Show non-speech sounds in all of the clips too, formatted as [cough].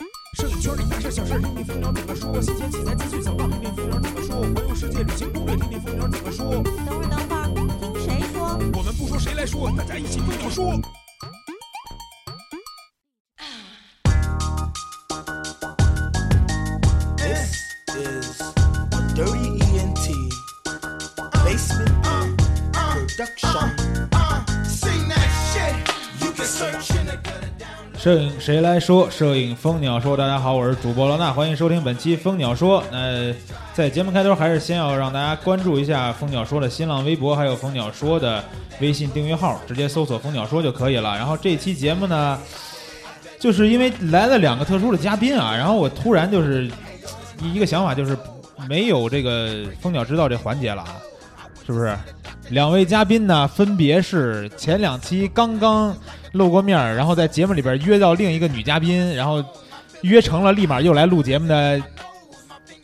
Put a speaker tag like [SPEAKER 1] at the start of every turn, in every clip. [SPEAKER 1] 圈里大事小事，听听蜂鸟怎么说。新鲜器材资讯想到，听听蜂鸟怎么说。环游世界旅行攻略，听听蜂鸟怎么说。
[SPEAKER 2] 等会儿，等会儿，听谁说？
[SPEAKER 1] 我们不说谁来说，大家一起蜂鸟说。
[SPEAKER 3] This is Dirty ENT Basement Production.
[SPEAKER 4] Sing that shit. You can search in the gutter down.
[SPEAKER 5] 摄影谁来说？摄影蜂鸟说。大家好，我是主播罗娜，欢迎收听本期蜂鸟说。那、在节目开头，还是先要让大家关注一下蜂鸟说的新浪微博，还有蜂鸟说的微信订阅号，直接搜索“蜂鸟说”就可以了。然后这期节目呢，就是因为来了两个特殊的嘉宾啊，然后我突然就是一一个想法，就是没有这个蜂鸟知道这环节了啊，是不是？两位嘉宾呢，分别是前两期刚刚露过面儿，然后在节目里边约到另一个女嘉宾，然后约成了，立马又来录节目 [laughs] 的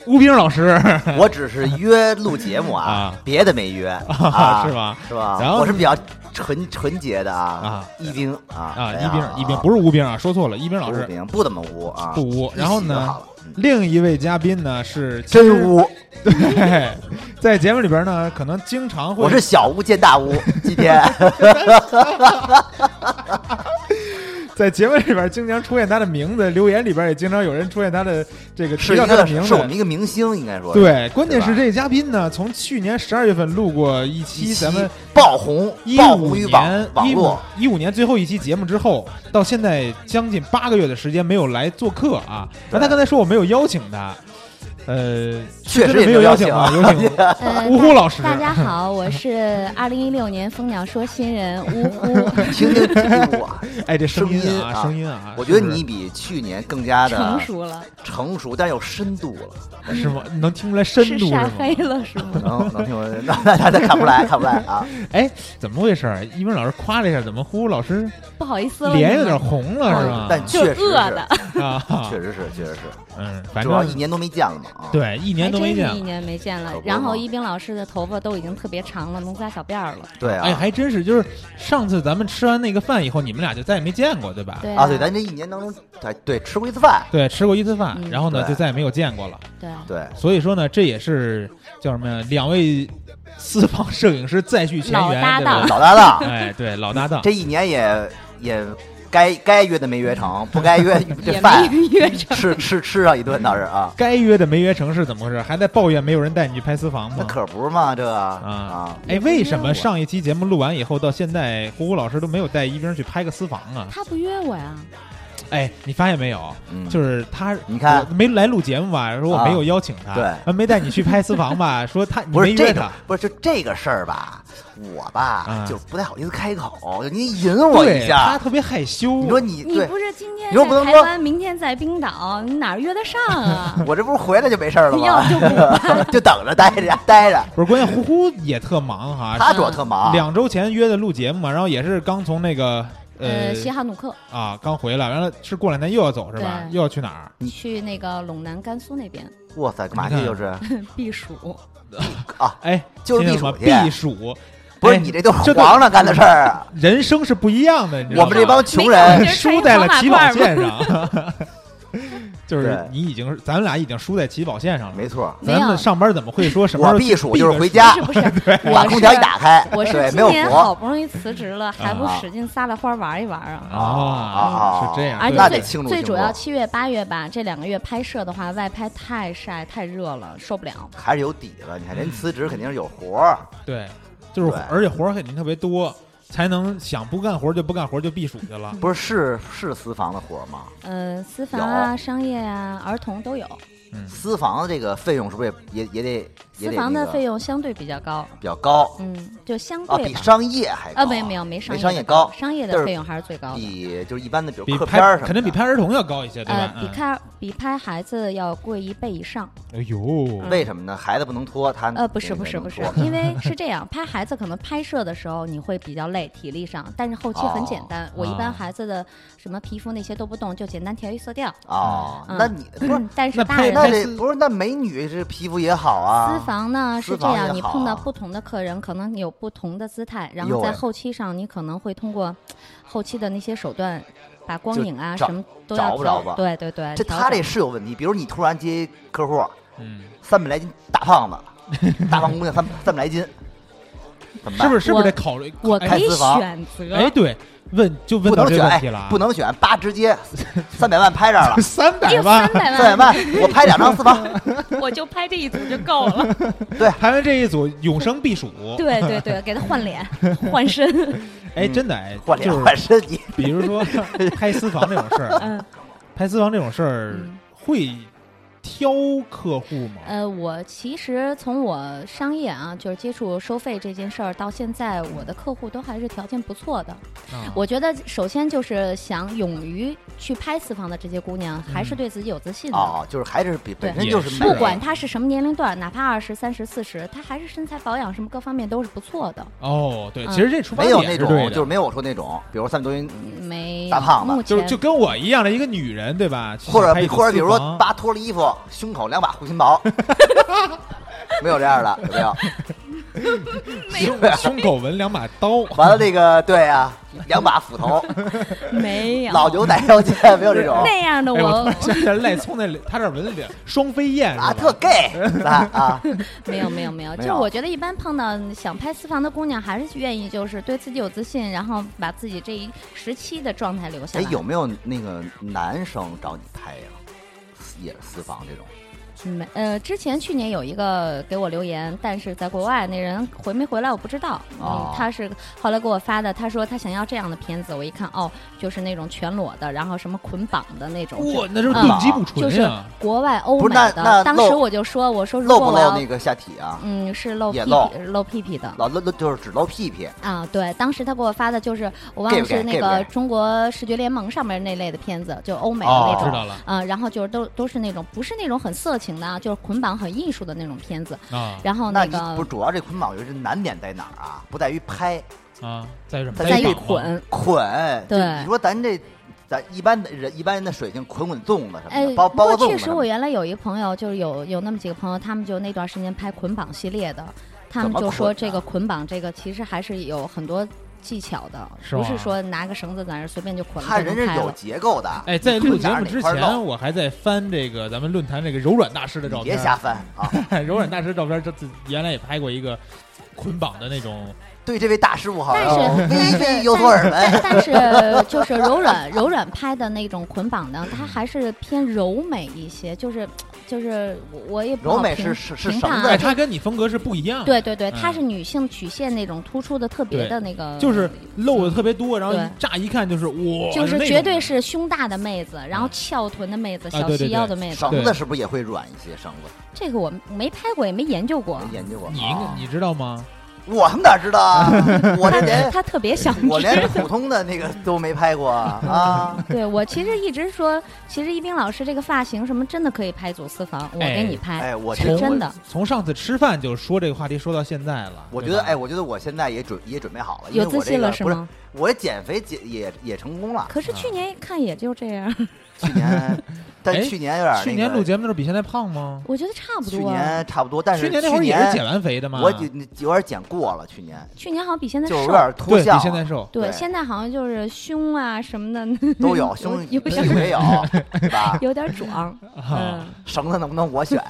[SPEAKER 5] 吴冰老师， [laughs]
[SPEAKER 6] 我只是约录节目啊
[SPEAKER 5] 啊，
[SPEAKER 6] 别的
[SPEAKER 5] [laughs]
[SPEAKER 6] 没约啊，
[SPEAKER 5] 是？吧？
[SPEAKER 6] 是吧？
[SPEAKER 5] 然后
[SPEAKER 6] 我是比较纯纯洁的啊
[SPEAKER 5] 啊，
[SPEAKER 6] 一冰啊
[SPEAKER 5] 啊，
[SPEAKER 6] 哎
[SPEAKER 5] 一
[SPEAKER 6] 呀
[SPEAKER 5] 冰一冰不是吴冰啊，说错了，一冰老
[SPEAKER 6] 不是
[SPEAKER 5] 师
[SPEAKER 6] 冰，不怎么污啊，
[SPEAKER 5] 不污。然后
[SPEAKER 6] 一洗就
[SPEAKER 5] 呢
[SPEAKER 6] 好，了，嗯
[SPEAKER 5] 另一位嘉宾呢是
[SPEAKER 6] 真，污，
[SPEAKER 5] 其实 [laughs] 对，在节目里边呢，可能经常会
[SPEAKER 6] 我是小巫
[SPEAKER 5] [laughs]
[SPEAKER 6] 见大巫，今天
[SPEAKER 5] 在节目里边经常出现他的名字，留言里边也经常有人出现他的这个提
[SPEAKER 6] 是一
[SPEAKER 5] 到他的
[SPEAKER 6] 个
[SPEAKER 5] 名
[SPEAKER 6] 是
[SPEAKER 5] 字
[SPEAKER 6] 我。们一个明星，应该说是
[SPEAKER 5] 对，关键
[SPEAKER 6] 吧
[SPEAKER 5] 是这嘉宾呢，从去年十二月份录过一
[SPEAKER 6] 一
[SPEAKER 5] 期
[SPEAKER 6] 期
[SPEAKER 5] 咱们
[SPEAKER 6] 爆红，
[SPEAKER 5] 一
[SPEAKER 6] 爆
[SPEAKER 5] 五
[SPEAKER 6] 红于
[SPEAKER 5] 年
[SPEAKER 6] 网网
[SPEAKER 5] 一五
[SPEAKER 6] 络，
[SPEAKER 5] 一五年最后一期节目之后，到现在将近八个月的时间没有来做客啊。那他刚才说我没有邀请他，呃，
[SPEAKER 6] 确
[SPEAKER 5] 真
[SPEAKER 6] 实
[SPEAKER 5] 的没
[SPEAKER 6] 也没
[SPEAKER 5] 有
[SPEAKER 6] 有
[SPEAKER 5] 邀
[SPEAKER 6] 邀
[SPEAKER 5] 请
[SPEAKER 6] 请
[SPEAKER 5] 啊
[SPEAKER 6] [laughs] 啊，
[SPEAKER 5] 有请
[SPEAKER 7] 呃
[SPEAKER 5] 呜呼老师。
[SPEAKER 7] 大
[SPEAKER 6] [laughs]
[SPEAKER 7] 家好，我是二零一六年蜂鸟说新人呜
[SPEAKER 6] [laughs]
[SPEAKER 7] 呼，
[SPEAKER 6] 听听听听
[SPEAKER 5] [laughs]
[SPEAKER 6] 我，
[SPEAKER 5] 哎，这声
[SPEAKER 6] 声音
[SPEAKER 5] 啊，
[SPEAKER 6] 啊
[SPEAKER 5] 声音啊，
[SPEAKER 6] 我觉得
[SPEAKER 5] 是不是
[SPEAKER 6] 你比去年更加的
[SPEAKER 7] 成熟
[SPEAKER 6] [laughs]
[SPEAKER 7] 了，
[SPEAKER 6] 成熟，但又深度了。
[SPEAKER 5] 是吗？能听出来深
[SPEAKER 7] 是
[SPEAKER 5] 度是
[SPEAKER 7] 晒
[SPEAKER 5] 吗？
[SPEAKER 7] 黑了是吗？
[SPEAKER 6] 能能听我， [laughs] 那那那看不出来，看不出来啊！
[SPEAKER 5] 哎，怎么回事儿？一鸣老师夸了一下，怎么呼呼老师
[SPEAKER 7] 不好意思了，
[SPEAKER 5] 脸有
[SPEAKER 7] 你们
[SPEAKER 5] 点红了是吧？
[SPEAKER 6] 但
[SPEAKER 7] [laughs] 就
[SPEAKER 6] 确实
[SPEAKER 7] 饿了
[SPEAKER 6] 是，，
[SPEAKER 5] 啊
[SPEAKER 6] 嗯确，实是，确实是，
[SPEAKER 5] 嗯，反
[SPEAKER 6] 主要一
[SPEAKER 5] 正
[SPEAKER 6] 年都没见了嘛啊！，
[SPEAKER 5] 对一年
[SPEAKER 7] 还
[SPEAKER 5] 都没
[SPEAKER 7] 哎真
[SPEAKER 5] 见
[SPEAKER 7] 是一
[SPEAKER 5] 了。
[SPEAKER 7] 年没见了
[SPEAKER 6] 可。不
[SPEAKER 7] 然后
[SPEAKER 6] 嘛
[SPEAKER 7] 一冰老师的头发都已经特别长了，能扎小辫儿了。
[SPEAKER 6] 对啊，
[SPEAKER 5] 哎，还真是，就是上次咱们吃完那个饭以后，你们俩就再也没见过，对吧？
[SPEAKER 7] 对
[SPEAKER 6] 啊，对，咱这一年当中，对对，吃过一次饭，
[SPEAKER 5] 对，吃过一次饭，
[SPEAKER 7] 嗯
[SPEAKER 5] 然后呢
[SPEAKER 6] 对
[SPEAKER 5] 就再也没有见过了。
[SPEAKER 7] 对啊
[SPEAKER 6] 对，
[SPEAKER 5] 所以说呢，这也是叫什么呀？两位私房摄影师再续前
[SPEAKER 7] 老
[SPEAKER 5] 缘，
[SPEAKER 7] 搭
[SPEAKER 5] 对吧
[SPEAKER 7] 档？
[SPEAKER 6] 老搭档，
[SPEAKER 5] [laughs] 哎，对，老搭档。
[SPEAKER 6] [laughs] 这一年也也该该约的没约成，不该
[SPEAKER 7] [laughs]
[SPEAKER 6] 约这
[SPEAKER 7] 也没
[SPEAKER 6] 饭
[SPEAKER 7] 约着。
[SPEAKER 6] 吃吃吃上一顿倒是啊，
[SPEAKER 5] 该约的没约成是怎么回事？还在抱怨没有人带你去拍私房
[SPEAKER 6] 那
[SPEAKER 5] 吗？
[SPEAKER 6] 可不是嘛，这个
[SPEAKER 5] 啊
[SPEAKER 6] 啊，
[SPEAKER 5] 哎，为什么上一期节目录完以后，到现在呼呼老师都没有带一冰去拍个私房啊？
[SPEAKER 7] 他不约我呀，
[SPEAKER 5] 哎，你发现没有？
[SPEAKER 6] 嗯，
[SPEAKER 5] 就是他，
[SPEAKER 6] 你看
[SPEAKER 5] 我没来录节目吧？说我没有邀请他，
[SPEAKER 6] 啊对
[SPEAKER 5] 完没带你去拍私房
[SPEAKER 6] [laughs]
[SPEAKER 5] 吧？说他你
[SPEAKER 6] 不
[SPEAKER 5] 没
[SPEAKER 6] 是
[SPEAKER 5] 约
[SPEAKER 6] 这
[SPEAKER 5] 他
[SPEAKER 6] 个，，不是就这个事儿吧，我吧
[SPEAKER 5] 啊
[SPEAKER 6] 就不太好意思开口，就您引我一
[SPEAKER 5] 对他
[SPEAKER 6] 下，
[SPEAKER 5] 特别害羞。
[SPEAKER 6] 你说你
[SPEAKER 7] 你
[SPEAKER 6] 对
[SPEAKER 7] 不是今天
[SPEAKER 6] 你又不
[SPEAKER 7] 在
[SPEAKER 6] 能
[SPEAKER 7] 台
[SPEAKER 6] 说？
[SPEAKER 7] 湾，明天在冰岛，你哪儿约得上啊
[SPEAKER 6] [laughs] 我这不是回来就没事儿了
[SPEAKER 7] 要
[SPEAKER 6] 吗？ [laughs]
[SPEAKER 7] 就不
[SPEAKER 6] 就等着待着待着，
[SPEAKER 5] 不是，关键呼呼也特忙哈，
[SPEAKER 6] 他啊主要特忙，
[SPEAKER 5] 啊两周前约的录节目嘛，然后也是刚从那个呃
[SPEAKER 7] 呃，西哈努克
[SPEAKER 5] 啊刚回来，完了是过两天又要走是吧？
[SPEAKER 7] 对
[SPEAKER 5] 又要去哪儿？
[SPEAKER 6] 嗯
[SPEAKER 7] 去那个陇南甘肃那边
[SPEAKER 6] 哇塞，干嘛
[SPEAKER 5] 你
[SPEAKER 6] 去
[SPEAKER 5] 看
[SPEAKER 6] 就是
[SPEAKER 7] 避暑，
[SPEAKER 5] 哎，
[SPEAKER 6] 就是
[SPEAKER 5] 听
[SPEAKER 6] 避
[SPEAKER 5] 见了
[SPEAKER 6] 暑
[SPEAKER 5] 吗
[SPEAKER 6] 去，
[SPEAKER 5] 避暑，
[SPEAKER 6] 不是
[SPEAKER 5] 哎
[SPEAKER 6] 你这都是
[SPEAKER 5] 这都
[SPEAKER 6] 皇上干的事儿啊！
[SPEAKER 5] 人生是不一样的，你知道
[SPEAKER 6] 我
[SPEAKER 5] 吗
[SPEAKER 6] 们这帮穷 [laughs]
[SPEAKER 7] 没
[SPEAKER 6] 人
[SPEAKER 7] 看，
[SPEAKER 5] 输在了起跑线上， [laughs] 就是
[SPEAKER 6] 对
[SPEAKER 5] 你已经是咱们俩已经输在起跑线上了。
[SPEAKER 6] 没错，
[SPEAKER 7] 没
[SPEAKER 5] 咱们
[SPEAKER 7] 有，
[SPEAKER 5] 上班怎么会说什么时
[SPEAKER 6] 我
[SPEAKER 5] 候
[SPEAKER 6] 避暑就是回
[SPEAKER 7] 不
[SPEAKER 6] 家
[SPEAKER 7] 是，不是，
[SPEAKER 6] [laughs] 把
[SPEAKER 7] 我
[SPEAKER 6] 空
[SPEAKER 7] 是
[SPEAKER 6] 调一打开，
[SPEAKER 7] 我是
[SPEAKER 6] 对，没
[SPEAKER 7] 今
[SPEAKER 6] 有
[SPEAKER 7] 年
[SPEAKER 6] 活
[SPEAKER 7] 好不容易辞职了，还不使劲撒了欢儿玩一玩啊！
[SPEAKER 5] 嗯啊？
[SPEAKER 6] 啊
[SPEAKER 5] 是这样，
[SPEAKER 7] 而
[SPEAKER 5] 对
[SPEAKER 7] 且
[SPEAKER 6] 那得
[SPEAKER 7] 最
[SPEAKER 6] 庆祝
[SPEAKER 7] 最
[SPEAKER 6] 庆
[SPEAKER 7] 主
[SPEAKER 6] 祝
[SPEAKER 7] 要七月八月吧，这两个月拍摄的话，外拍太晒太热了，受不了。
[SPEAKER 6] 还是有底子。你
[SPEAKER 7] 嗯
[SPEAKER 6] 看人辞职肯定是有活儿，
[SPEAKER 5] 对，就是
[SPEAKER 6] 对
[SPEAKER 5] 而且活儿肯定特别多，才能想不干活就不干活就避暑去
[SPEAKER 6] [laughs]
[SPEAKER 5] 了。
[SPEAKER 6] 不是是是私房的活儿吗？
[SPEAKER 7] 嗯，私房啊、商业啊、儿童都有。
[SPEAKER 6] 私房的这个费用是不是也也也得也
[SPEAKER 7] 私
[SPEAKER 6] 得
[SPEAKER 7] 房
[SPEAKER 6] 那
[SPEAKER 7] 的
[SPEAKER 6] 个
[SPEAKER 7] 费用相对比较高，
[SPEAKER 6] 比较高
[SPEAKER 7] 嗯，就相
[SPEAKER 6] 啊，
[SPEAKER 7] 对
[SPEAKER 6] 比
[SPEAKER 7] 吧。
[SPEAKER 6] 商业还高
[SPEAKER 7] 啊，没有没有，没
[SPEAKER 6] 商
[SPEAKER 7] 商
[SPEAKER 6] 业
[SPEAKER 7] 业的
[SPEAKER 6] 高
[SPEAKER 7] 商业
[SPEAKER 6] 就
[SPEAKER 7] 的
[SPEAKER 6] 是
[SPEAKER 7] 费用还是最高的。
[SPEAKER 6] 比就是一般的，比
[SPEAKER 5] 比
[SPEAKER 6] 如客片
[SPEAKER 5] 拍
[SPEAKER 6] 儿什么的，
[SPEAKER 5] 肯定比拍儿童要高一些，对
[SPEAKER 7] 呃
[SPEAKER 5] 吧，？
[SPEAKER 7] 比
[SPEAKER 5] 嗯
[SPEAKER 7] 看比拍孩子要贵一倍以上。
[SPEAKER 5] 哎呦，
[SPEAKER 6] 为什么呢？孩子不能拖，他
[SPEAKER 7] 嗯呃，不是
[SPEAKER 6] 那个
[SPEAKER 7] 不是
[SPEAKER 6] 能
[SPEAKER 7] 不是
[SPEAKER 6] [laughs] 拖，
[SPEAKER 7] 因为是这样，拍孩子可能拍摄的时候你会比较累，体力上，但是后期很简
[SPEAKER 6] 哦
[SPEAKER 7] 单。我一
[SPEAKER 5] 啊
[SPEAKER 7] 般孩子的什么皮肤那些都不动，就简单调一色
[SPEAKER 6] [laughs]
[SPEAKER 7] 调。
[SPEAKER 6] 哦，
[SPEAKER 7] 嗯
[SPEAKER 6] 那你
[SPEAKER 7] [laughs]
[SPEAKER 6] 不是
[SPEAKER 7] 嗯，但是
[SPEAKER 5] 那
[SPEAKER 7] 大
[SPEAKER 5] 拍
[SPEAKER 7] 人
[SPEAKER 5] 那
[SPEAKER 6] 那
[SPEAKER 7] 的
[SPEAKER 5] 得
[SPEAKER 6] 这不是那美女这皮肤也好啊，
[SPEAKER 7] 私房呢是
[SPEAKER 6] 私
[SPEAKER 7] 这
[SPEAKER 6] 房也
[SPEAKER 7] 样，你
[SPEAKER 6] 好
[SPEAKER 7] 碰到
[SPEAKER 6] 啊
[SPEAKER 7] 不同的客人，可能有不同的姿态，然
[SPEAKER 6] 哟
[SPEAKER 7] 后在
[SPEAKER 6] 喂
[SPEAKER 7] 后期上你可能会通过后期的那些手段。把光影啊
[SPEAKER 6] 就找
[SPEAKER 7] 什么都要
[SPEAKER 6] 找不着
[SPEAKER 7] 调
[SPEAKER 6] 吧
[SPEAKER 7] 对对对，
[SPEAKER 6] 这
[SPEAKER 7] 调
[SPEAKER 6] 他
[SPEAKER 7] 整
[SPEAKER 6] 这是有问题。比如你突然接客户，
[SPEAKER 5] 嗯，
[SPEAKER 6] 三百来斤大胖子，
[SPEAKER 7] [laughs]
[SPEAKER 6] 大胖姑娘三三百来斤，怎么办？
[SPEAKER 5] 是不是是不
[SPEAKER 7] 我
[SPEAKER 5] 是得考虑？
[SPEAKER 7] 我可
[SPEAKER 5] 哎
[SPEAKER 7] 以
[SPEAKER 6] 私房
[SPEAKER 7] 选择，
[SPEAKER 5] 哎，对，问就问
[SPEAKER 6] 不
[SPEAKER 5] 到
[SPEAKER 6] 能
[SPEAKER 5] 这个
[SPEAKER 6] 选，
[SPEAKER 5] 问题了啊，
[SPEAKER 6] 哎，不能选，八直接三百万拍这儿
[SPEAKER 7] [laughs]
[SPEAKER 6] 了
[SPEAKER 5] [laughs] 三
[SPEAKER 7] 哎
[SPEAKER 5] 百
[SPEAKER 7] 呦三
[SPEAKER 5] 万。
[SPEAKER 7] 百
[SPEAKER 6] [laughs] 三百
[SPEAKER 7] 万，
[SPEAKER 6] 万我拍两张私房，
[SPEAKER 7] [laughs] 我就拍这一组就够了。
[SPEAKER 6] [laughs]
[SPEAKER 5] 排完这一组，永生避暑。
[SPEAKER 7] 对对对，给他换脸换身，
[SPEAKER 5] 哎，
[SPEAKER 6] 嗯
[SPEAKER 5] 真的哎，
[SPEAKER 6] 换脸
[SPEAKER 5] 就是
[SPEAKER 6] 换身体，
[SPEAKER 5] 比如说拍私房这种事儿，啊
[SPEAKER 7] 嗯
[SPEAKER 5] 拍私房这种事儿
[SPEAKER 7] 嗯。
[SPEAKER 5] 会挑客户吗？
[SPEAKER 7] 呃，我其实从我商业啊，就是接触收费这件事儿到现在，我的客户都还是条件不错的。
[SPEAKER 5] 啊
[SPEAKER 7] 我觉得首先就是想勇于去拍私房的这些姑娘，还是对自己有自信的。
[SPEAKER 6] 哦，就是还是比本身
[SPEAKER 5] 对
[SPEAKER 6] 就是啊
[SPEAKER 5] 也是
[SPEAKER 6] 美
[SPEAKER 7] 不管她是什么年龄段，哪怕二十三十四十，她还是身材保养什么各方面都是不错的。
[SPEAKER 5] 哦，对，
[SPEAKER 7] 嗯
[SPEAKER 5] 其实这出发
[SPEAKER 6] 没有
[SPEAKER 5] 点
[SPEAKER 6] 那
[SPEAKER 5] 是
[SPEAKER 6] 种
[SPEAKER 5] 对，
[SPEAKER 6] 就是
[SPEAKER 5] 的，
[SPEAKER 6] 没有我说那种，比如三百多斤，
[SPEAKER 7] 嗯没
[SPEAKER 6] 大胖子
[SPEAKER 7] 目
[SPEAKER 5] 就是
[SPEAKER 7] 前
[SPEAKER 5] 就跟我一样的一个女人，对吧？去
[SPEAKER 6] 或者
[SPEAKER 5] 拍一
[SPEAKER 6] 比
[SPEAKER 5] 组
[SPEAKER 6] 或者比如
[SPEAKER 5] 私
[SPEAKER 6] 说
[SPEAKER 7] [laughs]
[SPEAKER 5] 房
[SPEAKER 6] 扒脱了衣服，胸口两把护
[SPEAKER 5] [laughs]
[SPEAKER 6] 心毛，没有这样的，有没有？
[SPEAKER 5] 胸胸口纹两把刀，
[SPEAKER 6] [laughs] 完了，这个对 [laughs] 啊，两把斧头，
[SPEAKER 7] 没有
[SPEAKER 6] 老牛奶腰间，没有这 [laughs] 种
[SPEAKER 7] 那样的
[SPEAKER 5] 哎，
[SPEAKER 7] 我
[SPEAKER 5] 我想起来赖聪那里，他这纹了两双飞燕是吧
[SPEAKER 6] 啊，特 gay 啊啊，
[SPEAKER 7] [laughs] 没有没有没有，
[SPEAKER 6] 没
[SPEAKER 7] 就是
[SPEAKER 6] 有
[SPEAKER 7] 我觉得一般碰到想拍私房的姑娘，还是愿意就是对自己有自信，然后把自己这一时期的状态留下
[SPEAKER 6] [laughs] 哎，
[SPEAKER 7] 来。
[SPEAKER 6] 有没有那个男生找你拍呀？私也是私房这种，
[SPEAKER 7] 没呃，之前去年有一个给我留言，但是在国外那人回没回来我不知道。
[SPEAKER 6] 哦
[SPEAKER 7] 嗯，他是后来给我发的，他说他想要这样的片子，我一看哦，就是那种全裸的，然后什么捆绑的那种。
[SPEAKER 5] 哇，那就是
[SPEAKER 7] 嗯
[SPEAKER 5] 钝击不
[SPEAKER 7] 就
[SPEAKER 5] 纯
[SPEAKER 7] 是
[SPEAKER 5] 呀，
[SPEAKER 7] 国外欧
[SPEAKER 6] 不
[SPEAKER 7] 美
[SPEAKER 6] 是那那
[SPEAKER 7] 的，当时
[SPEAKER 6] 露
[SPEAKER 7] 我就说，我说如
[SPEAKER 6] 露
[SPEAKER 7] 果
[SPEAKER 6] 不
[SPEAKER 7] 我
[SPEAKER 6] 露
[SPEAKER 7] 要
[SPEAKER 6] 那个下体啊？
[SPEAKER 7] 嗯是露屁
[SPEAKER 6] 也
[SPEAKER 7] 屁
[SPEAKER 6] 露
[SPEAKER 7] 露屁屁的，
[SPEAKER 6] 老露露就是只露屁屁，
[SPEAKER 7] 啊，对，当时他给我发的就是我忘
[SPEAKER 6] gay
[SPEAKER 7] 了
[SPEAKER 6] 不
[SPEAKER 7] 是
[SPEAKER 6] gay，
[SPEAKER 7] 那
[SPEAKER 6] gay 不
[SPEAKER 7] 个
[SPEAKER 6] gay
[SPEAKER 7] 中国视觉联盟上面那类的片子，就欧美的
[SPEAKER 6] 哦
[SPEAKER 7] 那
[SPEAKER 5] 知
[SPEAKER 7] 种。
[SPEAKER 5] 道了
[SPEAKER 7] 啊，然后就是都都是那种不是那种很色情的啊，就是捆绑很艺术的那种片子。
[SPEAKER 5] 啊
[SPEAKER 7] 然后
[SPEAKER 6] 那你不
[SPEAKER 7] 个
[SPEAKER 6] 是主要这捆绑，我觉得这难点在哪儿啊？不在于拍
[SPEAKER 5] 啊，在于什么？
[SPEAKER 6] 在
[SPEAKER 7] 在
[SPEAKER 5] 于
[SPEAKER 7] 于
[SPEAKER 5] 绑吗，
[SPEAKER 7] 捆，
[SPEAKER 6] 捆，
[SPEAKER 7] 对
[SPEAKER 6] 就你说咱这咱一般的人一般人的水平捆捆粽子什么
[SPEAKER 7] 哎
[SPEAKER 6] 的，，包
[SPEAKER 7] 不
[SPEAKER 6] 包
[SPEAKER 7] 过
[SPEAKER 6] 粽
[SPEAKER 7] 确
[SPEAKER 6] 子
[SPEAKER 7] 实
[SPEAKER 6] 什
[SPEAKER 7] 我
[SPEAKER 6] 么的，
[SPEAKER 7] 原来有一朋友，就是有有那么几个朋友，他们就那段时间拍捆绑系列的，他
[SPEAKER 6] 怎
[SPEAKER 7] 们
[SPEAKER 6] 么
[SPEAKER 7] 就
[SPEAKER 6] 捆
[SPEAKER 7] 说这
[SPEAKER 6] 啊
[SPEAKER 7] 个捆绑这个其实还是有很多技巧的，
[SPEAKER 5] 是
[SPEAKER 7] 不是
[SPEAKER 5] 吗
[SPEAKER 7] 说拿个绳子在那儿随便就捆
[SPEAKER 6] 他
[SPEAKER 7] 了就
[SPEAKER 6] 人
[SPEAKER 7] 能
[SPEAKER 6] 是
[SPEAKER 7] 开
[SPEAKER 6] 有
[SPEAKER 7] 了。
[SPEAKER 6] 结构的。
[SPEAKER 5] 哎，在
[SPEAKER 6] 你
[SPEAKER 5] 录
[SPEAKER 6] [laughs] 捆
[SPEAKER 5] 节
[SPEAKER 6] 哪儿
[SPEAKER 5] 目
[SPEAKER 6] 哪
[SPEAKER 5] 之
[SPEAKER 6] 块儿
[SPEAKER 5] 前，
[SPEAKER 6] 露
[SPEAKER 5] 我还在翻这个咱们论坛这个柔软大师的照
[SPEAKER 6] 你
[SPEAKER 5] 片
[SPEAKER 6] 别，瞎翻
[SPEAKER 5] 嗯
[SPEAKER 6] 啊！
[SPEAKER 5] [laughs] 柔软大师照片，这这原来也拍过一个捆绑的那种，
[SPEAKER 6] 对这位大师傅好
[SPEAKER 7] 但是
[SPEAKER 6] 像微微 [laughs] 有
[SPEAKER 7] 但
[SPEAKER 6] 所耳闻。
[SPEAKER 7] 但但是就是柔软柔软拍的那种捆绑呢，它还是偏柔美一些，就是就是我我也不好
[SPEAKER 6] 柔美
[SPEAKER 7] 评
[SPEAKER 6] 是是是
[SPEAKER 7] 评
[SPEAKER 6] 绳
[SPEAKER 7] 判
[SPEAKER 6] 子
[SPEAKER 5] 哎，
[SPEAKER 7] 啊
[SPEAKER 5] 他跟你风格是不一样的，
[SPEAKER 7] 对对对，它
[SPEAKER 5] 嗯
[SPEAKER 7] 是女性曲线那种突出的特别的那个，
[SPEAKER 5] 就是露的特别多，然后
[SPEAKER 7] 对
[SPEAKER 5] 一乍一看就是哇，
[SPEAKER 7] 就是
[SPEAKER 5] 那
[SPEAKER 7] 绝
[SPEAKER 5] 种
[SPEAKER 7] 对
[SPEAKER 5] 的
[SPEAKER 7] 是胸大的妹子，然后翘臀的妹子，小
[SPEAKER 5] 对对
[SPEAKER 7] 细
[SPEAKER 5] 对
[SPEAKER 7] 腰的妹子，
[SPEAKER 6] 绳子是不是也会软一些？绳子
[SPEAKER 7] 这个我没拍过，也没研究过
[SPEAKER 6] 没。研究过。
[SPEAKER 5] 你
[SPEAKER 6] 啊
[SPEAKER 5] 你知道吗？
[SPEAKER 6] 我们哪知
[SPEAKER 5] [laughs]
[SPEAKER 6] 道啊？我
[SPEAKER 7] 他
[SPEAKER 6] 这连
[SPEAKER 7] 他特别想
[SPEAKER 6] 我
[SPEAKER 7] 知
[SPEAKER 6] 连普通的那个都没拍过啊！
[SPEAKER 7] [laughs]
[SPEAKER 6] 啊
[SPEAKER 7] 对我其实一直说，其实一冰老师这个发型什么真的可以拍组私房，我
[SPEAKER 5] 哎
[SPEAKER 7] 给你拍，
[SPEAKER 6] 哎，我觉
[SPEAKER 7] 是
[SPEAKER 6] 得
[SPEAKER 7] 真的。
[SPEAKER 5] 从上次吃饭就说这个话题，说到现在了。
[SPEAKER 6] 我觉
[SPEAKER 5] 对
[SPEAKER 6] 得，
[SPEAKER 5] 吧
[SPEAKER 6] 哎，，我觉得我现在也准也准备好了，因为
[SPEAKER 7] 有
[SPEAKER 6] 我
[SPEAKER 7] 自
[SPEAKER 6] 这
[SPEAKER 7] 信
[SPEAKER 6] 个
[SPEAKER 7] 了是
[SPEAKER 6] 不是
[SPEAKER 7] 吗？
[SPEAKER 6] 我减肥减也也成功了，
[SPEAKER 7] 可是去年一看也就这样，
[SPEAKER 5] [laughs]
[SPEAKER 6] 去年，
[SPEAKER 5] 哎
[SPEAKER 6] 但去年有点儿
[SPEAKER 5] 去
[SPEAKER 6] 那
[SPEAKER 5] 年
[SPEAKER 6] 个
[SPEAKER 5] 录节目的时候比现在胖吗？
[SPEAKER 7] [laughs] 我觉得差不
[SPEAKER 6] 去
[SPEAKER 7] 多。啊
[SPEAKER 6] 年差不多，但是
[SPEAKER 5] 去年那会儿也是减完肥的嘛，
[SPEAKER 6] 我有有点减过了，去年
[SPEAKER 7] 去年好像比现在
[SPEAKER 6] 就
[SPEAKER 7] 瘦。
[SPEAKER 6] 有点脱
[SPEAKER 5] 对比
[SPEAKER 6] 相了，
[SPEAKER 5] 现在瘦。
[SPEAKER 7] 对，
[SPEAKER 6] 对
[SPEAKER 7] 现在好像就是胸啊什么的
[SPEAKER 6] [laughs]
[SPEAKER 7] [laughs]
[SPEAKER 6] 都有，胸
[SPEAKER 7] 有点
[SPEAKER 6] 屁
[SPEAKER 7] [laughs]
[SPEAKER 6] 股也有，对吧？
[SPEAKER 7] 有点壮，
[SPEAKER 5] 啊
[SPEAKER 7] 嗯，
[SPEAKER 6] 绳子能不能我
[SPEAKER 7] [laughs]
[SPEAKER 6] 选？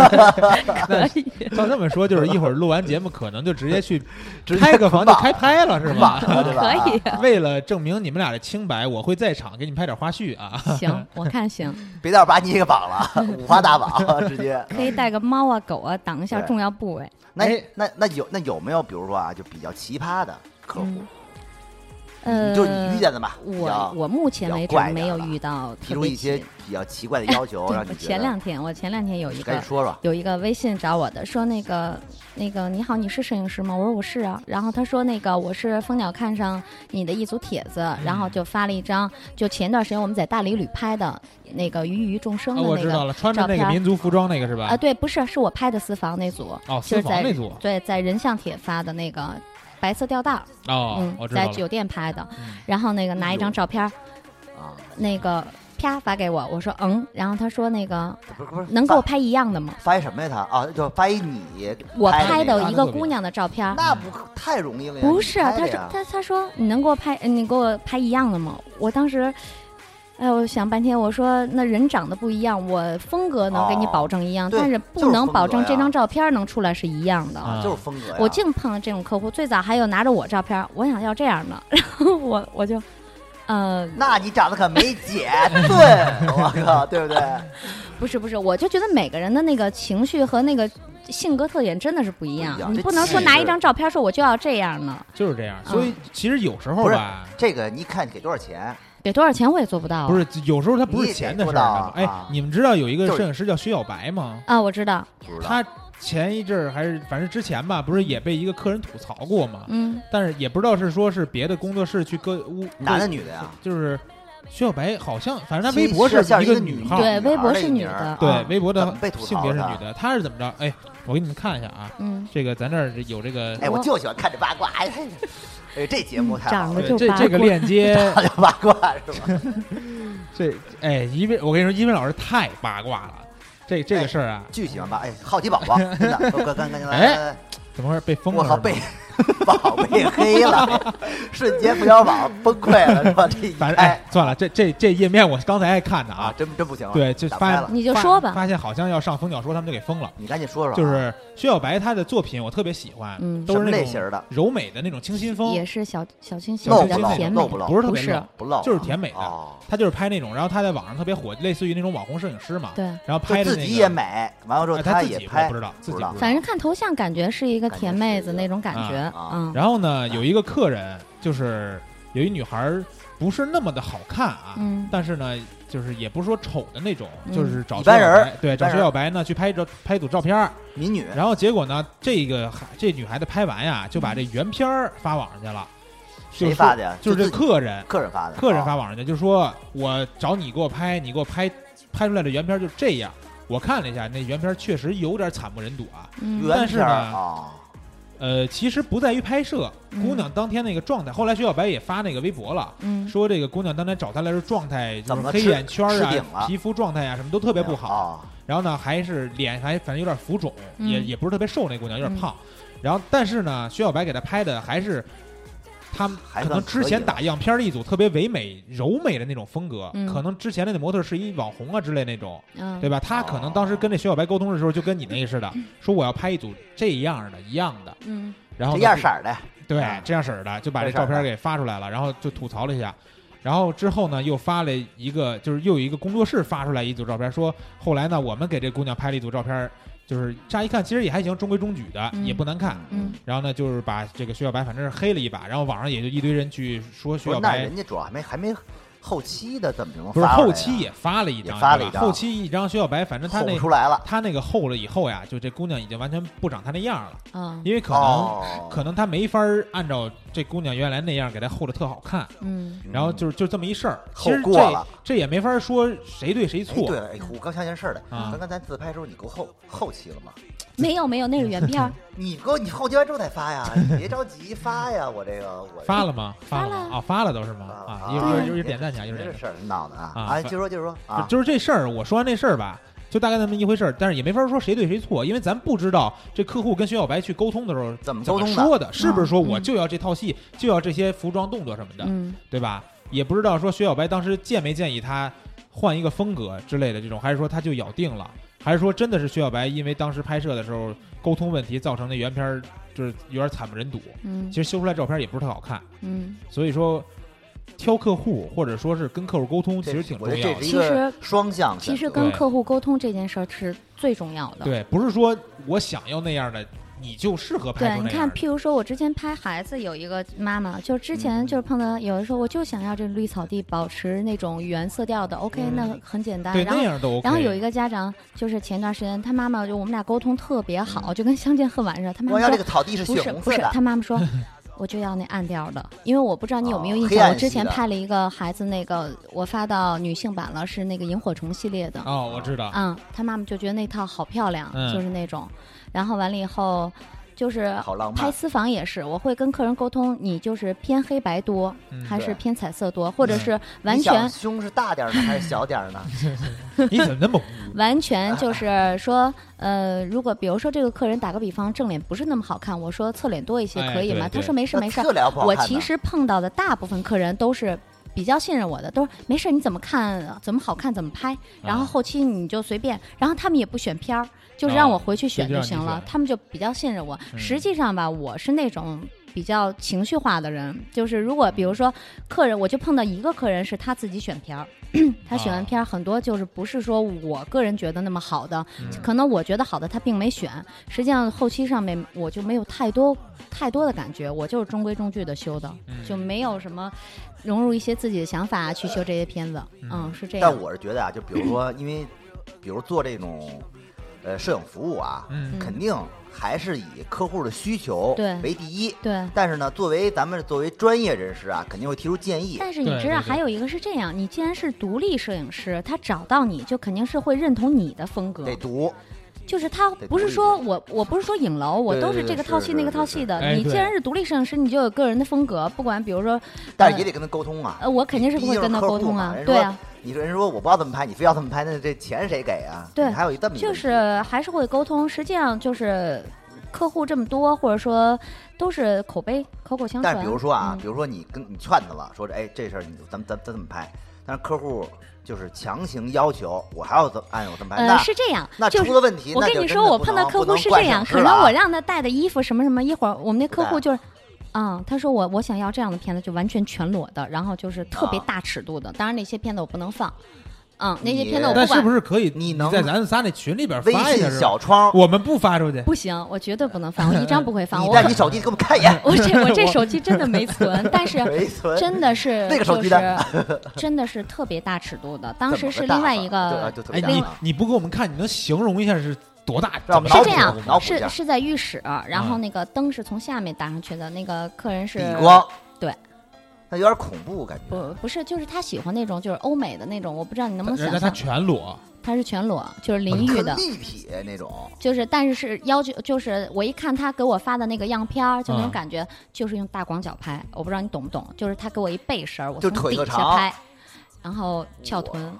[SPEAKER 7] 可以。
[SPEAKER 5] [laughs] 照这么说，就是一会儿录完节目，可能就直接去
[SPEAKER 6] [laughs] 直接
[SPEAKER 5] 开个房就
[SPEAKER 6] 捆绑
[SPEAKER 5] 开拍了，是吧？
[SPEAKER 6] 绑了 [laughs] 对吧？
[SPEAKER 7] 可以
[SPEAKER 6] 啊
[SPEAKER 5] 为了证明你们俩的清白，我会在场给你们拍点花絮啊。
[SPEAKER 7] 行，我看行，
[SPEAKER 6] 别到时候把你给绑了，五花
[SPEAKER 7] [laughs]
[SPEAKER 6] 大绑，直接。
[SPEAKER 7] 可以带个猫啊狗啊挡一下
[SPEAKER 6] 对
[SPEAKER 7] 重要部位。
[SPEAKER 6] 那
[SPEAKER 5] 哎
[SPEAKER 6] 那那有那有没有比如说啊，就比较奇葩的客户，
[SPEAKER 7] 呃，
[SPEAKER 6] 就你遇见的吧？比
[SPEAKER 7] 我
[SPEAKER 6] 较
[SPEAKER 7] 我目前为
[SPEAKER 6] 比
[SPEAKER 7] 止
[SPEAKER 6] 较怪
[SPEAKER 7] 没有
[SPEAKER 6] 点儿吧
[SPEAKER 7] 遇到
[SPEAKER 6] 提
[SPEAKER 7] 特
[SPEAKER 6] 出
[SPEAKER 7] 别
[SPEAKER 6] 一些
[SPEAKER 7] 奇
[SPEAKER 6] 比较奇怪的要
[SPEAKER 7] 哎
[SPEAKER 6] 求，
[SPEAKER 7] 对我
[SPEAKER 6] 让你觉得
[SPEAKER 7] 前两天我前两天有一
[SPEAKER 6] 赶
[SPEAKER 7] 个
[SPEAKER 6] 紧说说。
[SPEAKER 7] 有一个微信找我的，说那个那个你好，你是摄影师吗？我说我是啊。然后他说那个我是蜂鸟看上你的一组帖子，
[SPEAKER 5] 嗯
[SPEAKER 7] 然后就发了一张，就前段时间我们在大理旅拍的那个鱼鱼众生
[SPEAKER 5] 啊，
[SPEAKER 7] 的
[SPEAKER 5] 我
[SPEAKER 7] 那
[SPEAKER 5] 知
[SPEAKER 7] 个
[SPEAKER 5] 道了，穿着那
[SPEAKER 7] 照
[SPEAKER 5] 个
[SPEAKER 7] 片
[SPEAKER 5] 民族服装那个是吧？
[SPEAKER 7] 啊，对，不是，是我拍的私房那组，
[SPEAKER 5] 哦，
[SPEAKER 7] 就
[SPEAKER 5] 私
[SPEAKER 7] 是
[SPEAKER 5] 房
[SPEAKER 7] 在
[SPEAKER 5] 那组
[SPEAKER 7] 对，在人像帖发的那个白色吊带儿，
[SPEAKER 5] 哦
[SPEAKER 7] 嗯，
[SPEAKER 5] 我，知道
[SPEAKER 7] 在
[SPEAKER 5] 了。
[SPEAKER 7] 酒店拍的
[SPEAKER 5] 嗯，
[SPEAKER 7] 然后那个拿一张照片儿，
[SPEAKER 6] 啊，
[SPEAKER 7] 那个。啪发给我，我说嗯，然后他说那个
[SPEAKER 6] 不是不是，
[SPEAKER 7] 能给我拍一样的吗？
[SPEAKER 6] 发一什么呀他？啊，就发一你
[SPEAKER 7] 我
[SPEAKER 6] 拍
[SPEAKER 7] 拍
[SPEAKER 6] 的那
[SPEAKER 7] 的
[SPEAKER 5] 个
[SPEAKER 7] 一个姑娘的照片儿，
[SPEAKER 6] 那不太容易了呀？
[SPEAKER 7] 不是，啊
[SPEAKER 6] 啊你
[SPEAKER 7] 他
[SPEAKER 6] 拍的
[SPEAKER 7] 说
[SPEAKER 6] 呀
[SPEAKER 7] 他他说你能给我拍，你给我拍一样的吗？我当时，哎，我想半天，我说那人长得不一样，我风格能给你
[SPEAKER 6] 哦
[SPEAKER 7] 保证一样，
[SPEAKER 6] 对
[SPEAKER 7] 但是
[SPEAKER 6] 就是
[SPEAKER 7] 不能
[SPEAKER 6] 风
[SPEAKER 7] 保
[SPEAKER 6] 格
[SPEAKER 7] 证这
[SPEAKER 6] 呀
[SPEAKER 7] 张照片能出来是一样的。
[SPEAKER 5] 啊
[SPEAKER 6] 就是风格呀。
[SPEAKER 7] 我净碰到这种客户，最早还有拿着我照片，我想要这样的， [laughs] 然后我我就，呃，
[SPEAKER 6] 那你长得可没 [laughs] 姐，对，我靠，对不对？
[SPEAKER 7] 不是不是，我就觉得每个人的那个情绪和那个性格特点真的是不一样，
[SPEAKER 6] 不一样
[SPEAKER 7] 你
[SPEAKER 6] 这
[SPEAKER 7] 不能说
[SPEAKER 6] 气
[SPEAKER 7] 拿
[SPEAKER 6] 质
[SPEAKER 7] 一张照片说我就要这样的，
[SPEAKER 5] 就是这
[SPEAKER 7] 嗯
[SPEAKER 5] 样。所以其实有时候
[SPEAKER 6] 不是
[SPEAKER 5] 吧，
[SPEAKER 6] 这个你看给多少钱？
[SPEAKER 7] 给多少钱我也做不到啊。
[SPEAKER 5] 不是有时候它不是钱的事儿啊。
[SPEAKER 6] 哦你也得
[SPEAKER 5] 哎
[SPEAKER 6] 知道啊，
[SPEAKER 5] 你们知道有一个
[SPEAKER 6] 就是
[SPEAKER 5] 摄影师叫徐小白吗？
[SPEAKER 7] 啊，我知道，
[SPEAKER 6] 不知道。
[SPEAKER 5] 他前一阵儿还是反正之前吧，不是也被一个客人吐槽过吗？
[SPEAKER 7] 嗯，
[SPEAKER 5] 但是也不知道是说是别的工作室去跟屋
[SPEAKER 6] 男的女的呀？
[SPEAKER 5] 就是徐小白好像，反正他
[SPEAKER 6] 其
[SPEAKER 5] 微
[SPEAKER 6] 实
[SPEAKER 5] 博
[SPEAKER 6] 像
[SPEAKER 5] 一
[SPEAKER 6] 一个
[SPEAKER 5] 女
[SPEAKER 6] 女
[SPEAKER 5] 号，
[SPEAKER 7] 对微博
[SPEAKER 6] 孩儿
[SPEAKER 7] 是
[SPEAKER 6] 一
[SPEAKER 7] 女
[SPEAKER 6] 名儿
[SPEAKER 7] 的
[SPEAKER 5] 对
[SPEAKER 6] 啊
[SPEAKER 5] 微博
[SPEAKER 6] 怎
[SPEAKER 5] 的
[SPEAKER 6] 么被吐槽
[SPEAKER 5] 性别是
[SPEAKER 6] 的
[SPEAKER 5] 女的，她是怎么着？哎，我给你们看一下啊，
[SPEAKER 7] 嗯，
[SPEAKER 5] 这个咱这儿有这个，
[SPEAKER 6] 哎，我就喜欢看这八卦，哎，哎哎这节目太好
[SPEAKER 7] 长
[SPEAKER 6] 了
[SPEAKER 7] 得，
[SPEAKER 5] 对
[SPEAKER 7] 就
[SPEAKER 5] 这
[SPEAKER 7] 八
[SPEAKER 5] 这个
[SPEAKER 7] 卦 [laughs]
[SPEAKER 5] 链接，
[SPEAKER 6] 长得八卦是吧？
[SPEAKER 5] 这哎，一位我跟你说，一位老师太八卦了，这这个事儿啊，
[SPEAKER 6] 巨喜欢八，哎，好奇宝宝，真的，我赶赶赶紧来
[SPEAKER 5] 哎
[SPEAKER 6] 来，来
[SPEAKER 5] 怎么回事？被封了
[SPEAKER 6] 我
[SPEAKER 5] 是吗？
[SPEAKER 6] 靠，被宝被黑了，瞬间不小宝崩溃了是吧？这一
[SPEAKER 5] 反正
[SPEAKER 6] 拍
[SPEAKER 5] 哎，算了，这这这页面我刚才还看的
[SPEAKER 6] 啊，，真真不行了，
[SPEAKER 5] 对，就
[SPEAKER 6] 打
[SPEAKER 5] 发
[SPEAKER 6] 开了，
[SPEAKER 7] 你就
[SPEAKER 5] 发
[SPEAKER 7] 说吧，
[SPEAKER 5] 发现好像要上蜂鸟说，他们就给封了。
[SPEAKER 6] 你赶紧说说，啊
[SPEAKER 5] 就是薛小白他的作品，我特别喜欢，
[SPEAKER 7] 嗯
[SPEAKER 5] 都是那
[SPEAKER 6] 什么类
[SPEAKER 5] 种
[SPEAKER 6] 型的
[SPEAKER 5] 柔美的那种清新风，
[SPEAKER 7] 也是小小清新
[SPEAKER 5] 露
[SPEAKER 7] 比
[SPEAKER 5] 不
[SPEAKER 7] 较
[SPEAKER 5] 露
[SPEAKER 7] 甜
[SPEAKER 6] 露
[SPEAKER 7] 美
[SPEAKER 6] 不露
[SPEAKER 7] 的，
[SPEAKER 5] 不是特别
[SPEAKER 7] 是
[SPEAKER 5] 露，
[SPEAKER 6] 不露了，
[SPEAKER 5] 就是甜美的
[SPEAKER 6] 哦，
[SPEAKER 5] 他就是拍那种，然后他在网上特别火，类似于那种网红摄影师嘛。
[SPEAKER 7] 对，
[SPEAKER 5] 然后
[SPEAKER 6] 就
[SPEAKER 5] 拍的
[SPEAKER 6] 自
[SPEAKER 5] 那
[SPEAKER 6] 己
[SPEAKER 5] 个
[SPEAKER 6] 也美，完了之后
[SPEAKER 5] 哎他自
[SPEAKER 6] 也
[SPEAKER 5] 己我
[SPEAKER 6] 拍
[SPEAKER 5] 不，知道，自己
[SPEAKER 6] 不知道
[SPEAKER 5] 不知
[SPEAKER 7] 反
[SPEAKER 5] 道。
[SPEAKER 7] 正看头像感觉是一个
[SPEAKER 6] 感觉
[SPEAKER 7] 甜
[SPEAKER 6] 是
[SPEAKER 7] 妹
[SPEAKER 6] 一
[SPEAKER 7] 子
[SPEAKER 6] 个
[SPEAKER 7] 那种感
[SPEAKER 5] 啊
[SPEAKER 7] 觉
[SPEAKER 6] 啊，
[SPEAKER 7] 嗯，
[SPEAKER 5] 然后呢，有一个客人就是有一女孩儿不是那么的好看啊，
[SPEAKER 7] 嗯
[SPEAKER 5] 但是呢，就是也不是说丑的那种，
[SPEAKER 7] 嗯
[SPEAKER 5] 就是找
[SPEAKER 6] 一般
[SPEAKER 5] 薛小
[SPEAKER 6] 人儿
[SPEAKER 5] 白对，
[SPEAKER 6] 一
[SPEAKER 5] 找
[SPEAKER 6] 般
[SPEAKER 5] 薛
[SPEAKER 6] 人
[SPEAKER 5] 小白呢去拍一张拍一组照片儿，
[SPEAKER 6] 民女，
[SPEAKER 5] 然后结果呢，这个孩这女孩子拍完呀，就把这原片儿发网上去了，就
[SPEAKER 6] 谁
[SPEAKER 5] 是
[SPEAKER 6] 发的呀？
[SPEAKER 5] 就是这
[SPEAKER 6] 自己
[SPEAKER 5] 客人，
[SPEAKER 6] 客人发的，
[SPEAKER 5] 客人
[SPEAKER 6] 哦
[SPEAKER 5] 发网上去，就说我找你给我拍，你给我拍拍出来的原片就这样。我看了一下，那原片确实有点惨不忍睹啊。
[SPEAKER 7] 嗯
[SPEAKER 6] 原
[SPEAKER 5] 但是
[SPEAKER 6] 片
[SPEAKER 5] 呢
[SPEAKER 6] 儿啊，
[SPEAKER 5] 呃，其实不在于拍摄，
[SPEAKER 6] 嗯
[SPEAKER 5] 姑娘当天那个状态。后来薛小白也发那个微博了，
[SPEAKER 7] 嗯，
[SPEAKER 5] 说这个姑娘当天找他来时候状态就
[SPEAKER 6] 怎
[SPEAKER 5] 是
[SPEAKER 6] 么了
[SPEAKER 5] 黑
[SPEAKER 6] 吃
[SPEAKER 5] 眼圈
[SPEAKER 6] 吃
[SPEAKER 5] 啊
[SPEAKER 6] 顶、了
[SPEAKER 5] 皮肤状态啊什么都特别不好。
[SPEAKER 6] 啊，
[SPEAKER 5] 然后呢，还是脸还反正有点浮肿，
[SPEAKER 7] 嗯
[SPEAKER 5] 也也不是特别瘦，那姑娘有
[SPEAKER 6] 嗯
[SPEAKER 5] 点胖。然后但是呢，薛小白给她拍的还是。他们
[SPEAKER 6] 还
[SPEAKER 5] 可能
[SPEAKER 6] 算
[SPEAKER 5] 之
[SPEAKER 6] 可以
[SPEAKER 5] 前
[SPEAKER 6] 了
[SPEAKER 5] 打样片儿的一组特别唯美柔美的那种风格，
[SPEAKER 7] 嗯
[SPEAKER 5] 可能之前那个模特是一网红啊之类那种，
[SPEAKER 7] 嗯
[SPEAKER 5] 对吧？他可能当时跟那薛小白沟通的时候，就跟你那似
[SPEAKER 6] 哦
[SPEAKER 5] 的，说我要拍一组这样的一样的，
[SPEAKER 7] 嗯
[SPEAKER 5] 然后
[SPEAKER 6] 这
[SPEAKER 5] 呢
[SPEAKER 6] 样色儿的，
[SPEAKER 5] 对
[SPEAKER 6] 啊
[SPEAKER 5] 这样式儿的，就把
[SPEAKER 6] 这
[SPEAKER 5] 这
[SPEAKER 6] 样式
[SPEAKER 5] 照
[SPEAKER 6] 儿的
[SPEAKER 5] 片给发出来了，然后就吐槽了一下。然后之后呢，又发了一个，就是又有一个工作室发出来一组照片，说后来呢，我们给这姑娘拍了一组照片，就是乍一看其实也还行，中规中矩的，
[SPEAKER 7] 嗯
[SPEAKER 5] 也不难看。
[SPEAKER 7] 嗯
[SPEAKER 5] 然后呢，就是把这个薛小白反正是黑了一把，然后网上也就一堆人去说薛
[SPEAKER 6] 不
[SPEAKER 5] 小
[SPEAKER 6] 是那
[SPEAKER 5] 白
[SPEAKER 6] 人家主要还没还没后期的，怎么就能
[SPEAKER 5] 不是
[SPEAKER 6] 发出来
[SPEAKER 5] 后
[SPEAKER 6] 呀
[SPEAKER 5] 期也发了一张，
[SPEAKER 6] 也发了
[SPEAKER 5] 对吧
[SPEAKER 6] 一张
[SPEAKER 5] 后期一张薛小白，反正他
[SPEAKER 6] 吼
[SPEAKER 5] 那
[SPEAKER 6] 不出来了，
[SPEAKER 5] 他那个厚了以后呀，就这姑娘已经完全不长他那样
[SPEAKER 6] 嗯
[SPEAKER 5] 了，
[SPEAKER 7] 啊
[SPEAKER 5] 因为可能、
[SPEAKER 6] 哦，
[SPEAKER 5] 可能他没法儿按照这姑娘原来那样给她厚的特好看，
[SPEAKER 7] 嗯
[SPEAKER 5] 然后就是就这么一事儿，其
[SPEAKER 6] 厚
[SPEAKER 5] 实
[SPEAKER 6] 过
[SPEAKER 5] 这
[SPEAKER 6] 了
[SPEAKER 5] 这也没法儿说谁对谁
[SPEAKER 6] 哎
[SPEAKER 5] 错
[SPEAKER 6] 对，了，哎，我刚想起件事儿来，
[SPEAKER 5] 啊
[SPEAKER 6] 刚刚咱自拍的时候你给我后后期了吗？
[SPEAKER 7] 没有没有，那是原片儿
[SPEAKER 6] 你给我你后期完之后再发呀，你别着急发呀，我这个我
[SPEAKER 5] 发了吗？发了吗
[SPEAKER 7] 发了
[SPEAKER 5] 啊，发了都是吗？
[SPEAKER 6] 发了
[SPEAKER 5] 啊，一会儿一会儿
[SPEAKER 6] 对
[SPEAKER 5] 点赞去啊，一会儿点
[SPEAKER 6] 这
[SPEAKER 5] 赞去。
[SPEAKER 6] 事儿闹的啊
[SPEAKER 5] 啊
[SPEAKER 6] 啊，
[SPEAKER 5] 反
[SPEAKER 6] 接着说接着说啊，
[SPEAKER 5] 就是这事儿，我说完这事儿吧，就大概那么一回事儿，但是也没法说谁对谁错，因为咱不知道这客户跟薛小白去沟通的时候
[SPEAKER 6] 怎么
[SPEAKER 5] 怎
[SPEAKER 6] 沟
[SPEAKER 5] 么
[SPEAKER 6] 通
[SPEAKER 5] 说的，是不是说
[SPEAKER 7] 嗯
[SPEAKER 5] 我就要这套戏，就要这些服装动作什么的，
[SPEAKER 7] 嗯
[SPEAKER 5] 对吧？也不知道说薛小白当时建没建议他换一个风格之类的这种，还是说他就咬定了，还是说真的是薛小白因为当时拍摄的时候沟通问题造成的原片儿就是有点惨不忍睹，
[SPEAKER 7] 嗯
[SPEAKER 5] 其实修出来照片也不是特好看，
[SPEAKER 7] 嗯，
[SPEAKER 5] 所以说挑客户或者说是跟客户沟通其
[SPEAKER 6] 这
[SPEAKER 5] 实挺
[SPEAKER 6] 我
[SPEAKER 5] 重
[SPEAKER 6] 觉得
[SPEAKER 5] 要
[SPEAKER 6] 这
[SPEAKER 5] 的
[SPEAKER 6] 是。一
[SPEAKER 7] 其
[SPEAKER 6] 个
[SPEAKER 7] 实
[SPEAKER 6] 双向选
[SPEAKER 7] 其
[SPEAKER 6] 择，
[SPEAKER 7] 实跟
[SPEAKER 5] 对
[SPEAKER 7] 客户沟通这件事儿是最重要的。
[SPEAKER 5] 对，不是说我想要那样的，你就适合拍
[SPEAKER 7] 对，
[SPEAKER 5] 出
[SPEAKER 7] 你
[SPEAKER 5] 那样
[SPEAKER 7] 看，
[SPEAKER 5] 的。
[SPEAKER 7] 譬如说，我之前拍孩子有一个妈妈，就之前
[SPEAKER 5] 嗯
[SPEAKER 7] 就是碰到有的时候，我就想要这绿草地，保持那种原色调的，OK，、那很简单。
[SPEAKER 5] 嗯对，
[SPEAKER 7] 然
[SPEAKER 5] 那
[SPEAKER 7] 后，
[SPEAKER 5] 样都 OK。
[SPEAKER 7] 然后有一个家长，就是前段时间他妈妈就我们俩沟通特别好，
[SPEAKER 5] 嗯
[SPEAKER 7] 就跟相见恨晚似的。他妈
[SPEAKER 6] 我
[SPEAKER 7] 妈
[SPEAKER 6] 要这
[SPEAKER 7] 说
[SPEAKER 6] 个草地是
[SPEAKER 7] 不
[SPEAKER 6] 血
[SPEAKER 7] 是
[SPEAKER 6] 红
[SPEAKER 7] 不
[SPEAKER 6] 色
[SPEAKER 7] 是，
[SPEAKER 6] 的，
[SPEAKER 7] 他妈妈
[SPEAKER 5] [laughs]
[SPEAKER 7] 说。我就要那暗调的，因为我不知道你有没有
[SPEAKER 6] 哦
[SPEAKER 7] 印
[SPEAKER 6] 黑
[SPEAKER 7] 象，
[SPEAKER 6] 暗
[SPEAKER 7] 我之前
[SPEAKER 6] 系的
[SPEAKER 7] 拍了一个孩子那个，我发到女性版了，是那个萤火虫系列的。啊
[SPEAKER 5] 哦，我知道，
[SPEAKER 7] 嗯，他妈妈就觉得那套好漂亮，
[SPEAKER 5] 嗯
[SPEAKER 7] 就是那种。然后完了以后，就是
[SPEAKER 6] 好浪
[SPEAKER 7] 拍
[SPEAKER 6] 漫。
[SPEAKER 7] 私房也是，我会跟客人沟通，你就是偏黑白多，
[SPEAKER 5] 嗯
[SPEAKER 7] 还是
[SPEAKER 6] 对
[SPEAKER 7] 偏彩色多，或者
[SPEAKER 5] 嗯
[SPEAKER 7] 是完
[SPEAKER 6] 你想
[SPEAKER 7] 全
[SPEAKER 6] 胸是大点儿呢还是小点儿呢？
[SPEAKER 5] 你怎么那么
[SPEAKER 7] 完全就是说，呃，如果比如说这个客人打个比方，正脸不是那么好看，我说侧脸多一些
[SPEAKER 5] 哎
[SPEAKER 7] 可以
[SPEAKER 5] 对
[SPEAKER 7] 吗？他
[SPEAKER 5] 对
[SPEAKER 7] 说没事
[SPEAKER 6] 那
[SPEAKER 7] 没事，
[SPEAKER 6] 侧脸不好
[SPEAKER 7] 我
[SPEAKER 6] 看呢
[SPEAKER 7] 其实碰到的大部分客人都是。比较信任我的都是没事，你怎么看怎么好看怎么拍，然后后期你就随便，然后他们也不选片儿，就是让
[SPEAKER 5] 哦
[SPEAKER 7] 我回去选
[SPEAKER 5] 就让
[SPEAKER 7] 就
[SPEAKER 5] 你
[SPEAKER 7] 行了
[SPEAKER 5] 选，
[SPEAKER 7] 他们就比较信任我。
[SPEAKER 5] 嗯
[SPEAKER 7] 实际上吧，我是那种比较情绪化的人，就是如果比如说客人，我就碰到一个客人是他自己选片儿， [clears throat] 他选完片儿很多就是不是说我个人觉得那么好的，
[SPEAKER 5] 嗯
[SPEAKER 7] [laughs] 可能我觉得好的他并没选。实际上后期上面我就没有太多太多的感觉，我就是中规中矩的修的，
[SPEAKER 5] 嗯
[SPEAKER 7] 就没有什么融入一些自己的想法去修这些片子。嗯，是这样。
[SPEAKER 6] 但我是觉得啊，就比如
[SPEAKER 7] [clears throat]
[SPEAKER 6] 说，因为比如做这种呃摄影服务啊，
[SPEAKER 5] 嗯
[SPEAKER 6] 肯定还是以客户的需求
[SPEAKER 7] 对
[SPEAKER 6] 为第一。
[SPEAKER 7] 对。
[SPEAKER 6] 但是呢，作为咱们作为专业人士啊，肯定会提出建议。
[SPEAKER 7] 但是你
[SPEAKER 5] 对
[SPEAKER 7] 知
[SPEAKER 5] 对
[SPEAKER 7] 道，
[SPEAKER 5] 对
[SPEAKER 7] 还有一个是这样，你既然是独立摄影师，他找到你就肯定是会认同你的风格，
[SPEAKER 6] 得读，
[SPEAKER 7] 就是他
[SPEAKER 6] 得
[SPEAKER 7] 不是
[SPEAKER 6] 独立
[SPEAKER 7] 说我我不是说影楼，我
[SPEAKER 6] 对
[SPEAKER 7] 都
[SPEAKER 6] 对
[SPEAKER 7] 是
[SPEAKER 6] 对
[SPEAKER 7] 这个
[SPEAKER 6] 是
[SPEAKER 7] 套系
[SPEAKER 6] 是
[SPEAKER 7] 那个
[SPEAKER 6] 是
[SPEAKER 7] 套
[SPEAKER 6] 是
[SPEAKER 7] 系的。
[SPEAKER 5] 哎
[SPEAKER 7] 你既
[SPEAKER 5] 对
[SPEAKER 7] 然是独立摄影师，你就有个人的风格，不管比如说，
[SPEAKER 6] 但是
[SPEAKER 7] 嗯
[SPEAKER 6] 也得跟他沟通啊。
[SPEAKER 7] 呃，我肯定是
[SPEAKER 6] 毕
[SPEAKER 7] 不
[SPEAKER 6] 竟
[SPEAKER 7] 会
[SPEAKER 6] 是
[SPEAKER 7] 跟他
[SPEAKER 6] 客
[SPEAKER 7] 沟
[SPEAKER 6] 户
[SPEAKER 7] 通
[SPEAKER 6] 嘛
[SPEAKER 7] 啊，
[SPEAKER 6] 人
[SPEAKER 7] 对
[SPEAKER 6] 说
[SPEAKER 7] 啊，
[SPEAKER 6] 你说人说我不知道怎么拍，你非要这么拍，那这钱谁给啊？
[SPEAKER 7] 对
[SPEAKER 6] 你还有一这么一个
[SPEAKER 7] 就
[SPEAKER 6] 问题
[SPEAKER 7] 是还是会沟通。实际上就是客户这么多，或者说都是口碑口口相传。
[SPEAKER 6] 但是比如说啊，
[SPEAKER 7] 嗯
[SPEAKER 6] 比如说你跟你劝他了，说这哎这事儿你咱们咱咱怎么拍？但是客户就是强行要求我还要怎么按我这么拍，
[SPEAKER 7] 呃
[SPEAKER 6] 那
[SPEAKER 7] 是这样，
[SPEAKER 6] 那
[SPEAKER 7] 就
[SPEAKER 6] 出
[SPEAKER 7] 是
[SPEAKER 6] 了问题，
[SPEAKER 7] 我
[SPEAKER 6] 那
[SPEAKER 7] 跟
[SPEAKER 6] 就
[SPEAKER 7] 你
[SPEAKER 6] 真
[SPEAKER 7] 说，
[SPEAKER 6] 的
[SPEAKER 7] 我
[SPEAKER 6] 不
[SPEAKER 7] 碰到
[SPEAKER 6] 能
[SPEAKER 7] 客
[SPEAKER 6] 不
[SPEAKER 7] 户
[SPEAKER 6] 能
[SPEAKER 7] 是
[SPEAKER 6] 惯
[SPEAKER 7] 这样，
[SPEAKER 6] 省
[SPEAKER 7] 可
[SPEAKER 6] 事
[SPEAKER 7] 能
[SPEAKER 6] 了
[SPEAKER 7] 我
[SPEAKER 6] 啊
[SPEAKER 7] 让他带的衣服什么什么，一会儿我们那客户
[SPEAKER 6] 对
[SPEAKER 7] 就是。啊、他说我我想要这样的片子，就完全全裸的，然后就是特别
[SPEAKER 6] 啊
[SPEAKER 7] 大尺度的。当然那些片子我不能放，嗯，那些
[SPEAKER 6] 你
[SPEAKER 7] 片子我
[SPEAKER 5] 但
[SPEAKER 7] 不
[SPEAKER 5] 是
[SPEAKER 7] 管，
[SPEAKER 5] 不是可以？
[SPEAKER 6] 你
[SPEAKER 5] 你
[SPEAKER 6] 能
[SPEAKER 5] 在咱们仨那群里边
[SPEAKER 6] 微
[SPEAKER 5] 发一下
[SPEAKER 6] 信
[SPEAKER 5] 是吧
[SPEAKER 6] 小窗，
[SPEAKER 5] 我们不发出去。
[SPEAKER 7] 不行，我绝对不能放，我一张不会放。
[SPEAKER 6] 你
[SPEAKER 7] 我
[SPEAKER 6] 带你手机给我们看一眼，
[SPEAKER 7] 我
[SPEAKER 6] [laughs]
[SPEAKER 7] 这我这手机真的没存，但是
[SPEAKER 6] 没存
[SPEAKER 7] 真的是
[SPEAKER 6] [laughs] 那个手机
[SPEAKER 7] 就是、
[SPEAKER 6] [laughs]
[SPEAKER 7] 真的是特别大尺度的。当时是另外一个，
[SPEAKER 6] 啊就就特
[SPEAKER 5] 哎，
[SPEAKER 6] 别大
[SPEAKER 5] 你
[SPEAKER 6] 方
[SPEAKER 5] 你不给我们看，你能形容一下是多大？
[SPEAKER 6] 让我们
[SPEAKER 5] 怎
[SPEAKER 7] 是
[SPEAKER 5] 么
[SPEAKER 6] 脑
[SPEAKER 7] 这
[SPEAKER 6] 补
[SPEAKER 7] 样
[SPEAKER 6] 脑，补一
[SPEAKER 7] 是
[SPEAKER 6] 下
[SPEAKER 7] 是在浴室，然后
[SPEAKER 5] 嗯
[SPEAKER 7] 那个灯是从下面打上去的，那个客人是
[SPEAKER 6] 底光，
[SPEAKER 7] 对，
[SPEAKER 6] 那有点恐怖感觉。
[SPEAKER 7] 不不是，就是他喜欢那种就是欧美的那种，我不知道你能不能
[SPEAKER 5] 人
[SPEAKER 7] 想
[SPEAKER 5] 家
[SPEAKER 7] 象，
[SPEAKER 5] 他全裸，
[SPEAKER 7] 他是全裸，就是淋浴的
[SPEAKER 6] 很。立体那种，
[SPEAKER 7] 就是，但是是要求，就是我一看他给我发的那个样片儿，就那种
[SPEAKER 5] 嗯
[SPEAKER 7] 感觉，就是用大广角拍。我不知道你懂不懂，就是他给我一背身儿，我
[SPEAKER 6] 就
[SPEAKER 7] 从底
[SPEAKER 6] 腿特
[SPEAKER 7] 下
[SPEAKER 6] 长
[SPEAKER 7] 拍，然后翘臀。
[SPEAKER 5] 哇、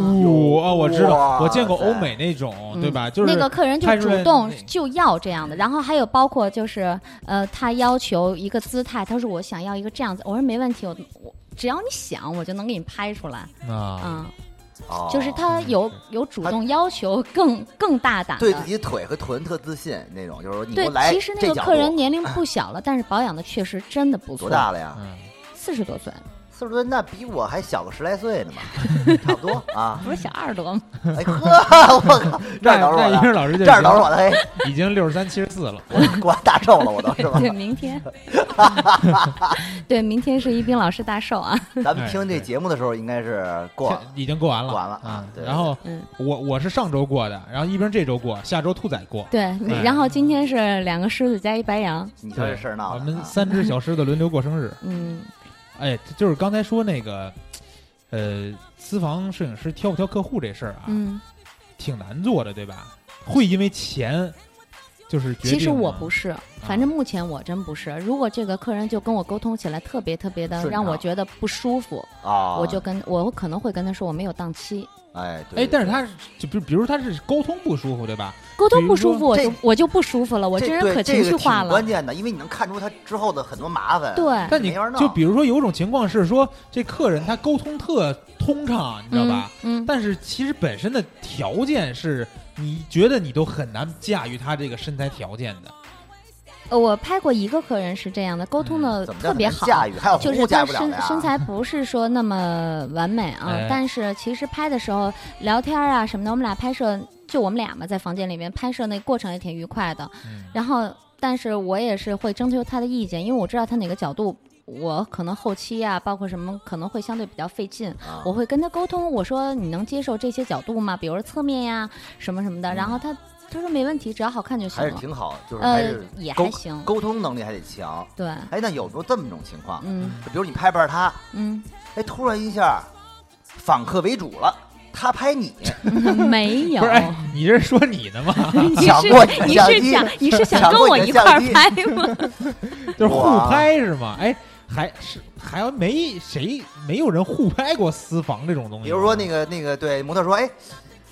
[SPEAKER 7] 嗯
[SPEAKER 5] 哦，我知道，
[SPEAKER 6] 哇
[SPEAKER 5] 我见过
[SPEAKER 6] 塞
[SPEAKER 5] 欧美那种，
[SPEAKER 7] 嗯
[SPEAKER 5] 对吧？就是
[SPEAKER 7] 那个客人就
[SPEAKER 5] 拍出
[SPEAKER 7] 主
[SPEAKER 5] 来
[SPEAKER 7] 动
[SPEAKER 5] 那
[SPEAKER 7] 就要这样的，然后还有包括就是呃，他要求一个姿态，他说我想要一个这样子，我说没问题，我我只要你想，我就能给你拍出来，
[SPEAKER 5] 啊，
[SPEAKER 7] 嗯，
[SPEAKER 6] 哦
[SPEAKER 7] 就是他有有主
[SPEAKER 6] 他
[SPEAKER 7] 动要求更更大胆
[SPEAKER 6] 对
[SPEAKER 7] 的
[SPEAKER 6] 自。己腿和臀特自信那种，就是说你给
[SPEAKER 7] 对
[SPEAKER 6] 我来，
[SPEAKER 7] 其实那
[SPEAKER 6] 这
[SPEAKER 7] 个
[SPEAKER 6] 角
[SPEAKER 7] 客人
[SPEAKER 6] 度
[SPEAKER 7] 年龄不小了，但是保养的确实真的不错。
[SPEAKER 6] 多大了呀？
[SPEAKER 5] 嗯，
[SPEAKER 7] 四十
[SPEAKER 6] [laughs]
[SPEAKER 7] 多岁，
[SPEAKER 6] 四十多，那比我还小个十来岁呢嘛，
[SPEAKER 7] [laughs]
[SPEAKER 6] 差不多啊。
[SPEAKER 7] 不是小二十
[SPEAKER 6] [laughs]
[SPEAKER 7] 多吗？
[SPEAKER 6] 哎呵，我靠，这儿
[SPEAKER 5] 那
[SPEAKER 6] 等
[SPEAKER 5] 那
[SPEAKER 6] 着我
[SPEAKER 5] 英
[SPEAKER 6] 的，
[SPEAKER 5] 老师就
[SPEAKER 6] 这儿等着我的，嘿，哎
[SPEAKER 5] 已经六十三七十四了，
[SPEAKER 6] 我我大寿了，我都是吧？
[SPEAKER 7] 对，明
[SPEAKER 6] [laughs]
[SPEAKER 7] 天， [laughs] 对，明天是一冰老师大寿啊。
[SPEAKER 6] [laughs] 咱们听这节目的时候，应该是 [laughs] 过了
[SPEAKER 5] 已经过完了，
[SPEAKER 6] 过完了啊
[SPEAKER 5] 嗯
[SPEAKER 6] 对
[SPEAKER 5] 然后
[SPEAKER 7] 嗯，
[SPEAKER 5] 我我是上周过的，然后一边这周过，下周兔仔过。
[SPEAKER 7] 对，
[SPEAKER 6] 哎
[SPEAKER 7] 然后今天是两个狮子加一白羊，
[SPEAKER 6] 你说这事儿闹
[SPEAKER 5] 我
[SPEAKER 6] 的
[SPEAKER 5] 们
[SPEAKER 6] 啊，
[SPEAKER 5] 三只小狮子轮流过生
[SPEAKER 6] [laughs]
[SPEAKER 5] 日。
[SPEAKER 7] 嗯，
[SPEAKER 5] 哎，就是刚才说那个，呃，私房摄影师挑不挑客户这事儿啊，
[SPEAKER 7] 嗯，
[SPEAKER 5] 挺难做的，对吧？会因为钱就是决定
[SPEAKER 7] 其实我
[SPEAKER 5] 吗
[SPEAKER 7] 不是，
[SPEAKER 6] 啊
[SPEAKER 7] 反正目前我真不是。如果这个客人就跟我沟通起来特别特别的
[SPEAKER 6] 顺畅
[SPEAKER 7] 让我觉得不舒服，
[SPEAKER 6] 啊，
[SPEAKER 7] 我就跟我可能会跟他说我没有档期，
[SPEAKER 6] 哎对
[SPEAKER 5] 哎，但是
[SPEAKER 6] 对
[SPEAKER 5] 他是就比如比如他是沟通不舒服，对吧？
[SPEAKER 7] 沟通
[SPEAKER 5] 比
[SPEAKER 7] 不
[SPEAKER 5] 如
[SPEAKER 7] 舒服我
[SPEAKER 6] 这
[SPEAKER 7] 就我就不舒服了，我
[SPEAKER 6] 这
[SPEAKER 7] 这人
[SPEAKER 6] 对
[SPEAKER 7] 可
[SPEAKER 6] 这
[SPEAKER 7] 情
[SPEAKER 6] 个
[SPEAKER 7] 绪化
[SPEAKER 6] 挺
[SPEAKER 7] 了
[SPEAKER 6] 关。键的，因为你能看出他之后的很多麻烦。
[SPEAKER 7] 对
[SPEAKER 5] 但你
[SPEAKER 6] 哎没法弄
[SPEAKER 5] 就比如说有一种情况是说，这客人他沟通特通畅，啊你知道吧？
[SPEAKER 7] 嗯，嗯
[SPEAKER 5] 但是其实本身的条件是，你觉得你都很难驾驭他这个身材条件的。
[SPEAKER 7] 呃我拍过一个客人是这样的，沟通的
[SPEAKER 6] 嗯怎么着
[SPEAKER 7] 特别
[SPEAKER 6] 很难
[SPEAKER 7] 好，
[SPEAKER 6] 驾驭还有
[SPEAKER 7] 就
[SPEAKER 6] 服
[SPEAKER 7] 是
[SPEAKER 6] 务驾
[SPEAKER 7] 他
[SPEAKER 6] 驭不了
[SPEAKER 7] 身
[SPEAKER 6] 的呀
[SPEAKER 7] 身材不是说那么完美啊，
[SPEAKER 5] 哎
[SPEAKER 7] 但是其实拍的时候聊天啊什么的，我们俩拍摄就我们俩嘛，在房间里面拍摄那过程也挺愉快的。
[SPEAKER 5] 嗯，
[SPEAKER 7] 然后，但是我也是会征求他的意见，因为我知道他哪个角度，我可能后期啊，包括什么可能会相对比较费劲。
[SPEAKER 6] 啊
[SPEAKER 7] 我会跟他沟通，我说你能接受这些角度吗？比如说侧面呀什么什么的。然后他他说没问题，只要好看就行
[SPEAKER 6] 嗯还是
[SPEAKER 7] 了。
[SPEAKER 6] 挺好，就是还
[SPEAKER 7] 呃
[SPEAKER 6] 是，
[SPEAKER 7] 也还
[SPEAKER 6] 沟
[SPEAKER 7] 行。
[SPEAKER 6] 沟通能力还得强。
[SPEAKER 7] 对，
[SPEAKER 6] 哎，那有没有这么一种情况？
[SPEAKER 7] 嗯
[SPEAKER 6] 就比如你拍拍他，
[SPEAKER 7] 嗯，
[SPEAKER 6] 哎，突然一下反客为主了，他拍你，
[SPEAKER 7] 嗯 [laughs]
[SPEAKER 2] 没有
[SPEAKER 5] 不是，哎，
[SPEAKER 7] 啊
[SPEAKER 5] 你这是说你呢吗？
[SPEAKER 6] [laughs]
[SPEAKER 2] 你
[SPEAKER 6] 抢过你
[SPEAKER 2] 是
[SPEAKER 6] 的
[SPEAKER 2] 你
[SPEAKER 6] 相
[SPEAKER 2] 是
[SPEAKER 6] 机
[SPEAKER 2] 想你是想
[SPEAKER 6] 抢
[SPEAKER 2] 跟
[SPEAKER 6] 过
[SPEAKER 2] 我
[SPEAKER 6] 你的
[SPEAKER 2] 一块
[SPEAKER 6] 相
[SPEAKER 2] 儿
[SPEAKER 6] 机
[SPEAKER 2] 拍吗？
[SPEAKER 6] [laughs]
[SPEAKER 5] 就是互
[SPEAKER 6] 哇
[SPEAKER 5] 拍是吗？哎，还是还没谁没有人互拍过私房这种东西。
[SPEAKER 6] 比如说那个那个对模特说，哎，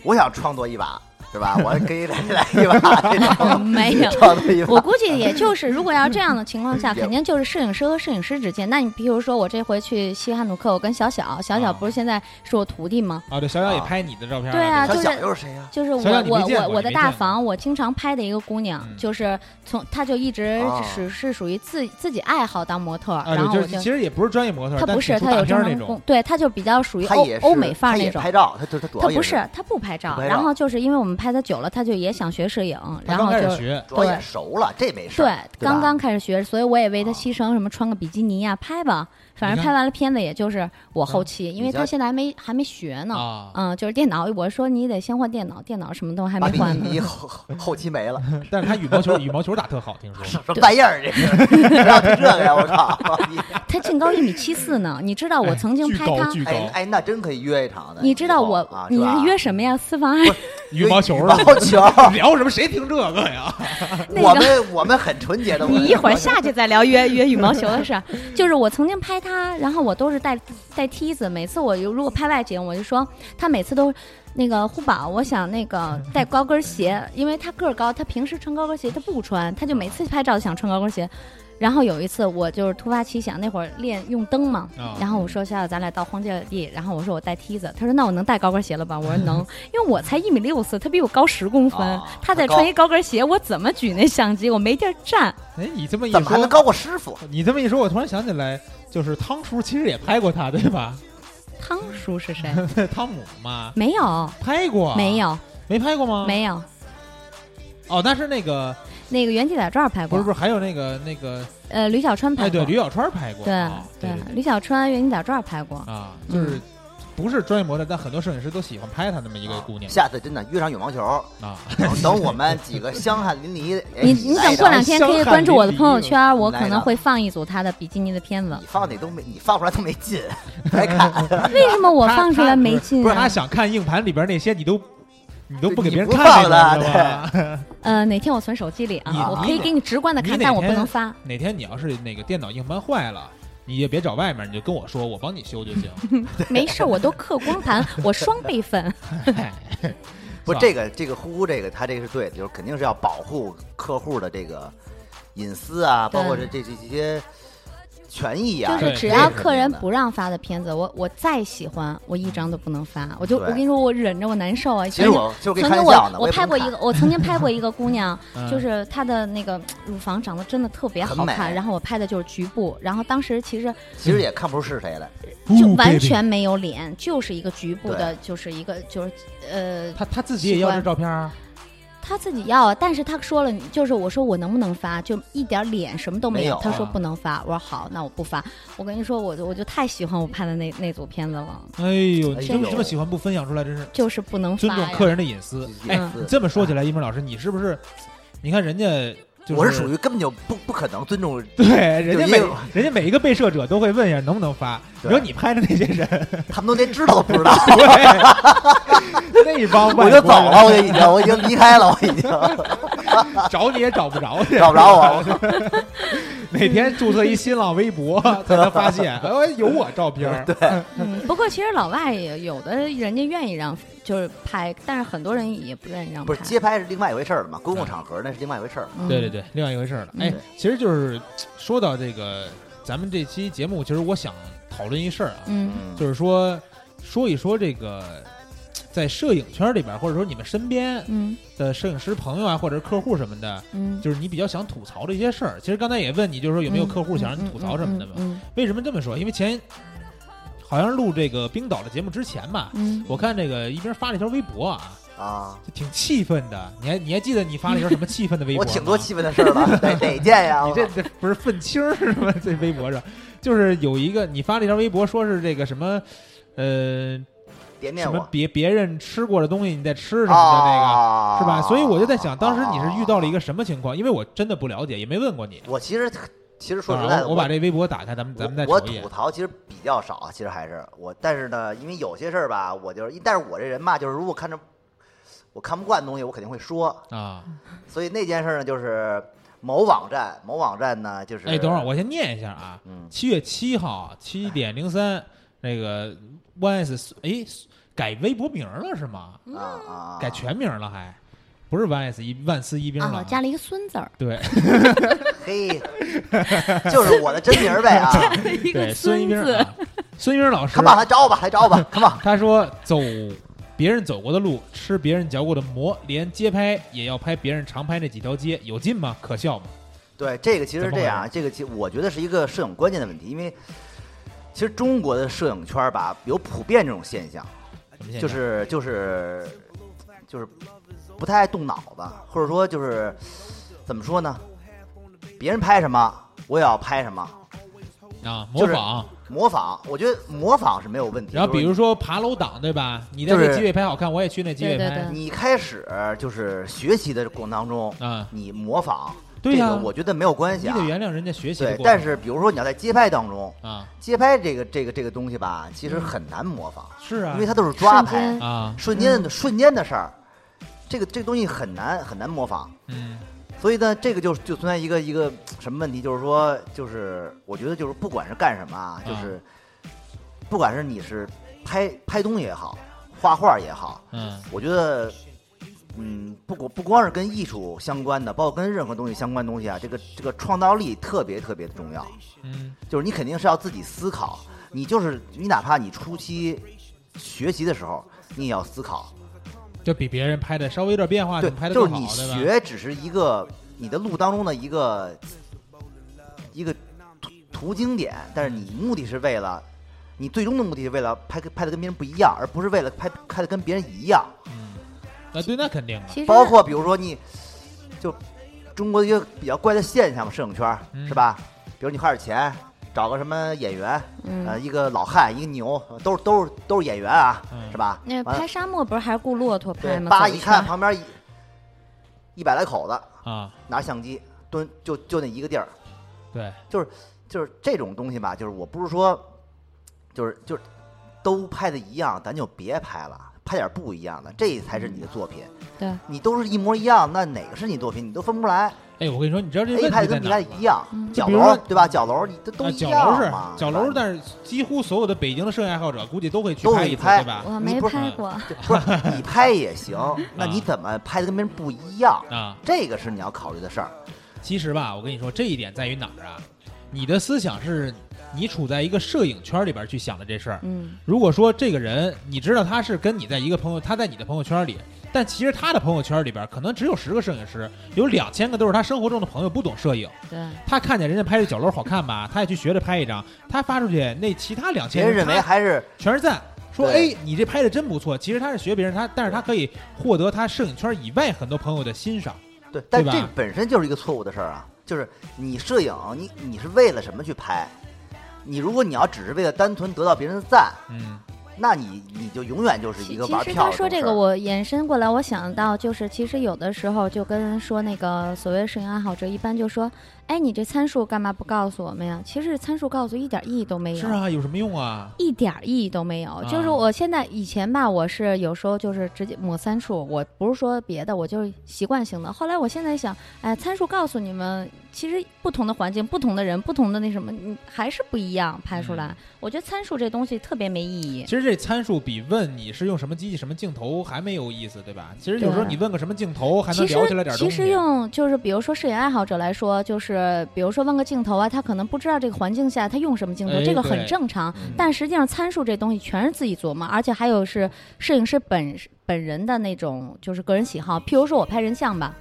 [SPEAKER 6] 我想创作一把，是吧？我可以来来一把
[SPEAKER 7] [laughs]
[SPEAKER 6] 这种，
[SPEAKER 7] 没
[SPEAKER 6] [laughs]
[SPEAKER 7] 有
[SPEAKER 6] 创作一把
[SPEAKER 7] 我估计也就是，如果要这样的情况下，
[SPEAKER 6] 也
[SPEAKER 7] 肯定就是摄影师和摄影师之间。那你比如说，我这回去西汉努克，我跟小小，小
[SPEAKER 5] 啊
[SPEAKER 7] 小不是现在是我徒弟吗？
[SPEAKER 5] 啊，对，小小也
[SPEAKER 6] 啊
[SPEAKER 5] 拍你的照片，
[SPEAKER 7] 对啊
[SPEAKER 6] 小
[SPEAKER 7] 就是
[SPEAKER 6] 小又是谁呀？
[SPEAKER 7] 就是我
[SPEAKER 5] 小小你没
[SPEAKER 7] 我
[SPEAKER 5] 见
[SPEAKER 7] 我
[SPEAKER 5] 过
[SPEAKER 7] 我
[SPEAKER 5] 你
[SPEAKER 7] 的
[SPEAKER 5] 没
[SPEAKER 7] 大
[SPEAKER 5] 见过
[SPEAKER 7] 房，我经常拍的一个姑娘，
[SPEAKER 5] 嗯
[SPEAKER 7] 就是从她就一直
[SPEAKER 6] 哦
[SPEAKER 7] 是是属于自自己爱好当模特，
[SPEAKER 5] 啊，
[SPEAKER 7] 然
[SPEAKER 5] 对，
[SPEAKER 7] 后
[SPEAKER 5] 就
[SPEAKER 7] 我
[SPEAKER 5] 是其实也不是专业模特，
[SPEAKER 7] 她
[SPEAKER 5] 但
[SPEAKER 7] 不是
[SPEAKER 5] 挺出
[SPEAKER 7] 她有
[SPEAKER 5] 大片
[SPEAKER 7] 正
[SPEAKER 5] 儿那
[SPEAKER 7] 常
[SPEAKER 5] 种
[SPEAKER 7] 工，对她就比较属于
[SPEAKER 6] 他
[SPEAKER 7] 欧
[SPEAKER 6] 也是
[SPEAKER 7] 欧美范儿
[SPEAKER 6] 他
[SPEAKER 7] 那
[SPEAKER 6] 也
[SPEAKER 7] 种。
[SPEAKER 6] 拍照，他他他主
[SPEAKER 7] 她
[SPEAKER 6] 要也
[SPEAKER 7] 不是，她不拍照
[SPEAKER 6] 不，拍照
[SPEAKER 7] 然后就是因为我们拍的久了，她就也想学摄影，
[SPEAKER 5] 他
[SPEAKER 7] 然
[SPEAKER 5] 刚
[SPEAKER 7] 后
[SPEAKER 5] 开
[SPEAKER 7] 就
[SPEAKER 5] 始学，
[SPEAKER 6] 主要也
[SPEAKER 7] 对
[SPEAKER 6] 熟了，这没事儿。
[SPEAKER 7] 对，
[SPEAKER 6] 吧
[SPEAKER 7] 刚刚开始学，所以我也为他
[SPEAKER 6] 啊
[SPEAKER 7] 牺牲，什么穿个比基尼呀、拍吧。反
[SPEAKER 5] 你
[SPEAKER 7] 正
[SPEAKER 5] 看
[SPEAKER 7] 拍完了片子，也就是我后期，因为
[SPEAKER 6] 嗯你
[SPEAKER 7] 他
[SPEAKER 6] 家
[SPEAKER 7] 现在还没还没学呢。
[SPEAKER 5] 啊
[SPEAKER 7] 嗯，就是电脑，我说你得先换电脑，电脑什么都还
[SPEAKER 6] 把
[SPEAKER 7] 没
[SPEAKER 6] 比
[SPEAKER 7] 换
[SPEAKER 6] 基
[SPEAKER 7] [laughs] 呢。
[SPEAKER 6] 尼后后后
[SPEAKER 7] [laughs]
[SPEAKER 6] 期没了，
[SPEAKER 5] 但是他羽毛球羽毛球打特好，听说
[SPEAKER 6] 什么玩意儿？ [laughs] 这是谁让你这个呀？我操！
[SPEAKER 7] [laughs]
[SPEAKER 6] 你
[SPEAKER 7] 他净高一米七四呢，你知道我曾经
[SPEAKER 5] 哎巨
[SPEAKER 7] 拍
[SPEAKER 5] 高
[SPEAKER 7] 他，
[SPEAKER 5] 巨高
[SPEAKER 6] 哎，哎，那真可以约一场的。
[SPEAKER 7] 你知道我、
[SPEAKER 6] 以后啊、
[SPEAKER 7] 你
[SPEAKER 6] 吧
[SPEAKER 7] 是约什么呀？私房爱
[SPEAKER 5] 羽毛球
[SPEAKER 6] 羽
[SPEAKER 7] 哎
[SPEAKER 5] 了。
[SPEAKER 6] 毛球，
[SPEAKER 5] 聊什么？谁听这个呀？
[SPEAKER 7] [laughs]
[SPEAKER 5] 啊
[SPEAKER 7] 那
[SPEAKER 6] 我
[SPEAKER 7] 个
[SPEAKER 6] 们我们很纯洁
[SPEAKER 7] [laughs]
[SPEAKER 6] 的。
[SPEAKER 7] 你一会儿下去再聊约约羽毛球的事儿。 [laughs] 就是我曾经拍他，然后我都是带带梯子，每次我如果拍外景，我就说他每次都那个互保，我想那个带高跟鞋，因为他个儿高，他平时穿高跟鞋他不穿，他就每次拍照想穿高跟鞋。然后有一次我就是突发奇想，那会儿练用灯嘛，
[SPEAKER 5] 啊
[SPEAKER 7] 然后我说小小咱俩到荒郊野地，然后我说我带梯子，他说那我能带高跟鞋了吧？我说能，因为我才一米六四，他比我高十公分，
[SPEAKER 6] 啊
[SPEAKER 7] 他再
[SPEAKER 6] 他高
[SPEAKER 7] 穿一高跟鞋，我怎么举那相机？我没地儿站。
[SPEAKER 5] 哎，你这么一
[SPEAKER 6] 怎么还能
[SPEAKER 5] 说，
[SPEAKER 6] 高过师傅？
[SPEAKER 5] 你这么一说，我突然想起来，就是汤叔其实也拍过他，对吧？ [laughs]
[SPEAKER 7] 汤叔是谁？
[SPEAKER 5] 汤姆嘛，
[SPEAKER 7] 没有，
[SPEAKER 5] 拍过，啊
[SPEAKER 7] 没，有，
[SPEAKER 5] 没拍过吗？
[SPEAKER 7] 没有。
[SPEAKER 5] 哦，那是那个，
[SPEAKER 7] 那个原地打转拍
[SPEAKER 5] 不
[SPEAKER 7] 过，
[SPEAKER 5] 是不是，还有那个那个，
[SPEAKER 7] 呃，吕小川
[SPEAKER 5] 哎，
[SPEAKER 7] 拍
[SPEAKER 5] 对，
[SPEAKER 7] 过，
[SPEAKER 5] 吕小川拍过，
[SPEAKER 7] 对嗯
[SPEAKER 5] 啊对对
[SPEAKER 7] 吕小川原地打转拍过。
[SPEAKER 5] 啊，就是不是专业模特，但很多摄影师都喜欢拍她那么一
[SPEAKER 7] 啊
[SPEAKER 5] 个姑娘
[SPEAKER 6] 下次真的约上羽毛球，
[SPEAKER 5] 啊。
[SPEAKER 6] 等等我们几个香汗淋漓。
[SPEAKER 7] [laughs]
[SPEAKER 6] 哎
[SPEAKER 7] 你你等过两天可以关注我的朋友圈，我
[SPEAKER 6] 来
[SPEAKER 7] 可
[SPEAKER 6] 的
[SPEAKER 7] 能会放一组他的比基尼的片子
[SPEAKER 6] 你。放的都没，你放出来都没劲，
[SPEAKER 7] [laughs]
[SPEAKER 6] 来看，
[SPEAKER 7] 为什么我
[SPEAKER 5] 她
[SPEAKER 7] 放出
[SPEAKER 5] 她
[SPEAKER 7] 来
[SPEAKER 5] 不
[SPEAKER 7] 没
[SPEAKER 5] 是
[SPEAKER 7] 劲
[SPEAKER 5] 不是他
[SPEAKER 7] 啊？
[SPEAKER 5] 想看硬盘里边那些，你都你都不给别人
[SPEAKER 6] 你不
[SPEAKER 5] 看那
[SPEAKER 6] 放的
[SPEAKER 5] 种是吧？ [laughs]
[SPEAKER 7] 呃，哪天我存手机里啊，
[SPEAKER 5] 你
[SPEAKER 7] 我
[SPEAKER 5] 你
[SPEAKER 7] 可以
[SPEAKER 5] 哪
[SPEAKER 7] 给你直观的
[SPEAKER 5] 你
[SPEAKER 7] 看，
[SPEAKER 5] 哪
[SPEAKER 7] 但我不
[SPEAKER 5] 天
[SPEAKER 7] 能发。
[SPEAKER 5] 哪天你要是那个电脑硬盘坏了，你也别找外面，你就跟我说，我帮你修就
[SPEAKER 7] [laughs]
[SPEAKER 5] 行。
[SPEAKER 7] 没事儿，我都刻光盘，我双备份。
[SPEAKER 5] 哎
[SPEAKER 6] 不
[SPEAKER 5] 是吧
[SPEAKER 6] 这个这个呼呼这个他这个是对的，就是肯定是要保护客户的这个隐私啊，
[SPEAKER 7] 对
[SPEAKER 6] 包括这这这这些权益啊。
[SPEAKER 7] 就是
[SPEAKER 5] 对
[SPEAKER 7] 只
[SPEAKER 5] 这
[SPEAKER 7] 要
[SPEAKER 6] 是
[SPEAKER 7] 客
[SPEAKER 6] 肯定
[SPEAKER 7] 人
[SPEAKER 6] 的
[SPEAKER 7] 不让发的片子，我我再喜欢，我一张都不能发。我就我
[SPEAKER 6] 对
[SPEAKER 7] 跟你说，我忍着，我难受啊。
[SPEAKER 6] 其实我就是
[SPEAKER 7] 曾
[SPEAKER 6] 跟你
[SPEAKER 7] 经
[SPEAKER 6] 开玩笑
[SPEAKER 7] 我
[SPEAKER 6] 呢，
[SPEAKER 7] 我
[SPEAKER 6] 也
[SPEAKER 7] 拍
[SPEAKER 6] 不
[SPEAKER 7] 过
[SPEAKER 6] 看
[SPEAKER 7] 一个，我曾经拍过一个姑
[SPEAKER 6] [laughs]
[SPEAKER 7] 娘
[SPEAKER 5] 嗯，
[SPEAKER 7] 就是她的那个乳房长得真的特别好
[SPEAKER 6] 很美
[SPEAKER 7] 看，然后我拍的就是局部，然后当时其实
[SPEAKER 6] 其实也看不出是谁来，
[SPEAKER 7] [laughs] 就完全没有脸，就是一个局部
[SPEAKER 6] 对
[SPEAKER 7] 的，就是一个就是呃，
[SPEAKER 5] 他他自己也要这照片啊，
[SPEAKER 7] 她自己要，但是她说了，就是我说我能不能发，就一点脸什么都没
[SPEAKER 6] 没有
[SPEAKER 7] 有
[SPEAKER 6] 啊，
[SPEAKER 7] 她说不能发，我说好，那我不发。我跟你说，我我就太喜欢我拍的那那组片子了。
[SPEAKER 5] 哎呦，
[SPEAKER 6] 哎
[SPEAKER 5] 你
[SPEAKER 6] 呦
[SPEAKER 5] 这么这么喜欢不分享出来，真是
[SPEAKER 7] 就是不能
[SPEAKER 5] 尊
[SPEAKER 7] 发
[SPEAKER 5] 重
[SPEAKER 7] 呀
[SPEAKER 5] 客人的隐私。哎
[SPEAKER 7] 嗯
[SPEAKER 6] 隐私，啊
[SPEAKER 5] 这么说起来，一鸣老师，你是不是？你看人家就是
[SPEAKER 6] 我是属于根本就不不可能尊重
[SPEAKER 5] 对人家
[SPEAKER 6] 就
[SPEAKER 5] 每
[SPEAKER 6] 因为
[SPEAKER 5] 人家每一个被摄者都会问一下能不能发。你
[SPEAKER 6] 对
[SPEAKER 5] 说你拍的那些
[SPEAKER 6] [laughs]
[SPEAKER 5] 人，
[SPEAKER 6] 他们都连知道都不
[SPEAKER 5] [laughs]
[SPEAKER 6] 知道，
[SPEAKER 5] 对，那帮
[SPEAKER 6] 我
[SPEAKER 5] 外
[SPEAKER 6] 就走
[SPEAKER 5] 国人
[SPEAKER 6] 了，我就已经我已经离开了，我已经
[SPEAKER 5] 找你也找不着去，
[SPEAKER 6] 找不着我。
[SPEAKER 5] [laughs] 哪天注册一新浪微博，才能发现， [laughs] 哎，有我照片儿。
[SPEAKER 7] 嗯，不过其实老外也有的人家愿意让就是拍，但是很多人也不愿意让拍。
[SPEAKER 6] 不是街拍是另外一回事儿了嘛，公共场合那是另外一回事儿了。
[SPEAKER 7] 嗯
[SPEAKER 5] 对对对，另外一回事儿了。哎
[SPEAKER 6] 嗯，
[SPEAKER 5] 其实就是说到这个，咱们这期节目，其实我想讨论一事儿啊，
[SPEAKER 7] 嗯
[SPEAKER 6] 嗯，
[SPEAKER 5] 就是说说一说这个在摄影圈里边儿，或者说你们身边
[SPEAKER 7] 嗯
[SPEAKER 5] 的摄影师朋友啊，或者是客户什么的，
[SPEAKER 7] 嗯，
[SPEAKER 5] 就是你比较想吐槽的一些事儿。其实刚才也问你，就是说有没有客户想让你吐槽什么的嘛？
[SPEAKER 7] 嗯
[SPEAKER 5] 为什么这么说？因为前好像录这个冰岛的节目之前吧，
[SPEAKER 7] 嗯，
[SPEAKER 5] 我看这个一边发了一条微博啊，
[SPEAKER 6] 啊，
[SPEAKER 5] 就挺气愤的。你还你还记得你发了一条什么气愤的微博
[SPEAKER 6] 我
[SPEAKER 5] 吗？
[SPEAKER 6] 挺多气愤的事儿了，哪哪件呀？
[SPEAKER 5] 你这这不是愤青儿是吗？这微博上，就是有一个你发了一条微博，说是这个什么，呃，
[SPEAKER 6] 点点
[SPEAKER 5] 什
[SPEAKER 6] 我
[SPEAKER 5] 么别别人吃过的东西你再吃什么的那个，
[SPEAKER 6] 啊，
[SPEAKER 5] 是吧？所以我就在想，当时你是遇到了一个什么情况？因为我真的不了解，也没问过你。啊
[SPEAKER 6] 我其实其实说实在的，
[SPEAKER 5] 我把这微博打开，咱们咱们再
[SPEAKER 6] 我我
[SPEAKER 5] 瞅一眼
[SPEAKER 6] 吐。槽其实比较少，啊其实还是我，但是呢，因为有些事儿吧，我就是，但是我这人吧，就是如果看着我看不惯的东西，我肯定会说。
[SPEAKER 5] 啊，
[SPEAKER 6] 所以那件事呢，就是某网站，某网站呢，就是
[SPEAKER 5] 哎，等会儿我先念一下啊
[SPEAKER 6] 嗯，
[SPEAKER 5] 七月七号啊七点零三，那个 One S 哎改微博名了是吗？
[SPEAKER 6] 啊啊啊，
[SPEAKER 5] 改全名了还，不是 One S 一万斯一兵
[SPEAKER 7] 啊，
[SPEAKER 5] 了
[SPEAKER 7] 我
[SPEAKER 5] 啊。
[SPEAKER 7] 加了一个孙字儿，
[SPEAKER 5] 对
[SPEAKER 6] 嘿， [laughs] 就是我的真名儿呗
[SPEAKER 5] [laughs]
[SPEAKER 6] 啊！
[SPEAKER 2] 一
[SPEAKER 5] 对，
[SPEAKER 2] 个
[SPEAKER 5] 孙
[SPEAKER 2] 孙
[SPEAKER 5] 一兵
[SPEAKER 2] 字，
[SPEAKER 5] 啊，孙一兵老师
[SPEAKER 6] come on，来找我吧，来找我吧，come on，
[SPEAKER 5] 他说走别人走过的路，吃别人嚼过的馍，连街拍也要拍别人常拍那几条街，有劲吗？可笑吗？
[SPEAKER 6] 对，这个其实
[SPEAKER 5] 怎么
[SPEAKER 6] 是这
[SPEAKER 5] 回
[SPEAKER 6] 样啊，
[SPEAKER 5] 事
[SPEAKER 6] 这个其我觉得是一个摄影关键的问题，因为其实中国的摄影圈儿吧，有普遍这种现象，
[SPEAKER 5] 什么现象
[SPEAKER 6] 就是就是就是不太爱动脑子，或者说就是怎么说呢？别人拍什么，我也要拍什么，
[SPEAKER 5] 啊，模
[SPEAKER 6] 就是
[SPEAKER 5] 仿。
[SPEAKER 6] 模仿。我觉得模仿是没有问题。
[SPEAKER 5] 然后比
[SPEAKER 6] 就
[SPEAKER 5] 如
[SPEAKER 6] 是
[SPEAKER 5] 说爬楼党，对吧？你在
[SPEAKER 6] 就是
[SPEAKER 5] 这机位拍好看，我也去那机位
[SPEAKER 7] 对对
[SPEAKER 5] 拍
[SPEAKER 7] 对。
[SPEAKER 6] 你开始就是学习的过程当中，
[SPEAKER 5] 啊，
[SPEAKER 6] 你模仿，
[SPEAKER 5] 对呀
[SPEAKER 6] 这个我觉得没有关系
[SPEAKER 5] 你
[SPEAKER 6] 啊。
[SPEAKER 5] 得原谅人家学习的
[SPEAKER 6] 对，
[SPEAKER 5] 过程。
[SPEAKER 6] 但是比如说你要在街拍当中，
[SPEAKER 5] 啊，
[SPEAKER 6] 街拍这个这个这个东西吧，其实很难模仿，
[SPEAKER 5] 是啊，
[SPEAKER 6] 因为它都是抓
[SPEAKER 7] 瞬
[SPEAKER 6] 拍
[SPEAKER 7] 间，
[SPEAKER 5] 啊，
[SPEAKER 6] 瞬间嗯的瞬间的事儿，这个这个东西很难很难模仿。
[SPEAKER 5] 嗯，
[SPEAKER 6] 所以呢，这个就就存在一个一个什么问题，就是说，就是我觉得就是不管是干什么
[SPEAKER 5] 啊
[SPEAKER 6] 啊，就是不管是你是拍拍东西也好，画画也好，
[SPEAKER 5] 嗯，
[SPEAKER 6] 我觉得，嗯，不光不光是跟艺术相关的，包括跟任何东西相关的东西啊，这个这个创造力特别特别的重要。
[SPEAKER 5] 嗯，
[SPEAKER 6] 就是你肯定是要自己思考，你就是你哪怕你初期学习的时候，你也要思考，
[SPEAKER 5] 就比别人拍的稍微有点变化，
[SPEAKER 6] 对
[SPEAKER 5] 啊你拍，的
[SPEAKER 6] 就
[SPEAKER 5] 更
[SPEAKER 6] 是你
[SPEAKER 5] 好，对吧？
[SPEAKER 6] 学只是一个你的路当中的一个一个途途经点，但是你目的是为了你最终的目的是为了拍拍的跟别人不一样，而不是为了拍拍的跟别人一样。
[SPEAKER 5] 啊，对，那肯定的。
[SPEAKER 7] 其实
[SPEAKER 6] 包括比如说你，就中国的一个比较怪的现象嘛，摄影圈儿、
[SPEAKER 5] 嗯
[SPEAKER 6] 是吧？比如你花点钱找个什么演员，呃，
[SPEAKER 7] 嗯，
[SPEAKER 6] 一个老汉，一个牛，都是都是都是演员啊，
[SPEAKER 5] 嗯
[SPEAKER 6] 是吧？
[SPEAKER 7] 那
[SPEAKER 6] 完了
[SPEAKER 7] 拍沙漠不是还是雇骆驼拍
[SPEAKER 6] 对，
[SPEAKER 7] 吗？
[SPEAKER 6] 叭
[SPEAKER 7] 走
[SPEAKER 6] 一看
[SPEAKER 7] 圈
[SPEAKER 6] 旁边一一百来口子
[SPEAKER 5] 啊，
[SPEAKER 6] 拿相机蹲，就就那一个地儿，
[SPEAKER 5] 对，
[SPEAKER 6] 就是这种东西吧，就是我不是说，就是就是都拍的一样，咱就别拍了，拍点不一样的，这才是你的作品。
[SPEAKER 7] 对，
[SPEAKER 6] 你都是一模一样，那哪个是你作品，你都分不出来。
[SPEAKER 5] 哎，我跟你说，你知道这
[SPEAKER 6] A
[SPEAKER 5] 问
[SPEAKER 6] 派
[SPEAKER 5] 题
[SPEAKER 6] 的
[SPEAKER 5] 在
[SPEAKER 6] 跟 B
[SPEAKER 5] 哪
[SPEAKER 6] 派
[SPEAKER 5] 儿
[SPEAKER 6] 的
[SPEAKER 5] 吗？
[SPEAKER 6] 一样
[SPEAKER 7] 嗯，
[SPEAKER 5] 就
[SPEAKER 6] 角
[SPEAKER 5] 比如
[SPEAKER 6] 楼
[SPEAKER 5] 说
[SPEAKER 6] 对吧？角楼你都都
[SPEAKER 5] 啊，
[SPEAKER 6] 一
[SPEAKER 5] 角
[SPEAKER 6] 样
[SPEAKER 5] 楼是
[SPEAKER 6] 嘛
[SPEAKER 5] 角
[SPEAKER 6] 对
[SPEAKER 5] 楼
[SPEAKER 6] 吧，
[SPEAKER 5] 但是几乎所有的北京的摄影爱好者估计都会去
[SPEAKER 6] 都
[SPEAKER 5] 拍
[SPEAKER 6] 会
[SPEAKER 5] 一次，
[SPEAKER 6] 拍
[SPEAKER 5] 对吧？
[SPEAKER 7] 我
[SPEAKER 6] 你
[SPEAKER 7] 没
[SPEAKER 6] 不是
[SPEAKER 5] 嗯
[SPEAKER 7] 拍过，
[SPEAKER 6] 就不是你拍也行，那你
[SPEAKER 5] 啊
[SPEAKER 6] 怎么拍的跟别人不一样？
[SPEAKER 5] 啊，
[SPEAKER 6] 这个是你要考虑的事儿。
[SPEAKER 5] 其实吧，我跟你说，这一点在于哪儿啊？你的思想是你处在一个摄影圈里边去想的这事儿。
[SPEAKER 7] 嗯，
[SPEAKER 5] 如果说这个人，你知道他是跟你在一个朋友，他在你的朋友圈里，但其实他的朋友圈里边可能只有十个摄影师，有两千个都是他生活中的朋友不懂摄影。
[SPEAKER 7] 对，
[SPEAKER 5] 他看见人家拍这角落好看吧，他也去学着拍一张，他发出去，那其他两
[SPEAKER 6] 别
[SPEAKER 5] 千
[SPEAKER 6] 人认为还是
[SPEAKER 5] 全是赞，说
[SPEAKER 6] 对
[SPEAKER 5] 哎，你这拍的真不错。其实他是学别人，他但是他可以获得他摄影圈以外很多朋友的欣赏。
[SPEAKER 6] 对，但
[SPEAKER 5] 吧
[SPEAKER 6] 这本身就是一个错误的事儿啊！就是你摄影，你你是为了什么去拍？你如果你要只是为了单纯得到别人的赞，
[SPEAKER 5] 嗯，
[SPEAKER 6] 那你你就永远就是一
[SPEAKER 7] 其
[SPEAKER 6] 个
[SPEAKER 7] 其
[SPEAKER 6] 玩
[SPEAKER 7] 实
[SPEAKER 6] 票
[SPEAKER 7] 他
[SPEAKER 6] 的
[SPEAKER 7] 说这
[SPEAKER 6] 事
[SPEAKER 7] 个，
[SPEAKER 6] 儿
[SPEAKER 7] 我延伸过来，我想到就是，其实有的时候就跟说那个所谓摄影爱好者，一般就说，哎，你这参数干嘛不告诉我们呀？其实参数告诉一点意义都没有。
[SPEAKER 5] 是啊，有什么用啊？
[SPEAKER 7] 一点儿意义都没有。就是我现在以前吧，我是有时候就是直接抹参数，我不是说别的，我就是习惯性的。后来我现在想，哎，参数告诉你们，其实不同的环境、不同的人、不同的那什么，你还是不一样拍出来。我觉得参数这东西特别没意义
[SPEAKER 5] 其。实这参数比问你是用什么机器、什么镜头还没有意思，对吧？其实有时候
[SPEAKER 7] 对
[SPEAKER 5] 你问个什么镜头，还能
[SPEAKER 7] 其实
[SPEAKER 5] 聊起来点
[SPEAKER 7] 其
[SPEAKER 5] 东西。
[SPEAKER 7] 实用就是比如说摄影爱好者来说，就是比如说问个镜头啊，他可能不知道这个环境下他用什么镜头，
[SPEAKER 5] 哎
[SPEAKER 7] 这个
[SPEAKER 5] 对
[SPEAKER 7] 很正常。
[SPEAKER 6] 嗯
[SPEAKER 7] 但实际上参数这东西全是自己琢磨，而且还有是摄影师本本人的那种就是个人喜好。譬如说我拍人像吧，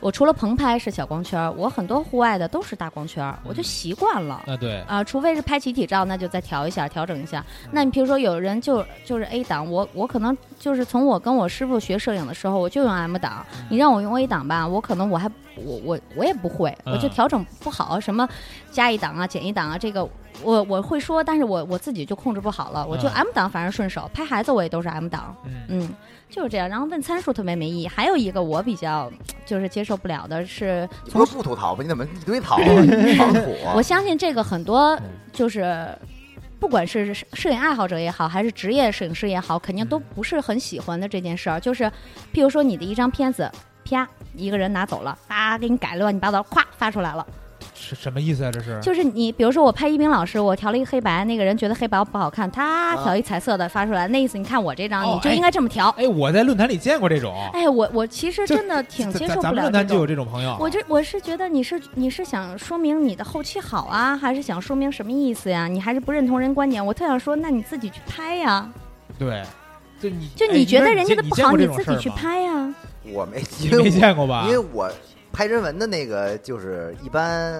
[SPEAKER 7] 我除了棚拍是小光圈儿，我很多户外的都是大光圈儿，
[SPEAKER 5] 嗯
[SPEAKER 7] 我就习惯了。
[SPEAKER 5] 啊，对，
[SPEAKER 7] 啊、除非是拍集体照，那就再调一下，调整一下。
[SPEAKER 5] 嗯
[SPEAKER 7] 那你比如说有人就就是 A 档，我我可能
[SPEAKER 5] 嗯
[SPEAKER 7] 就是从我跟我师傅学摄影的时候，我就用 M 档。你让我用 A 档吧，我可能我还我我我也不会，
[SPEAKER 5] 嗯
[SPEAKER 7] 我就调整不好，什么加一档啊、减一档啊，这个我我会说，但是我我自己就控制不好了，我就
[SPEAKER 5] 嗯
[SPEAKER 7] M 档反正顺手，拍孩子我也都是 M 档，
[SPEAKER 5] 嗯
[SPEAKER 7] 嗯，就是这样。然后问参数特别没意义，还有一个我比较就是接受不了的是
[SPEAKER 6] 你
[SPEAKER 7] 从
[SPEAKER 6] 不是不吐槽吗？你怎么一堆槽啊？防土？
[SPEAKER 7] [laughs] 我相信这个很多
[SPEAKER 5] 嗯
[SPEAKER 7] 就是。不管是摄影爱好者也好，还是职业摄影师也好，肯定都
[SPEAKER 5] 嗯
[SPEAKER 7] 不是很喜欢的这件事儿。就是，譬如说你的一张片子，啪，一个人拿走了，啊，给你改乱七八糟，咵发出来了。
[SPEAKER 5] 是什么意思啊？这是
[SPEAKER 7] 就是你，比如说我拍一鸣老师，我调了一个黑白，那个人觉得黑白不好看，他
[SPEAKER 6] 啊
[SPEAKER 7] 调一彩色的发出来，那意思你看我这张，
[SPEAKER 5] 哦
[SPEAKER 7] 你就
[SPEAKER 5] 哎
[SPEAKER 7] 应该这么调。
[SPEAKER 5] 哎，我在论坛里见过这种，
[SPEAKER 7] 哎，我我其实
[SPEAKER 5] 这
[SPEAKER 7] 真的挺
[SPEAKER 5] 咱
[SPEAKER 7] 接
[SPEAKER 5] 咱
[SPEAKER 7] 受
[SPEAKER 5] 咱
[SPEAKER 7] 不
[SPEAKER 5] 们
[SPEAKER 7] 了
[SPEAKER 5] 论
[SPEAKER 7] 这
[SPEAKER 5] 坛就有
[SPEAKER 7] 种。
[SPEAKER 5] 这种朋友。
[SPEAKER 7] 我这我是觉得你是你是想说明你的后期好啊，还是想说明什么意思呀？你还是不认同人观点？我特想说，那你自己去拍呀，
[SPEAKER 5] 对，就哎你
[SPEAKER 7] 就
[SPEAKER 5] 哎
[SPEAKER 7] 你觉得
[SPEAKER 5] 那
[SPEAKER 7] 人家
[SPEAKER 5] 见
[SPEAKER 7] 的不
[SPEAKER 5] 见
[SPEAKER 7] 好，
[SPEAKER 5] 过
[SPEAKER 7] 你
[SPEAKER 5] 这种
[SPEAKER 7] 自
[SPEAKER 5] 事儿
[SPEAKER 7] 己去
[SPEAKER 5] 吗，
[SPEAKER 7] 拍呀。
[SPEAKER 6] 我没，
[SPEAKER 5] 你
[SPEAKER 6] 因为
[SPEAKER 5] 没
[SPEAKER 6] 我
[SPEAKER 5] 见过吧
[SPEAKER 6] 因？为我拍人文的那个就是一般，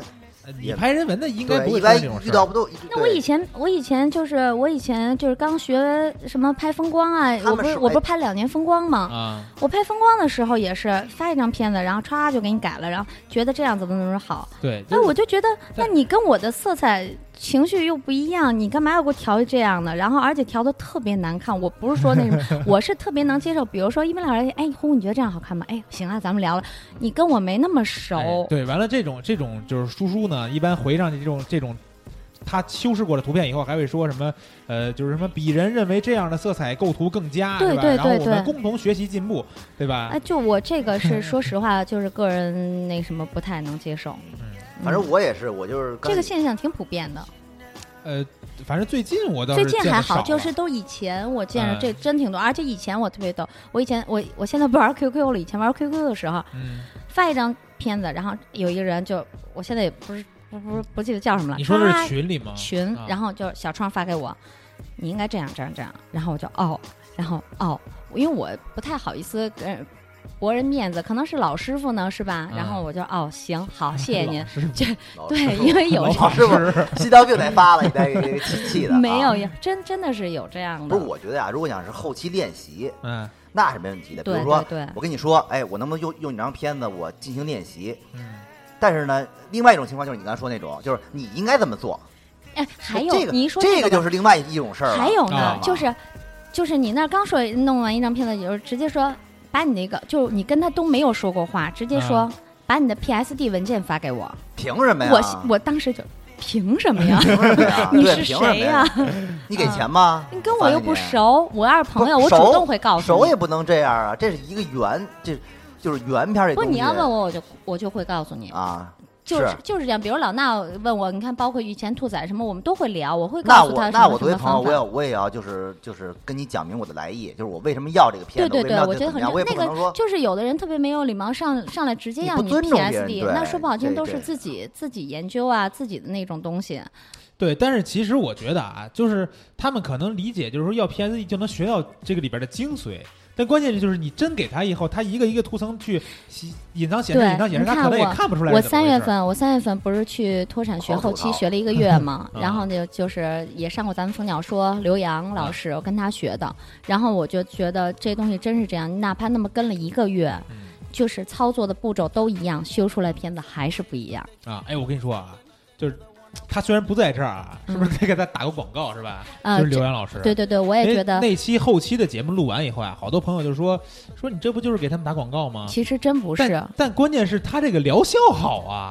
[SPEAKER 5] 呃你拍人文的应该
[SPEAKER 6] 对
[SPEAKER 5] 不会出
[SPEAKER 6] 一
[SPEAKER 5] 现
[SPEAKER 6] 般
[SPEAKER 5] 这种事
[SPEAKER 6] 遇
[SPEAKER 5] 儿。
[SPEAKER 6] 到不都？
[SPEAKER 7] 那我以
[SPEAKER 6] 前
[SPEAKER 7] 前我以前就是我以前就是刚学什么拍风光啊，
[SPEAKER 6] 他
[SPEAKER 7] 我
[SPEAKER 6] 们
[SPEAKER 7] 不是
[SPEAKER 6] 是
[SPEAKER 7] 我
[SPEAKER 6] 哎
[SPEAKER 7] 不是拍两年风光吗？
[SPEAKER 5] 啊，
[SPEAKER 7] 我拍风光的时候也是发一张片子，然后歘就给你改了，然后觉得这样怎么怎么好。
[SPEAKER 5] 对，就
[SPEAKER 7] 那
[SPEAKER 5] 是
[SPEAKER 7] 我就觉得，那
[SPEAKER 5] 但
[SPEAKER 7] 你跟我的色彩情绪又不一样，你干嘛要给我调这样的？然后而且调的特别难看。我不是说那什
[SPEAKER 5] [laughs]
[SPEAKER 7] 么，我是特别能接受。比如说一鸣老师，哎，红，你觉得这样好看吗？哎，行啊，咱们聊了。你跟我没那么熟，
[SPEAKER 5] 哎对，完了这种这种就是叔叔呢，一般回上去这种这种。他修饰过的图片以后，还会说什么？呃，就是什么鄙人认为这样的色彩构图更佳，
[SPEAKER 7] 对
[SPEAKER 5] 是吧？
[SPEAKER 7] 对
[SPEAKER 5] 然后
[SPEAKER 7] 对
[SPEAKER 5] 我们
[SPEAKER 7] 对
[SPEAKER 5] 共同学习进步，对吧？
[SPEAKER 7] 哎，就我这个
[SPEAKER 5] [laughs]
[SPEAKER 7] 是说实话，就是个人那什么不太能接受。嗯
[SPEAKER 6] 反正我也是，我就是刚
[SPEAKER 7] 这个现象挺普遍的，
[SPEAKER 5] 呃，反正最近我倒
[SPEAKER 7] 最
[SPEAKER 5] 是
[SPEAKER 7] 近
[SPEAKER 5] 见得
[SPEAKER 7] 还
[SPEAKER 5] 少
[SPEAKER 7] 好，
[SPEAKER 5] 了
[SPEAKER 7] 就是都以前我见着
[SPEAKER 5] 哎
[SPEAKER 7] 这真挺多，而且以前我特别逗，我以前我我现在不玩 QQ 了，以前玩 QQ 的时候，
[SPEAKER 5] 嗯，
[SPEAKER 7] 发一张片子，然后有一个人就，我现在也不是不不不记得叫什么了。
[SPEAKER 5] 你说的
[SPEAKER 7] 他
[SPEAKER 5] 是群里吗？
[SPEAKER 7] 群
[SPEAKER 5] 啊，
[SPEAKER 7] 然后就小创发给我，你应该这样这样这样，然后我就哦，然后哦，因为我不太好意思跟博人面子，可能是老师傅呢是吧？
[SPEAKER 5] 嗯
[SPEAKER 7] 然后我就哦行好，谢谢您。
[SPEAKER 5] 是
[SPEAKER 6] 老师 [laughs]
[SPEAKER 7] 对，
[SPEAKER 6] 傅
[SPEAKER 7] 因为有
[SPEAKER 5] 老
[SPEAKER 7] 这
[SPEAKER 5] 师傅
[SPEAKER 6] 心脏病得发了，你再给气气的、啊。
[SPEAKER 7] 没有，真真的是有这样
[SPEAKER 6] 不
[SPEAKER 7] 的
[SPEAKER 6] 是，，我觉得呀、啊如果想是后期练习，
[SPEAKER 5] [laughs] 嗯
[SPEAKER 6] 那是没问题的。比
[SPEAKER 7] 对
[SPEAKER 6] 如说，
[SPEAKER 7] 对对
[SPEAKER 6] 我跟你说，哎，我能不能用用你张片子，我进行练习？
[SPEAKER 5] 嗯，
[SPEAKER 6] 但是呢，另外一种情况就是你刚才说那种，就是你应该这么做。
[SPEAKER 7] 哎，还
[SPEAKER 6] 这
[SPEAKER 7] 有
[SPEAKER 6] 个
[SPEAKER 7] 你一说
[SPEAKER 6] 这个
[SPEAKER 7] 吧
[SPEAKER 6] 就是另外一种事儿了。
[SPEAKER 7] 还有呢
[SPEAKER 5] 啊，
[SPEAKER 7] 就是就是你那儿刚说弄完一张片子，也就是直接说把你那个，就是你跟他都没有说过话，直接说
[SPEAKER 5] 啊
[SPEAKER 7] 把你的 PSD 文件发给我。
[SPEAKER 6] 凭什哎么呀？
[SPEAKER 7] 我我当时就凭什
[SPEAKER 6] [laughs]
[SPEAKER 7] 么呀？？
[SPEAKER 6] 凭什么呀
[SPEAKER 7] [laughs] 你
[SPEAKER 6] 对
[SPEAKER 7] 是
[SPEAKER 6] 凭什么
[SPEAKER 7] 谁呀啊
[SPEAKER 6] 呀？？你给钱吗？
[SPEAKER 7] 你跟我又不
[SPEAKER 6] 烦你啊
[SPEAKER 7] 熟，我要是朋友，
[SPEAKER 6] 不
[SPEAKER 7] 我主
[SPEAKER 6] 熟
[SPEAKER 7] 动会告诉
[SPEAKER 6] 手也
[SPEAKER 7] 你。
[SPEAKER 6] 不能这样啊，这是一个圆，这就是圆片儿这
[SPEAKER 7] 不，
[SPEAKER 6] 东西
[SPEAKER 7] 你要问我，我就我就会告诉你，
[SPEAKER 6] 啊，
[SPEAKER 7] 就是
[SPEAKER 6] 是
[SPEAKER 7] 就是这样。比如老衲问我，你看，包括以前兔仔什么，我们都会聊，我会
[SPEAKER 6] 那
[SPEAKER 7] 告诉
[SPEAKER 6] 我
[SPEAKER 7] 他
[SPEAKER 6] 那
[SPEAKER 7] 什
[SPEAKER 6] 我
[SPEAKER 7] 么什
[SPEAKER 6] 作为
[SPEAKER 7] 么
[SPEAKER 6] 朋友，
[SPEAKER 7] 方
[SPEAKER 6] 我也
[SPEAKER 7] 法。
[SPEAKER 6] 我也要就是就是跟你讲明我的来意，就是我为什么要这个片
[SPEAKER 7] 对
[SPEAKER 6] 子，
[SPEAKER 7] 对对，
[SPEAKER 6] 我
[SPEAKER 7] 我
[SPEAKER 6] 为
[SPEAKER 7] 觉
[SPEAKER 6] 什
[SPEAKER 7] 得
[SPEAKER 6] 么
[SPEAKER 7] 很
[SPEAKER 6] 要
[SPEAKER 7] 正
[SPEAKER 6] 这个怎
[SPEAKER 7] 那
[SPEAKER 6] 么样，我也不能
[SPEAKER 7] 个
[SPEAKER 6] 说
[SPEAKER 7] 就是有的人特别没有礼貌，上上来直接
[SPEAKER 6] 你
[SPEAKER 7] 要
[SPEAKER 6] 不
[SPEAKER 7] 你
[SPEAKER 6] 尊重别人
[SPEAKER 7] PSD，
[SPEAKER 6] 对
[SPEAKER 7] 那说不好听
[SPEAKER 6] 对
[SPEAKER 7] 都是
[SPEAKER 6] 对
[SPEAKER 7] 自己自己研究啊，自己的那种东西。
[SPEAKER 5] 对，但是其实我觉得啊，就是他们可能理解，就是说要 PSD 就能学到这个里边的精髓，但关键就是你真给他以后，他一个一个图层去洗隐藏显示、
[SPEAKER 7] 对
[SPEAKER 5] 隐藏显示，
[SPEAKER 7] 你
[SPEAKER 5] 他
[SPEAKER 7] 看
[SPEAKER 5] 可能也
[SPEAKER 7] 我
[SPEAKER 5] 看不出来
[SPEAKER 7] 我
[SPEAKER 5] 是怎么
[SPEAKER 7] 三
[SPEAKER 5] 回事
[SPEAKER 7] 月
[SPEAKER 5] 儿。，
[SPEAKER 7] 份，我三月份不是去脱产学
[SPEAKER 6] 狂吐
[SPEAKER 7] 后期
[SPEAKER 6] 槽嗯
[SPEAKER 7] 学了一
[SPEAKER 6] [laughs]
[SPEAKER 7] 个月嘛
[SPEAKER 5] 啊
[SPEAKER 7] 然后呢就是也上过咱们蜂鸟说刘洋老
[SPEAKER 6] 嗯
[SPEAKER 7] 师，我跟他学的，然后我就觉得这东西真是这样，你哪怕那么跟了一个月，
[SPEAKER 6] 嗯
[SPEAKER 7] 就是操作的步骤都一样，修出来片子还是不一样。
[SPEAKER 5] 啊，哎，我跟你说啊，就是他虽然不在这儿啊，是不是得给他打个广告是吧？
[SPEAKER 7] 嗯啊
[SPEAKER 5] 就是
[SPEAKER 7] 这
[SPEAKER 5] 刘洋老师。
[SPEAKER 7] 对对对，我
[SPEAKER 5] 因
[SPEAKER 6] 哎
[SPEAKER 7] 也
[SPEAKER 5] 为
[SPEAKER 7] 觉得
[SPEAKER 5] 那期后期的节目录完以后啊，好多朋友就说说你这不就是给他们打广告吗？
[SPEAKER 7] 其实真不是
[SPEAKER 5] 但。但关键是他这个疗效好
[SPEAKER 7] [laughs]
[SPEAKER 5] 啊，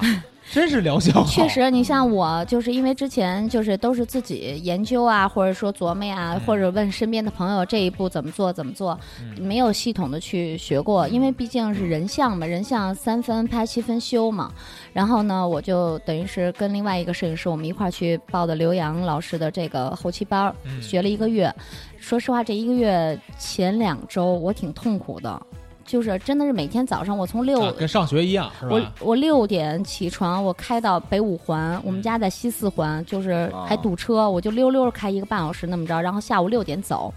[SPEAKER 5] 真是疗效好。啊
[SPEAKER 7] 确，实，你像我，就是因为之前就是都是自己研究啊，或者说琢磨呀、
[SPEAKER 5] 嗯
[SPEAKER 7] 或者问身边的朋友这一步怎么做怎么做，
[SPEAKER 5] 嗯
[SPEAKER 7] 没有系统的去学过，因为毕竟是人像嘛，人像三分拍七分修嘛。然后呢，我就等于是跟另外一个摄影师，我们一块儿去报的刘洋老师的这个后期班儿，
[SPEAKER 5] 嗯
[SPEAKER 7] 学了一个月。说实话，这一个月前两周我挺痛苦的，就是真的是每天早上我从六、
[SPEAKER 5] 啊跟上学一样是
[SPEAKER 7] 我
[SPEAKER 5] 吧？
[SPEAKER 7] 我六点起床，我开到北五环，
[SPEAKER 6] 嗯
[SPEAKER 7] 我们家在西
[SPEAKER 6] 哦
[SPEAKER 7] 四环，就是还堵车，我就溜溜开一个半小时那么着，然后下午六点走，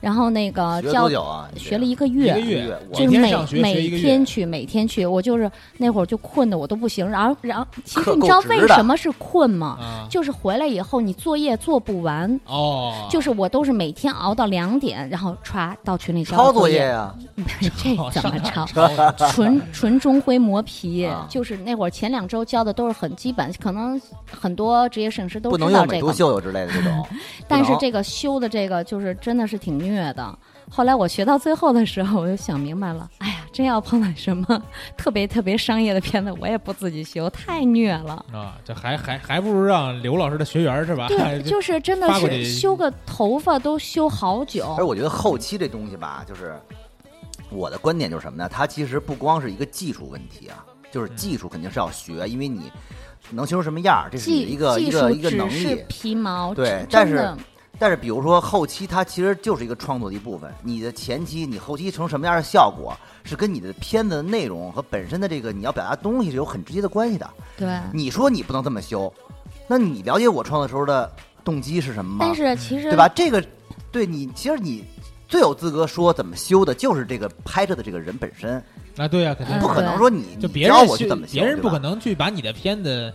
[SPEAKER 7] 然后那个
[SPEAKER 6] 嗯学
[SPEAKER 7] 教
[SPEAKER 6] 多久啊？你这
[SPEAKER 7] 学了一个
[SPEAKER 5] 一
[SPEAKER 7] 月
[SPEAKER 5] 个，月，
[SPEAKER 6] 我
[SPEAKER 7] 就是
[SPEAKER 5] 每天
[SPEAKER 7] 每
[SPEAKER 5] 上学学一个
[SPEAKER 7] 每
[SPEAKER 5] 月
[SPEAKER 7] 天去，每天去，我就是那会儿就困的我都不行。然后，然后，其
[SPEAKER 6] 可
[SPEAKER 7] 实你
[SPEAKER 6] 够
[SPEAKER 7] 知道
[SPEAKER 6] 值
[SPEAKER 7] 为
[SPEAKER 6] 的
[SPEAKER 7] 什么是困吗？
[SPEAKER 5] 啊，
[SPEAKER 7] 就是回来以后你作业做不完，
[SPEAKER 6] 啊
[SPEAKER 5] 哦，
[SPEAKER 7] 就是我都是每天熬到两点，然后歘到群里
[SPEAKER 6] 抄作
[SPEAKER 7] 作
[SPEAKER 6] 业啊呀，
[SPEAKER 7] [laughs]
[SPEAKER 6] [laughs]
[SPEAKER 7] 这怎么抄？ [laughs] 纯纯中灰磨皮
[SPEAKER 6] [laughs] 啊，
[SPEAKER 7] 就是那会儿前两周教的都是很基本，可能很多职业摄影师都
[SPEAKER 6] 不能
[SPEAKER 7] 知道
[SPEAKER 6] 用美
[SPEAKER 7] 这
[SPEAKER 6] 图啊
[SPEAKER 7] 个，
[SPEAKER 6] 秀秀之类的
[SPEAKER 7] [laughs]
[SPEAKER 6] 这种。
[SPEAKER 7] 但是
[SPEAKER 6] 不能
[SPEAKER 7] 这个修的这个就是真的是挺虐的。后来我学到最后的时候，我就想明白了，哎呀，真要碰到什么 [laughs] 特别特别商业的片子，我也不自己修，太虐了。
[SPEAKER 5] 啊，这还还还不如让刘老师的学员儿是
[SPEAKER 6] 哎
[SPEAKER 5] 吧？
[SPEAKER 7] 对，
[SPEAKER 5] [laughs]
[SPEAKER 7] 就是真的
[SPEAKER 5] 发过去
[SPEAKER 7] 是修个头发都修好久
[SPEAKER 6] 而。我觉得后期这东西吧，就是我的观点就是什么呢？它其实不光是一个技术问题啊，就是技术肯定是要学，因为你能修成什么样儿，这是
[SPEAKER 7] 技
[SPEAKER 6] 你的一个
[SPEAKER 7] 技
[SPEAKER 6] 一
[SPEAKER 7] 术
[SPEAKER 6] 个一个
[SPEAKER 7] 只
[SPEAKER 6] 能
[SPEAKER 7] 是
[SPEAKER 6] 力。
[SPEAKER 7] 皮毛，
[SPEAKER 6] 对
[SPEAKER 7] 真
[SPEAKER 6] 但是
[SPEAKER 7] 的
[SPEAKER 6] 但是比如说后期，它其实就是一个创作的一部分。你的前期，你后期成什么样的效果，是跟你的片子的内容和本身的这个你要表达的东西是有很直接的关系的。
[SPEAKER 7] 对。
[SPEAKER 6] 你说你不能这么修，那你了解我创作时候的动机是什么吗？
[SPEAKER 7] 但是其实
[SPEAKER 6] 对吧？这个对你，其实你最有资格说怎么修的，就是这个拍摄的这个人本身，
[SPEAKER 5] 啊，对呀，肯定
[SPEAKER 7] 嗯
[SPEAKER 6] 不可能说你
[SPEAKER 5] 就
[SPEAKER 6] 你
[SPEAKER 5] 别
[SPEAKER 6] 教
[SPEAKER 5] 人
[SPEAKER 6] 我去
[SPEAKER 5] 去
[SPEAKER 6] 怎么修，
[SPEAKER 5] 别人不可
[SPEAKER 6] 对吧。
[SPEAKER 5] 能去把你的片子，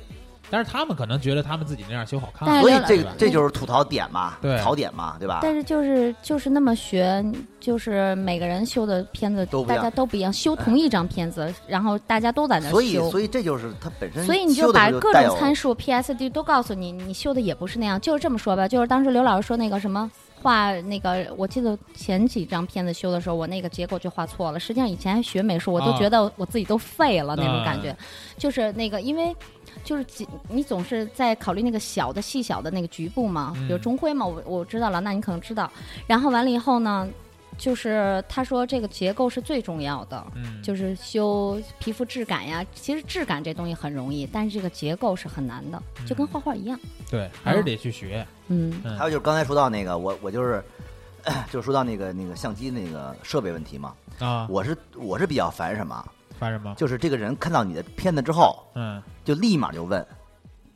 [SPEAKER 5] 但是他们可能觉得他们自己那样修好看，
[SPEAKER 7] 但
[SPEAKER 6] 所以
[SPEAKER 7] 刘老
[SPEAKER 6] 这个
[SPEAKER 5] 师
[SPEAKER 6] 这就是吐槽点嘛，
[SPEAKER 5] 对
[SPEAKER 6] 槽点嘛，对吧？
[SPEAKER 7] 但是就是就是那么学，就是每个人修的片子
[SPEAKER 6] 都不一
[SPEAKER 7] 大
[SPEAKER 6] 样哎
[SPEAKER 7] 家都不一样，修同一张片子，然后大家都在那儿
[SPEAKER 6] 所以
[SPEAKER 7] 修。
[SPEAKER 6] 所以这就是它本身，
[SPEAKER 7] 所以你就把各种参数、PSD 都告诉你，你修的也不是那样。就是这么说吧，就是当时刘老师说那个什么画那个，我记得前几张片子修的时候，我那个结构就画错了。实际上以前还学美术，我都
[SPEAKER 5] 啊
[SPEAKER 7] 觉得我自己都废了那种感觉
[SPEAKER 5] 嗯，
[SPEAKER 7] 就是那个因为。就是几，你总是在考虑那个小的、细小的那个局部嘛，比如
[SPEAKER 5] 嗯
[SPEAKER 7] 中灰嘛，我我知道了，那你可能知道。然后完了以后呢，就是他说这个结构是最重要的，
[SPEAKER 5] 嗯，
[SPEAKER 7] 就是修皮肤质感呀。其实质感这东西很容易，但是这个结构是很难的，就
[SPEAKER 5] 嗯
[SPEAKER 7] 跟画画一样。
[SPEAKER 5] 对，还是得去学，
[SPEAKER 7] 嗯，
[SPEAKER 5] 嗯
[SPEAKER 6] 还有就是刚才说到那个，我我就是。就是说到那个那个相机那个设备问题嘛，
[SPEAKER 5] 啊，
[SPEAKER 6] 我是我是比较烦什么，
[SPEAKER 5] 发什么？
[SPEAKER 6] 就是这个人看到你的片子之后，
[SPEAKER 5] 嗯
[SPEAKER 6] 就立马就问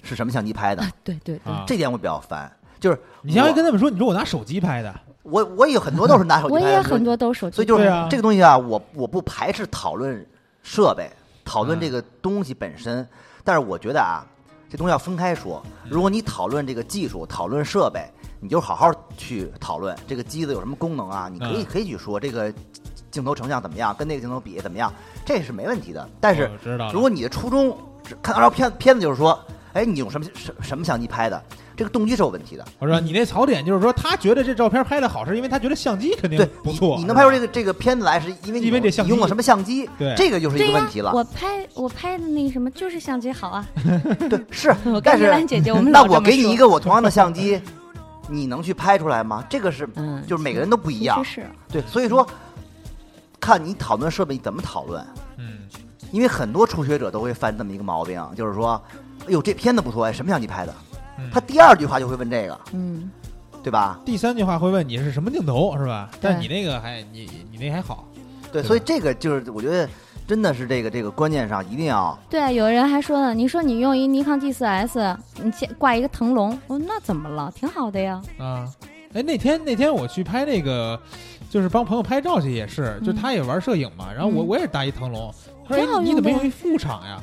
[SPEAKER 6] 是什么相机拍的，
[SPEAKER 7] 对对对。
[SPEAKER 5] 啊，
[SPEAKER 6] 这点我比较烦。就是
[SPEAKER 5] 你相当于
[SPEAKER 6] 我
[SPEAKER 5] 跟他们说，你说我拿手机拍的，
[SPEAKER 6] 我我有很多都是拿手机
[SPEAKER 7] 我
[SPEAKER 6] 拍的，
[SPEAKER 7] 也
[SPEAKER 6] 就是
[SPEAKER 7] 很多都手机，
[SPEAKER 6] 所以就是
[SPEAKER 5] 对啊
[SPEAKER 6] 这个东西啊，我我不排斥讨论设备，讨论这
[SPEAKER 5] 嗯
[SPEAKER 6] 个东西本身，但是我觉得啊，这东西要分开说。如果你讨论这个技术，讨论设备，你就好好去讨论这个机子有什么功能啊，你可以
[SPEAKER 5] 嗯
[SPEAKER 6] 可以去说这个镜头成像怎么样，跟那个镜头比怎么样，这是没问题的。但是
[SPEAKER 5] 我知道了
[SPEAKER 6] 如果你的初衷只看到片片子就是说，哎，你用什么什什么相机拍的，这个动机是有问题的。
[SPEAKER 5] 我说你那槽点就是说，他觉得这照片拍的好，是因为他觉得相机肯定
[SPEAKER 6] 对，
[SPEAKER 5] 不
[SPEAKER 6] 你
[SPEAKER 5] 错，
[SPEAKER 6] 你能拍出这
[SPEAKER 5] 个
[SPEAKER 6] 个这个片子来，是因为你
[SPEAKER 5] 因为这相机
[SPEAKER 6] 你用了什么相机？
[SPEAKER 5] 对
[SPEAKER 6] 这个就是一
[SPEAKER 7] 对
[SPEAKER 6] 个
[SPEAKER 7] 呀、
[SPEAKER 6] 问题了。
[SPEAKER 7] 我拍我拍的那个什么，就是相机好
[SPEAKER 6] [laughs]
[SPEAKER 7] 啊。
[SPEAKER 6] 对，是
[SPEAKER 7] [laughs] 我，
[SPEAKER 6] 但
[SPEAKER 7] 跟
[SPEAKER 6] 是嗯
[SPEAKER 7] 刘兰姐姐，我们
[SPEAKER 6] 那
[SPEAKER 7] 老
[SPEAKER 6] 我
[SPEAKER 7] 这么
[SPEAKER 6] 给你
[SPEAKER 7] 说
[SPEAKER 6] 一个我同样的相机，
[SPEAKER 7] [laughs]
[SPEAKER 6] 你能去拍出来吗？这个是，
[SPEAKER 7] 嗯
[SPEAKER 6] 就是每个人都不一样
[SPEAKER 7] 其。实是
[SPEAKER 6] 对，所以说，看你讨论设备怎么讨论，
[SPEAKER 5] 嗯
[SPEAKER 6] 因为很多初学者都会犯这么一个毛病，就是说，哎呦，这片子不错，哎，什么相机拍的？
[SPEAKER 5] 嗯
[SPEAKER 6] 他第二句话就会问这个，
[SPEAKER 7] 嗯，
[SPEAKER 6] 对吧？
[SPEAKER 5] 第三句话会问你是什么镜头是吧？
[SPEAKER 7] 对
[SPEAKER 5] 但你那个还你你那还好，
[SPEAKER 6] 对，所以这个就是我觉得真的是这个这个观念上一定要
[SPEAKER 7] 对，啊有人还说呢，你说你用一尼康 D 4 S，你接挂一个腾龙，我说那怎么了？挺好的呀。
[SPEAKER 5] 啊。哎，那天那天我去拍那个，就是帮朋友拍照去，也是，就他也玩摄影嘛。然后我
[SPEAKER 7] 嗯
[SPEAKER 5] 我也是搭一腾龙，他说
[SPEAKER 7] 挺好
[SPEAKER 5] 哎你你
[SPEAKER 7] 用
[SPEAKER 5] 怎么
[SPEAKER 7] 的呀
[SPEAKER 5] 用一副厂呀？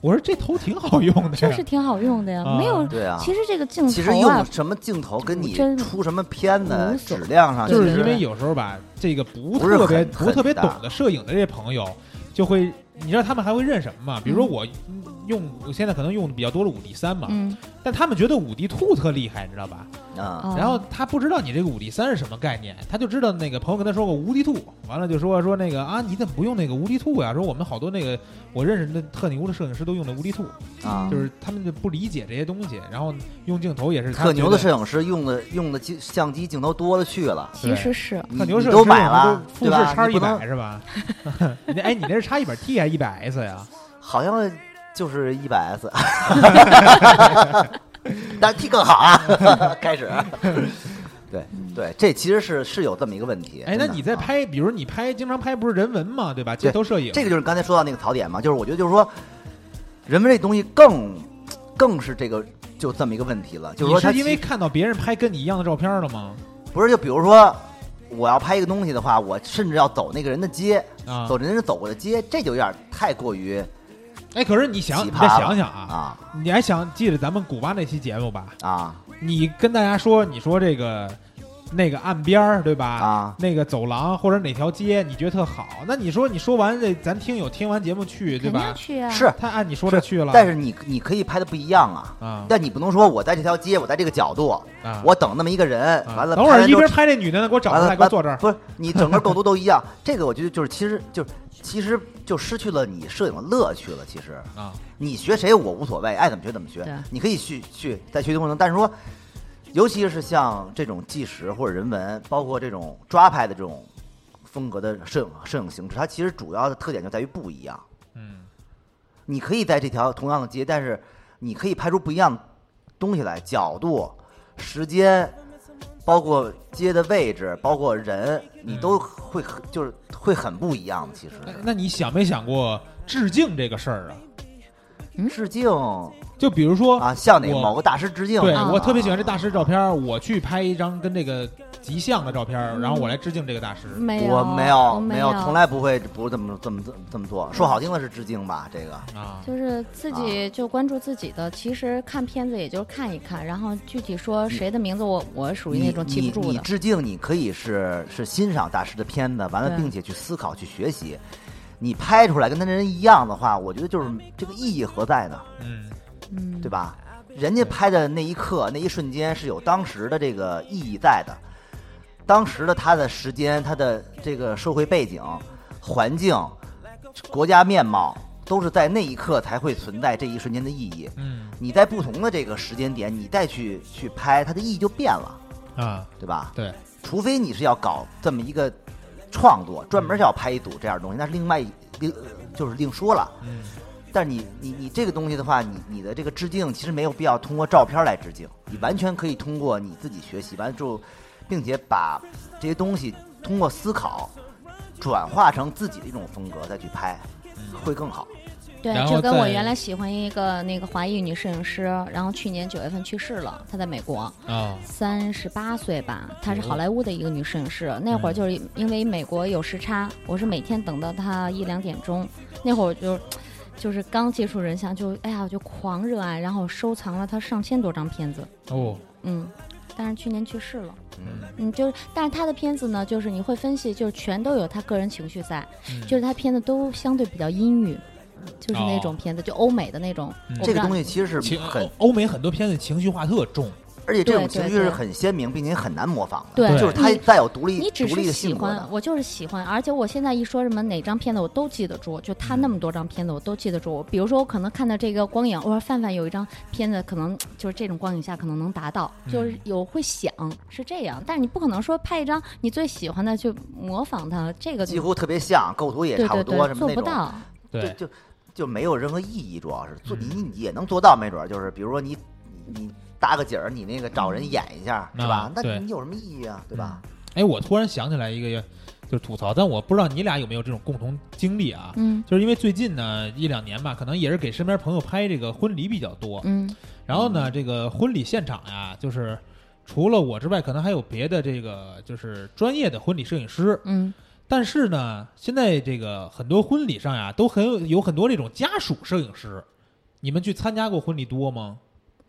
[SPEAKER 5] 我说这头挺好用的
[SPEAKER 7] 就
[SPEAKER 5] 呀
[SPEAKER 7] 是，挺好用的呀，
[SPEAKER 5] 啊
[SPEAKER 7] 没有。
[SPEAKER 6] 对啊。
[SPEAKER 7] 其实这个镜头啊，
[SPEAKER 6] 其实用什么镜头跟你
[SPEAKER 7] 真
[SPEAKER 6] 出什么片子
[SPEAKER 7] 无所
[SPEAKER 6] 质量上，
[SPEAKER 5] 就是
[SPEAKER 7] 对
[SPEAKER 5] 因
[SPEAKER 7] 对
[SPEAKER 5] 为
[SPEAKER 7] 对
[SPEAKER 5] 有时候吧，这个不
[SPEAKER 6] 啊不是
[SPEAKER 5] 特别
[SPEAKER 6] 很
[SPEAKER 5] 不特别
[SPEAKER 6] 很大
[SPEAKER 5] 懂得摄影的这些朋友，就会你知道他们还会认什么吗？比如
[SPEAKER 6] 嗯
[SPEAKER 5] 说我用我现在可能用的比较多的五 D 三嘛，
[SPEAKER 7] 嗯，
[SPEAKER 5] 但他们觉得五 D two 特厉害，你知道吧？
[SPEAKER 6] 啊，
[SPEAKER 7] 哦
[SPEAKER 5] 然后他不知道你这个五 D 三是什么概念，他就知道那个朋友跟他说过无敌兔，完了就说说那个啊，你怎么不用那个无敌兔呀？说我们好多那个我认识的特牛的摄影师都用的无敌兔，
[SPEAKER 7] 嗯
[SPEAKER 6] 啊
[SPEAKER 5] 就是他们就不理解这些东西，然后用镜头也是他
[SPEAKER 6] 特牛
[SPEAKER 5] 觉
[SPEAKER 6] 的
[SPEAKER 5] 得
[SPEAKER 6] 摄影师用的用的机相机镜头多了去了，
[SPEAKER 7] 其实是
[SPEAKER 6] 你
[SPEAKER 5] 特牛
[SPEAKER 6] 你
[SPEAKER 5] 摄影
[SPEAKER 6] 都
[SPEAKER 5] 师
[SPEAKER 6] 买
[SPEAKER 5] 用的
[SPEAKER 6] 了
[SPEAKER 5] 都，富士
[SPEAKER 6] 对吧？
[SPEAKER 5] 叉
[SPEAKER 6] 你
[SPEAKER 5] 一
[SPEAKER 6] 不能
[SPEAKER 5] 百是吧？ [laughs] 你那哎，你那是叉一百 T 还一百 S
[SPEAKER 6] [laughs]
[SPEAKER 5] 呀？
[SPEAKER 6] 好像就是一百 S，但 T 更好啊，开始。对
[SPEAKER 7] 嗯
[SPEAKER 6] 对，这其实是是有这么一个问题。
[SPEAKER 5] 哎，那
[SPEAKER 6] 真的
[SPEAKER 5] 你在
[SPEAKER 6] 啊
[SPEAKER 5] 拍，比如你拍经常拍不是人文嘛，对吧？街头摄影
[SPEAKER 6] 这个就是刚才说到那个槽点嘛，就是我觉得就是说，人们这东西更更是这个就这么一个问题了，就是
[SPEAKER 5] 你
[SPEAKER 6] 说它
[SPEAKER 5] 是因为
[SPEAKER 6] 其
[SPEAKER 5] 看到别人拍跟你一样的照片了吗？
[SPEAKER 6] 不是就比如说我要拍一个东西的话，我甚至要走那个人的街，
[SPEAKER 5] 啊
[SPEAKER 6] 走人家走过的街，这就有点太过于
[SPEAKER 5] 哎，可是你想，
[SPEAKER 6] 奇
[SPEAKER 5] 你
[SPEAKER 6] 葩
[SPEAKER 5] 再
[SPEAKER 6] 了
[SPEAKER 5] 想想啊，
[SPEAKER 6] 啊
[SPEAKER 5] 你还想记得咱们古巴那期节目吧？
[SPEAKER 6] 啊
[SPEAKER 5] 你跟大家说，你说这个那个岸边儿对吧？
[SPEAKER 6] 啊
[SPEAKER 5] 那个走廊或者哪条街，你觉得特好？那你说你说完这，咱听友听完节目去对
[SPEAKER 7] 肯
[SPEAKER 5] 吧
[SPEAKER 7] 定？去啊。
[SPEAKER 6] 是，
[SPEAKER 5] 他按你说的去了，
[SPEAKER 6] 但是你你可以拍的不一样啊。
[SPEAKER 5] 啊，
[SPEAKER 6] 但你不能说我在这条街，我在这个角度，
[SPEAKER 5] 啊
[SPEAKER 6] 我等那么一个人，
[SPEAKER 5] 啊
[SPEAKER 6] 完了
[SPEAKER 5] 等会
[SPEAKER 6] 拍
[SPEAKER 5] 儿一
[SPEAKER 6] 完之后
[SPEAKER 5] 边拍那女的呢，给我找
[SPEAKER 6] 完
[SPEAKER 5] 出
[SPEAKER 6] 了
[SPEAKER 5] 来，给我坐这儿。
[SPEAKER 6] 不是你整个构图都一样，这个我觉得就是其实就是其实就失去了你摄影的乐趣了。其实
[SPEAKER 5] 啊，
[SPEAKER 6] 你学谁我无所谓，爱怎么学怎么学
[SPEAKER 7] 对，
[SPEAKER 6] 你可以去去在学习过程中，但是说，尤其是像这种纪实或者人文，包括这种抓拍的这种风格的摄影摄影形式，它其实主要的特点就在于不一样。
[SPEAKER 5] 嗯，
[SPEAKER 6] 你可以在这条同样的街，但是你可以拍出不一样的东西来，角度、时间，包括街的位置，包括人，你都会很就是会很不一样的。其实
[SPEAKER 5] 那那你想没想过致敬这个事儿啊？
[SPEAKER 6] 致敬
[SPEAKER 5] 就比如说
[SPEAKER 6] 啊，向哪个
[SPEAKER 5] 我
[SPEAKER 6] 某个大师致敬啊？
[SPEAKER 5] 对
[SPEAKER 7] 啊
[SPEAKER 5] 我特别喜欢这大师照片儿，我去拍一张跟这个极像的照片儿，然后我来致敬这个大师。
[SPEAKER 7] 没有，
[SPEAKER 6] 我
[SPEAKER 7] 没
[SPEAKER 6] 有
[SPEAKER 7] 哎没
[SPEAKER 6] 有，从来不会不这么这么这么这么做。说好听的是致敬吧，这个
[SPEAKER 5] 啊，
[SPEAKER 7] 就是自
[SPEAKER 6] 啊
[SPEAKER 7] 己就关注自己的。其实看片子也就是看一看，然后具体说谁的名字我，我属于那
[SPEAKER 6] 你
[SPEAKER 7] 种记
[SPEAKER 6] 你
[SPEAKER 7] 不住
[SPEAKER 6] 你
[SPEAKER 7] 的。
[SPEAKER 6] 致敬，你可以是是欣赏大师的片子，完了
[SPEAKER 7] 对
[SPEAKER 6] 并且去思考去学习。你拍出来跟他人一样的话，我觉得就是这个意义何在呢？
[SPEAKER 5] 嗯，
[SPEAKER 7] 嗯，
[SPEAKER 6] 对吧？人家拍的那一刻、那一瞬间是有当时的这个意义在的，当时的他的时间、他的这个社会背景、环境、国家面貌，都是在那一刻才会存在这一瞬间的意义。
[SPEAKER 5] 嗯
[SPEAKER 6] 你在不同的这个时间点，你再去去拍，它的意义就变了，
[SPEAKER 5] 啊，
[SPEAKER 6] 对吧？
[SPEAKER 5] 对，
[SPEAKER 6] 除非你是要搞这么一个创作，专门是要拍一组这样的东西，那是另外一另就是另说了。
[SPEAKER 5] 嗯，
[SPEAKER 6] 但是你你你这个东西的话，你你的这个致敬其实没有必要通过照片来致敬，你完全可以通过你自己学习完之后，并且把这些东西通过思考转化成自己的一种风格再去拍，会更好。
[SPEAKER 7] 对
[SPEAKER 5] 然，后
[SPEAKER 7] 就跟我
[SPEAKER 5] 再
[SPEAKER 7] 原来喜欢一个那个华裔女摄影师，然后去年九月份去世了，她在美国。
[SPEAKER 5] 啊，
[SPEAKER 7] 三十八岁吧，她是好莱坞的一个女摄影师。那会儿就是因为美国有时差，我是每天等到她一两点钟。那会儿我就就是刚接触人像，就哎呀，我就狂热爱，然后收藏了她上千多张片子。
[SPEAKER 5] 哦，
[SPEAKER 7] 嗯，但是去年去世了。
[SPEAKER 6] 嗯，
[SPEAKER 7] 嗯，就是，但是她的片子呢，就是你会分析，就是全都有她个人情绪在，
[SPEAKER 5] 嗯
[SPEAKER 7] 就是她片子都相对比较阴郁，就是那种片子，就欧美的那种。
[SPEAKER 5] 嗯
[SPEAKER 7] 我不
[SPEAKER 6] 这
[SPEAKER 7] 知
[SPEAKER 6] 个
[SPEAKER 7] 道
[SPEAKER 6] 东西其实哦是
[SPEAKER 5] 情
[SPEAKER 6] 很
[SPEAKER 5] 欧，欧美很多片子情绪化特重，
[SPEAKER 6] 而且这种
[SPEAKER 7] 对
[SPEAKER 6] 情
[SPEAKER 7] 对
[SPEAKER 6] 绪是
[SPEAKER 7] 对
[SPEAKER 6] 很鲜明，并且很难模仿的。
[SPEAKER 7] 对
[SPEAKER 6] 就是它
[SPEAKER 7] 你
[SPEAKER 6] 带有独立
[SPEAKER 7] 你只
[SPEAKER 6] 独立
[SPEAKER 7] 是
[SPEAKER 6] 的
[SPEAKER 7] 喜
[SPEAKER 6] 性格
[SPEAKER 7] 欢
[SPEAKER 6] 的，。
[SPEAKER 7] 我就是喜欢，而且我现在一说什么哪张片子我都记得住，就他那么多张片子我都记得住。比如说我可能看到这个光影，我说范范有一张片子可能就是这种光影下可能能达到，就是有会想是这样，但是你不可能说拍一张你最喜欢的去模仿它，这个
[SPEAKER 6] 几乎特别像，构图也
[SPEAKER 7] 对
[SPEAKER 6] 差不
[SPEAKER 7] 对
[SPEAKER 6] 多，
[SPEAKER 7] 对
[SPEAKER 6] 什么
[SPEAKER 7] 做
[SPEAKER 6] 那
[SPEAKER 7] 不
[SPEAKER 6] 种。
[SPEAKER 7] 到，嗯
[SPEAKER 5] 对，
[SPEAKER 6] 就就就没有任何意义，主要是做你你也能做到，没准儿就是比如说你你你搭个景儿，你那个找人演一下，
[SPEAKER 5] 嗯
[SPEAKER 6] 是吧
[SPEAKER 5] 啊？
[SPEAKER 6] 那
[SPEAKER 5] 对
[SPEAKER 6] 你有什么意义
[SPEAKER 7] 嗯
[SPEAKER 6] 啊？对吧？
[SPEAKER 5] 哎，我突然想起来一个，就是吐槽，但我不知道你俩有没有这种共同经历啊？
[SPEAKER 7] 嗯
[SPEAKER 5] 就是因为最近呢一两年吧，可能也是给身边朋友拍这个婚礼比较多，
[SPEAKER 7] 嗯
[SPEAKER 5] 然后呢，这个婚礼现场呀，就是除了我之外，可能还有别的这个就是专业的婚礼摄影师，
[SPEAKER 7] 嗯
[SPEAKER 5] 但是呢，现在这个很多婚礼上呀，都很有有很多这种家属摄影师，你们去参加过婚礼多吗？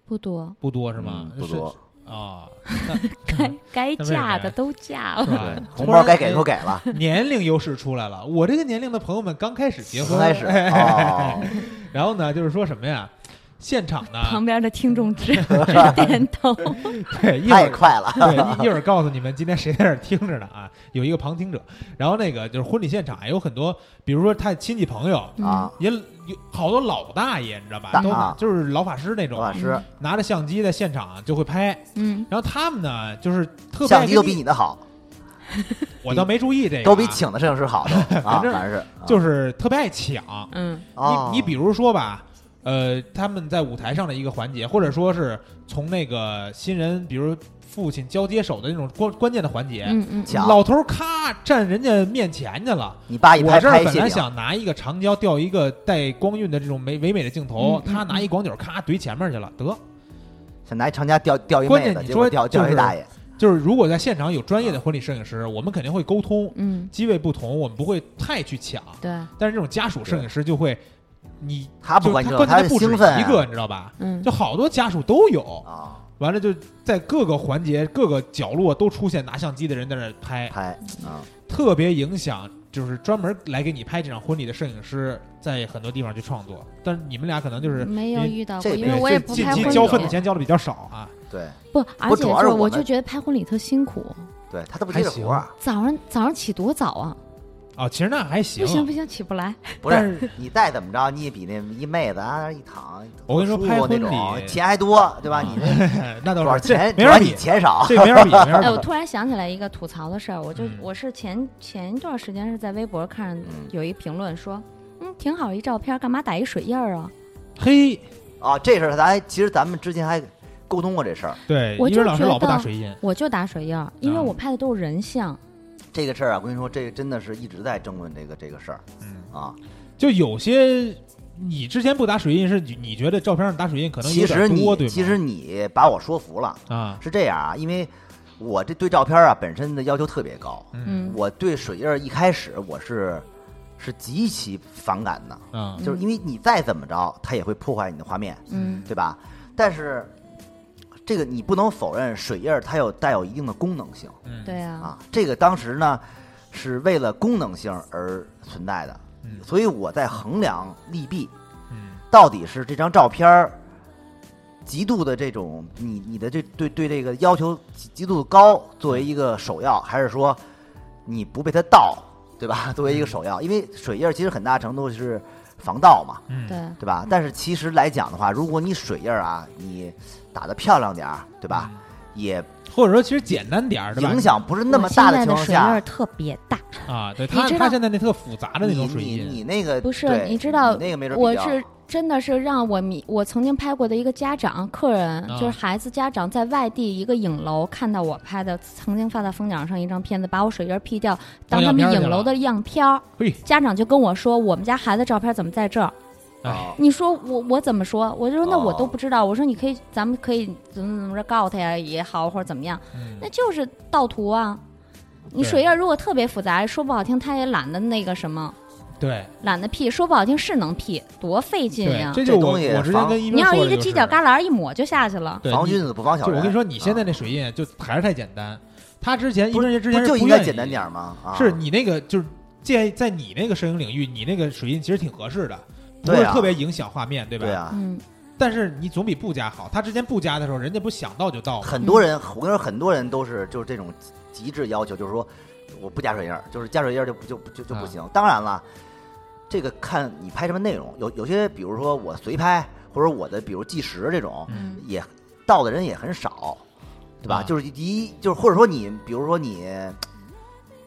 [SPEAKER 7] 不多，
[SPEAKER 5] 不多是吗？
[SPEAKER 6] 嗯不多
[SPEAKER 5] 是
[SPEAKER 6] [laughs]
[SPEAKER 5] 啊，
[SPEAKER 7] 该该
[SPEAKER 5] 那为什么
[SPEAKER 7] 嫁
[SPEAKER 5] 呀
[SPEAKER 7] 的都嫁
[SPEAKER 5] 是
[SPEAKER 7] 了，
[SPEAKER 5] 吧？
[SPEAKER 6] 红
[SPEAKER 5] 突
[SPEAKER 6] 包
[SPEAKER 5] 然
[SPEAKER 6] 该给的都给
[SPEAKER 5] [laughs]
[SPEAKER 6] 了，
[SPEAKER 5] 年龄优势出来了。我这个年龄的朋友们刚开始结婚，哎
[SPEAKER 6] 开始
[SPEAKER 5] [laughs]
[SPEAKER 6] 哦，
[SPEAKER 5] 然后呢，就是说什么呀？现场
[SPEAKER 7] [laughs] 旁
[SPEAKER 5] 呢，
[SPEAKER 7] 边的听
[SPEAKER 6] [laughs]
[SPEAKER 7] 众直直点头，
[SPEAKER 5] 对，哎一会
[SPEAKER 6] 太
[SPEAKER 5] 儿
[SPEAKER 6] 快了。
[SPEAKER 5] 对，一一会儿告诉你们今天谁在这儿听着呢啊，有一个旁听者。然后那个就是婚礼现场哎有很多，比如说他亲戚朋友
[SPEAKER 7] 嗯
[SPEAKER 6] [laughs] 啊，
[SPEAKER 5] 也有好多老大爷，你知道吧？
[SPEAKER 6] 大
[SPEAKER 5] 都
[SPEAKER 6] 啊
[SPEAKER 5] 就是老法师那
[SPEAKER 6] 罗
[SPEAKER 5] 种
[SPEAKER 6] 老，师，
[SPEAKER 5] 拿着相机在现场就会拍。
[SPEAKER 7] 嗯，
[SPEAKER 5] 然后他们呢，就是特别
[SPEAKER 6] 相机
[SPEAKER 5] 爱
[SPEAKER 6] 都
[SPEAKER 5] 跟
[SPEAKER 6] 比你的好，
[SPEAKER 5] 我倒没注意这个啊，
[SPEAKER 6] 都比请的摄影师
[SPEAKER 5] [laughs]
[SPEAKER 6] 好都啊，
[SPEAKER 5] 反正
[SPEAKER 6] 反正是
[SPEAKER 5] 就是特别爱抢。
[SPEAKER 7] 嗯
[SPEAKER 6] 啊
[SPEAKER 5] 你你比如说吧，呃，他们在舞台上的一个环节，或者说是从那个新人，比如父亲交接手的那种关关键的环节，
[SPEAKER 7] 嗯嗯，
[SPEAKER 6] 讲
[SPEAKER 5] 老头儿咔站人家面前去了。
[SPEAKER 6] 你爸一
[SPEAKER 5] 我
[SPEAKER 6] 拍
[SPEAKER 5] 这儿
[SPEAKER 6] 拍一
[SPEAKER 5] 本
[SPEAKER 6] 谢
[SPEAKER 5] 来
[SPEAKER 6] 顶，
[SPEAKER 5] 想拿一个长焦吊一个带光晕的这种美唯美的镜头
[SPEAKER 7] 嗯，嗯
[SPEAKER 5] 他拿一广角咔怼前面去了，得。
[SPEAKER 6] 想拿一长家钓钓一
[SPEAKER 5] 关
[SPEAKER 6] 妹
[SPEAKER 5] 键
[SPEAKER 6] 子，
[SPEAKER 5] 你
[SPEAKER 6] 结
[SPEAKER 5] 说
[SPEAKER 6] 果钓
[SPEAKER 5] 就
[SPEAKER 6] 钓一
[SPEAKER 5] 是
[SPEAKER 6] 大爷，
[SPEAKER 5] 就是如果在现场有专业的婚礼摄影
[SPEAKER 6] 嗯
[SPEAKER 5] 师，我们肯定会沟通，
[SPEAKER 7] 嗯，
[SPEAKER 5] 机位不同，我们不会太去抢。
[SPEAKER 7] 对，
[SPEAKER 5] 但是这种家属摄影师就会，你
[SPEAKER 6] 他不
[SPEAKER 5] 就
[SPEAKER 6] 管
[SPEAKER 5] 是
[SPEAKER 6] 这
[SPEAKER 5] 他
[SPEAKER 6] 个，
[SPEAKER 5] 关
[SPEAKER 6] 他
[SPEAKER 5] 键
[SPEAKER 6] 是
[SPEAKER 5] 不止
[SPEAKER 6] 兴奋
[SPEAKER 5] 一个，你知道吧？
[SPEAKER 7] 嗯
[SPEAKER 5] 就，好多家属都有，
[SPEAKER 6] 啊，
[SPEAKER 5] 完了就在各个环节、各个角落都出现拿相机的人在那儿拍，
[SPEAKER 6] 拍啊，
[SPEAKER 5] 特别影响就是专门来给你拍这场婚礼的摄影师，在很多地方去创作。但是你们俩可能就是
[SPEAKER 7] 没有
[SPEAKER 5] 您
[SPEAKER 7] 遇到
[SPEAKER 6] 这
[SPEAKER 7] 过，因
[SPEAKER 5] 对
[SPEAKER 7] 为我也不
[SPEAKER 5] 近
[SPEAKER 7] 拍
[SPEAKER 5] 期
[SPEAKER 7] 婚
[SPEAKER 5] 交份
[SPEAKER 7] 礼
[SPEAKER 5] 子，钱交的比较少啊，
[SPEAKER 6] 对
[SPEAKER 7] 不，而且
[SPEAKER 6] 主要
[SPEAKER 7] 就是
[SPEAKER 6] 我
[SPEAKER 7] 我
[SPEAKER 6] 们
[SPEAKER 7] 就觉得拍婚礼特辛苦，
[SPEAKER 6] 对，他都不接这活儿啊，
[SPEAKER 7] 早上早上起多早啊，
[SPEAKER 5] 啊，其实那还行
[SPEAKER 7] 不。行不行，起不来，
[SPEAKER 6] 不 [laughs] 是你再怎么着，你也比那一妹子啊那儿一躺，
[SPEAKER 5] 我跟你说
[SPEAKER 6] 舒服
[SPEAKER 5] 拍婚
[SPEAKER 6] 那
[SPEAKER 5] 礼
[SPEAKER 6] 种钱还多，对吧？
[SPEAKER 5] [laughs]
[SPEAKER 6] 你那
[SPEAKER 5] 那
[SPEAKER 6] 多
[SPEAKER 5] 倒
[SPEAKER 6] 少
[SPEAKER 5] 是，这
[SPEAKER 6] 钱？
[SPEAKER 5] 没
[SPEAKER 6] 主要
[SPEAKER 5] 法
[SPEAKER 6] 你
[SPEAKER 5] 比，
[SPEAKER 6] 钱少，
[SPEAKER 5] 这没法比，没
[SPEAKER 7] 哎，
[SPEAKER 5] 法
[SPEAKER 7] 我
[SPEAKER 5] 比。
[SPEAKER 7] 突然想起来一个吐槽的事儿，我就、
[SPEAKER 5] 嗯
[SPEAKER 7] 我是前前一段时间是在微博看
[SPEAKER 6] 嗯
[SPEAKER 7] 有一评论说，嗯，挺好一照片，干嘛打一水印儿啊？
[SPEAKER 5] 嘿，
[SPEAKER 6] 啊，这事儿咱还其实咱们之前还沟通过这事儿，
[SPEAKER 5] 对，
[SPEAKER 7] 我
[SPEAKER 5] 一
[SPEAKER 7] 就
[SPEAKER 5] 人老师
[SPEAKER 7] 觉
[SPEAKER 5] 老不打
[SPEAKER 7] 得
[SPEAKER 5] 水印，
[SPEAKER 7] 我就打水印儿，因
[SPEAKER 5] 啊
[SPEAKER 7] 为我拍的都是人像。
[SPEAKER 6] 这个事儿啊，我跟你说，这个真的是一直在争论这个这个事儿
[SPEAKER 5] 嗯，
[SPEAKER 6] 啊。
[SPEAKER 5] 就有些你之前不打水印是你你觉得照片上打水印可能
[SPEAKER 6] 其
[SPEAKER 5] 有
[SPEAKER 6] 实
[SPEAKER 5] 点多，对
[SPEAKER 6] 你
[SPEAKER 5] 吗？
[SPEAKER 6] 其实你把我说服了，
[SPEAKER 5] 啊，
[SPEAKER 6] 是这样啊，因为我这对照片啊本身的要求特别高，
[SPEAKER 7] 嗯
[SPEAKER 6] 我对水印儿一开始我是是极其反感的，
[SPEAKER 5] 啊，
[SPEAKER 6] 就是因为你再怎么着，它也会破坏你的画面，
[SPEAKER 7] 嗯
[SPEAKER 6] 对吧？但是这个你不能否认，水印儿它有带有一定的功能性
[SPEAKER 5] 嗯，
[SPEAKER 7] 对啊，
[SPEAKER 6] 啊。这个当时呢是为了功能性而存在的，
[SPEAKER 5] 嗯
[SPEAKER 6] 所以我在衡量利弊，
[SPEAKER 5] 嗯
[SPEAKER 6] 到底是这张照片儿极度的这种你你的这对对这个要求极极度高作为一个首要，还是说你不被它盗，对吧？作为一个首要，因为水印儿其实很大程度是防盗嘛，
[SPEAKER 5] 嗯，
[SPEAKER 7] 对，
[SPEAKER 6] 对吧？但是其实来讲的话，如果你水印儿啊，你打得漂亮点儿，对吧？
[SPEAKER 5] 嗯
[SPEAKER 6] 也
[SPEAKER 5] 或者说其实简单点儿，对吧？
[SPEAKER 6] 影响不是那么
[SPEAKER 7] 我现
[SPEAKER 6] 大
[SPEAKER 7] 在
[SPEAKER 6] 情
[SPEAKER 7] 的
[SPEAKER 6] 况
[SPEAKER 7] 水印儿
[SPEAKER 6] 下，
[SPEAKER 7] 特别大，
[SPEAKER 5] 啊，对
[SPEAKER 7] 你
[SPEAKER 5] 他
[SPEAKER 7] 知
[SPEAKER 5] 他
[SPEAKER 7] 道
[SPEAKER 5] 现在那特复杂的那
[SPEAKER 6] 你
[SPEAKER 5] 种水
[SPEAKER 6] 你
[SPEAKER 5] 印，
[SPEAKER 6] 你那个
[SPEAKER 7] 不是？
[SPEAKER 6] 对
[SPEAKER 7] 你知道，
[SPEAKER 6] 你那个没准儿比
[SPEAKER 7] 我
[SPEAKER 6] 较
[SPEAKER 7] 是真的是让我迷，我曾经拍过的一个家长客人，
[SPEAKER 5] 啊
[SPEAKER 7] 就是孩子家长在外地一个影楼看到我拍的，曾经发到蜂鸟上一张片子，把我水印儿 P 掉，当
[SPEAKER 5] 当样
[SPEAKER 7] 他
[SPEAKER 5] 片
[SPEAKER 7] 们
[SPEAKER 5] 儿去
[SPEAKER 7] 影楼
[SPEAKER 5] 了
[SPEAKER 7] 的样片儿
[SPEAKER 5] 嘿。
[SPEAKER 7] 家长就跟我说，我们家孩子照片怎么在这儿？
[SPEAKER 6] 啊
[SPEAKER 5] 哎，
[SPEAKER 7] 你说我我怎么说？我就说那我都
[SPEAKER 6] 哦
[SPEAKER 7] 不知道。我说你可以，咱们可以怎么怎么着告他呀也好，或者怎么样。
[SPEAKER 5] 嗯
[SPEAKER 7] 那就是盗图啊。你
[SPEAKER 5] 对
[SPEAKER 7] 水印儿如果特别复杂，说不好听，他也懒得那个什么，
[SPEAKER 5] 对
[SPEAKER 7] 懒得 P。说不好听是能 P，多费劲
[SPEAKER 5] 对
[SPEAKER 7] 呀，！
[SPEAKER 5] 这
[SPEAKER 6] 这
[SPEAKER 5] 就我
[SPEAKER 6] 东西
[SPEAKER 5] 我之前
[SPEAKER 6] 防
[SPEAKER 5] 跟一
[SPEAKER 7] 你
[SPEAKER 5] 斌
[SPEAKER 7] 要
[SPEAKER 5] 说
[SPEAKER 7] 是一个
[SPEAKER 5] 的就
[SPEAKER 7] 犄
[SPEAKER 5] 是
[SPEAKER 7] 角旮�ар一抹就下去了。
[SPEAKER 5] 哎对
[SPEAKER 6] 防
[SPEAKER 5] 你
[SPEAKER 6] 君子不防小
[SPEAKER 5] 就
[SPEAKER 6] 人。
[SPEAKER 5] 我跟你说，你现在
[SPEAKER 6] 啊
[SPEAKER 5] 那水印就还是太简单。他之前一
[SPEAKER 6] 不
[SPEAKER 5] 斌之前
[SPEAKER 6] 不
[SPEAKER 5] 是
[SPEAKER 6] 就
[SPEAKER 5] 不
[SPEAKER 6] 应该
[SPEAKER 5] 愿
[SPEAKER 6] 简单
[SPEAKER 5] 意
[SPEAKER 6] 点儿吗？啊
[SPEAKER 5] 是你那个就是建议在你那个摄影领域，你那个水印其实挺合适的，不
[SPEAKER 6] 对
[SPEAKER 5] 是
[SPEAKER 6] 啊
[SPEAKER 5] 特别影响画面，对吧？
[SPEAKER 6] 对啊，
[SPEAKER 7] 嗯，
[SPEAKER 5] 但是你总比不加好。他之前不加的时候，人家不想到就
[SPEAKER 6] [laughs]
[SPEAKER 5] 到了。
[SPEAKER 6] 很多人，我跟你说，很多人都是就是这种极致要求，就是说我不加水印儿，就是加水印儿就不就不就
[SPEAKER 5] 嗯
[SPEAKER 6] 就不行。当然了，这个看你拍什么内容，有有些比如说我随拍，或者我的比如计时这种，
[SPEAKER 5] 嗯
[SPEAKER 6] 也到的人也很少，对吧？
[SPEAKER 5] 啊
[SPEAKER 6] 就是一就是或者说你比如说你，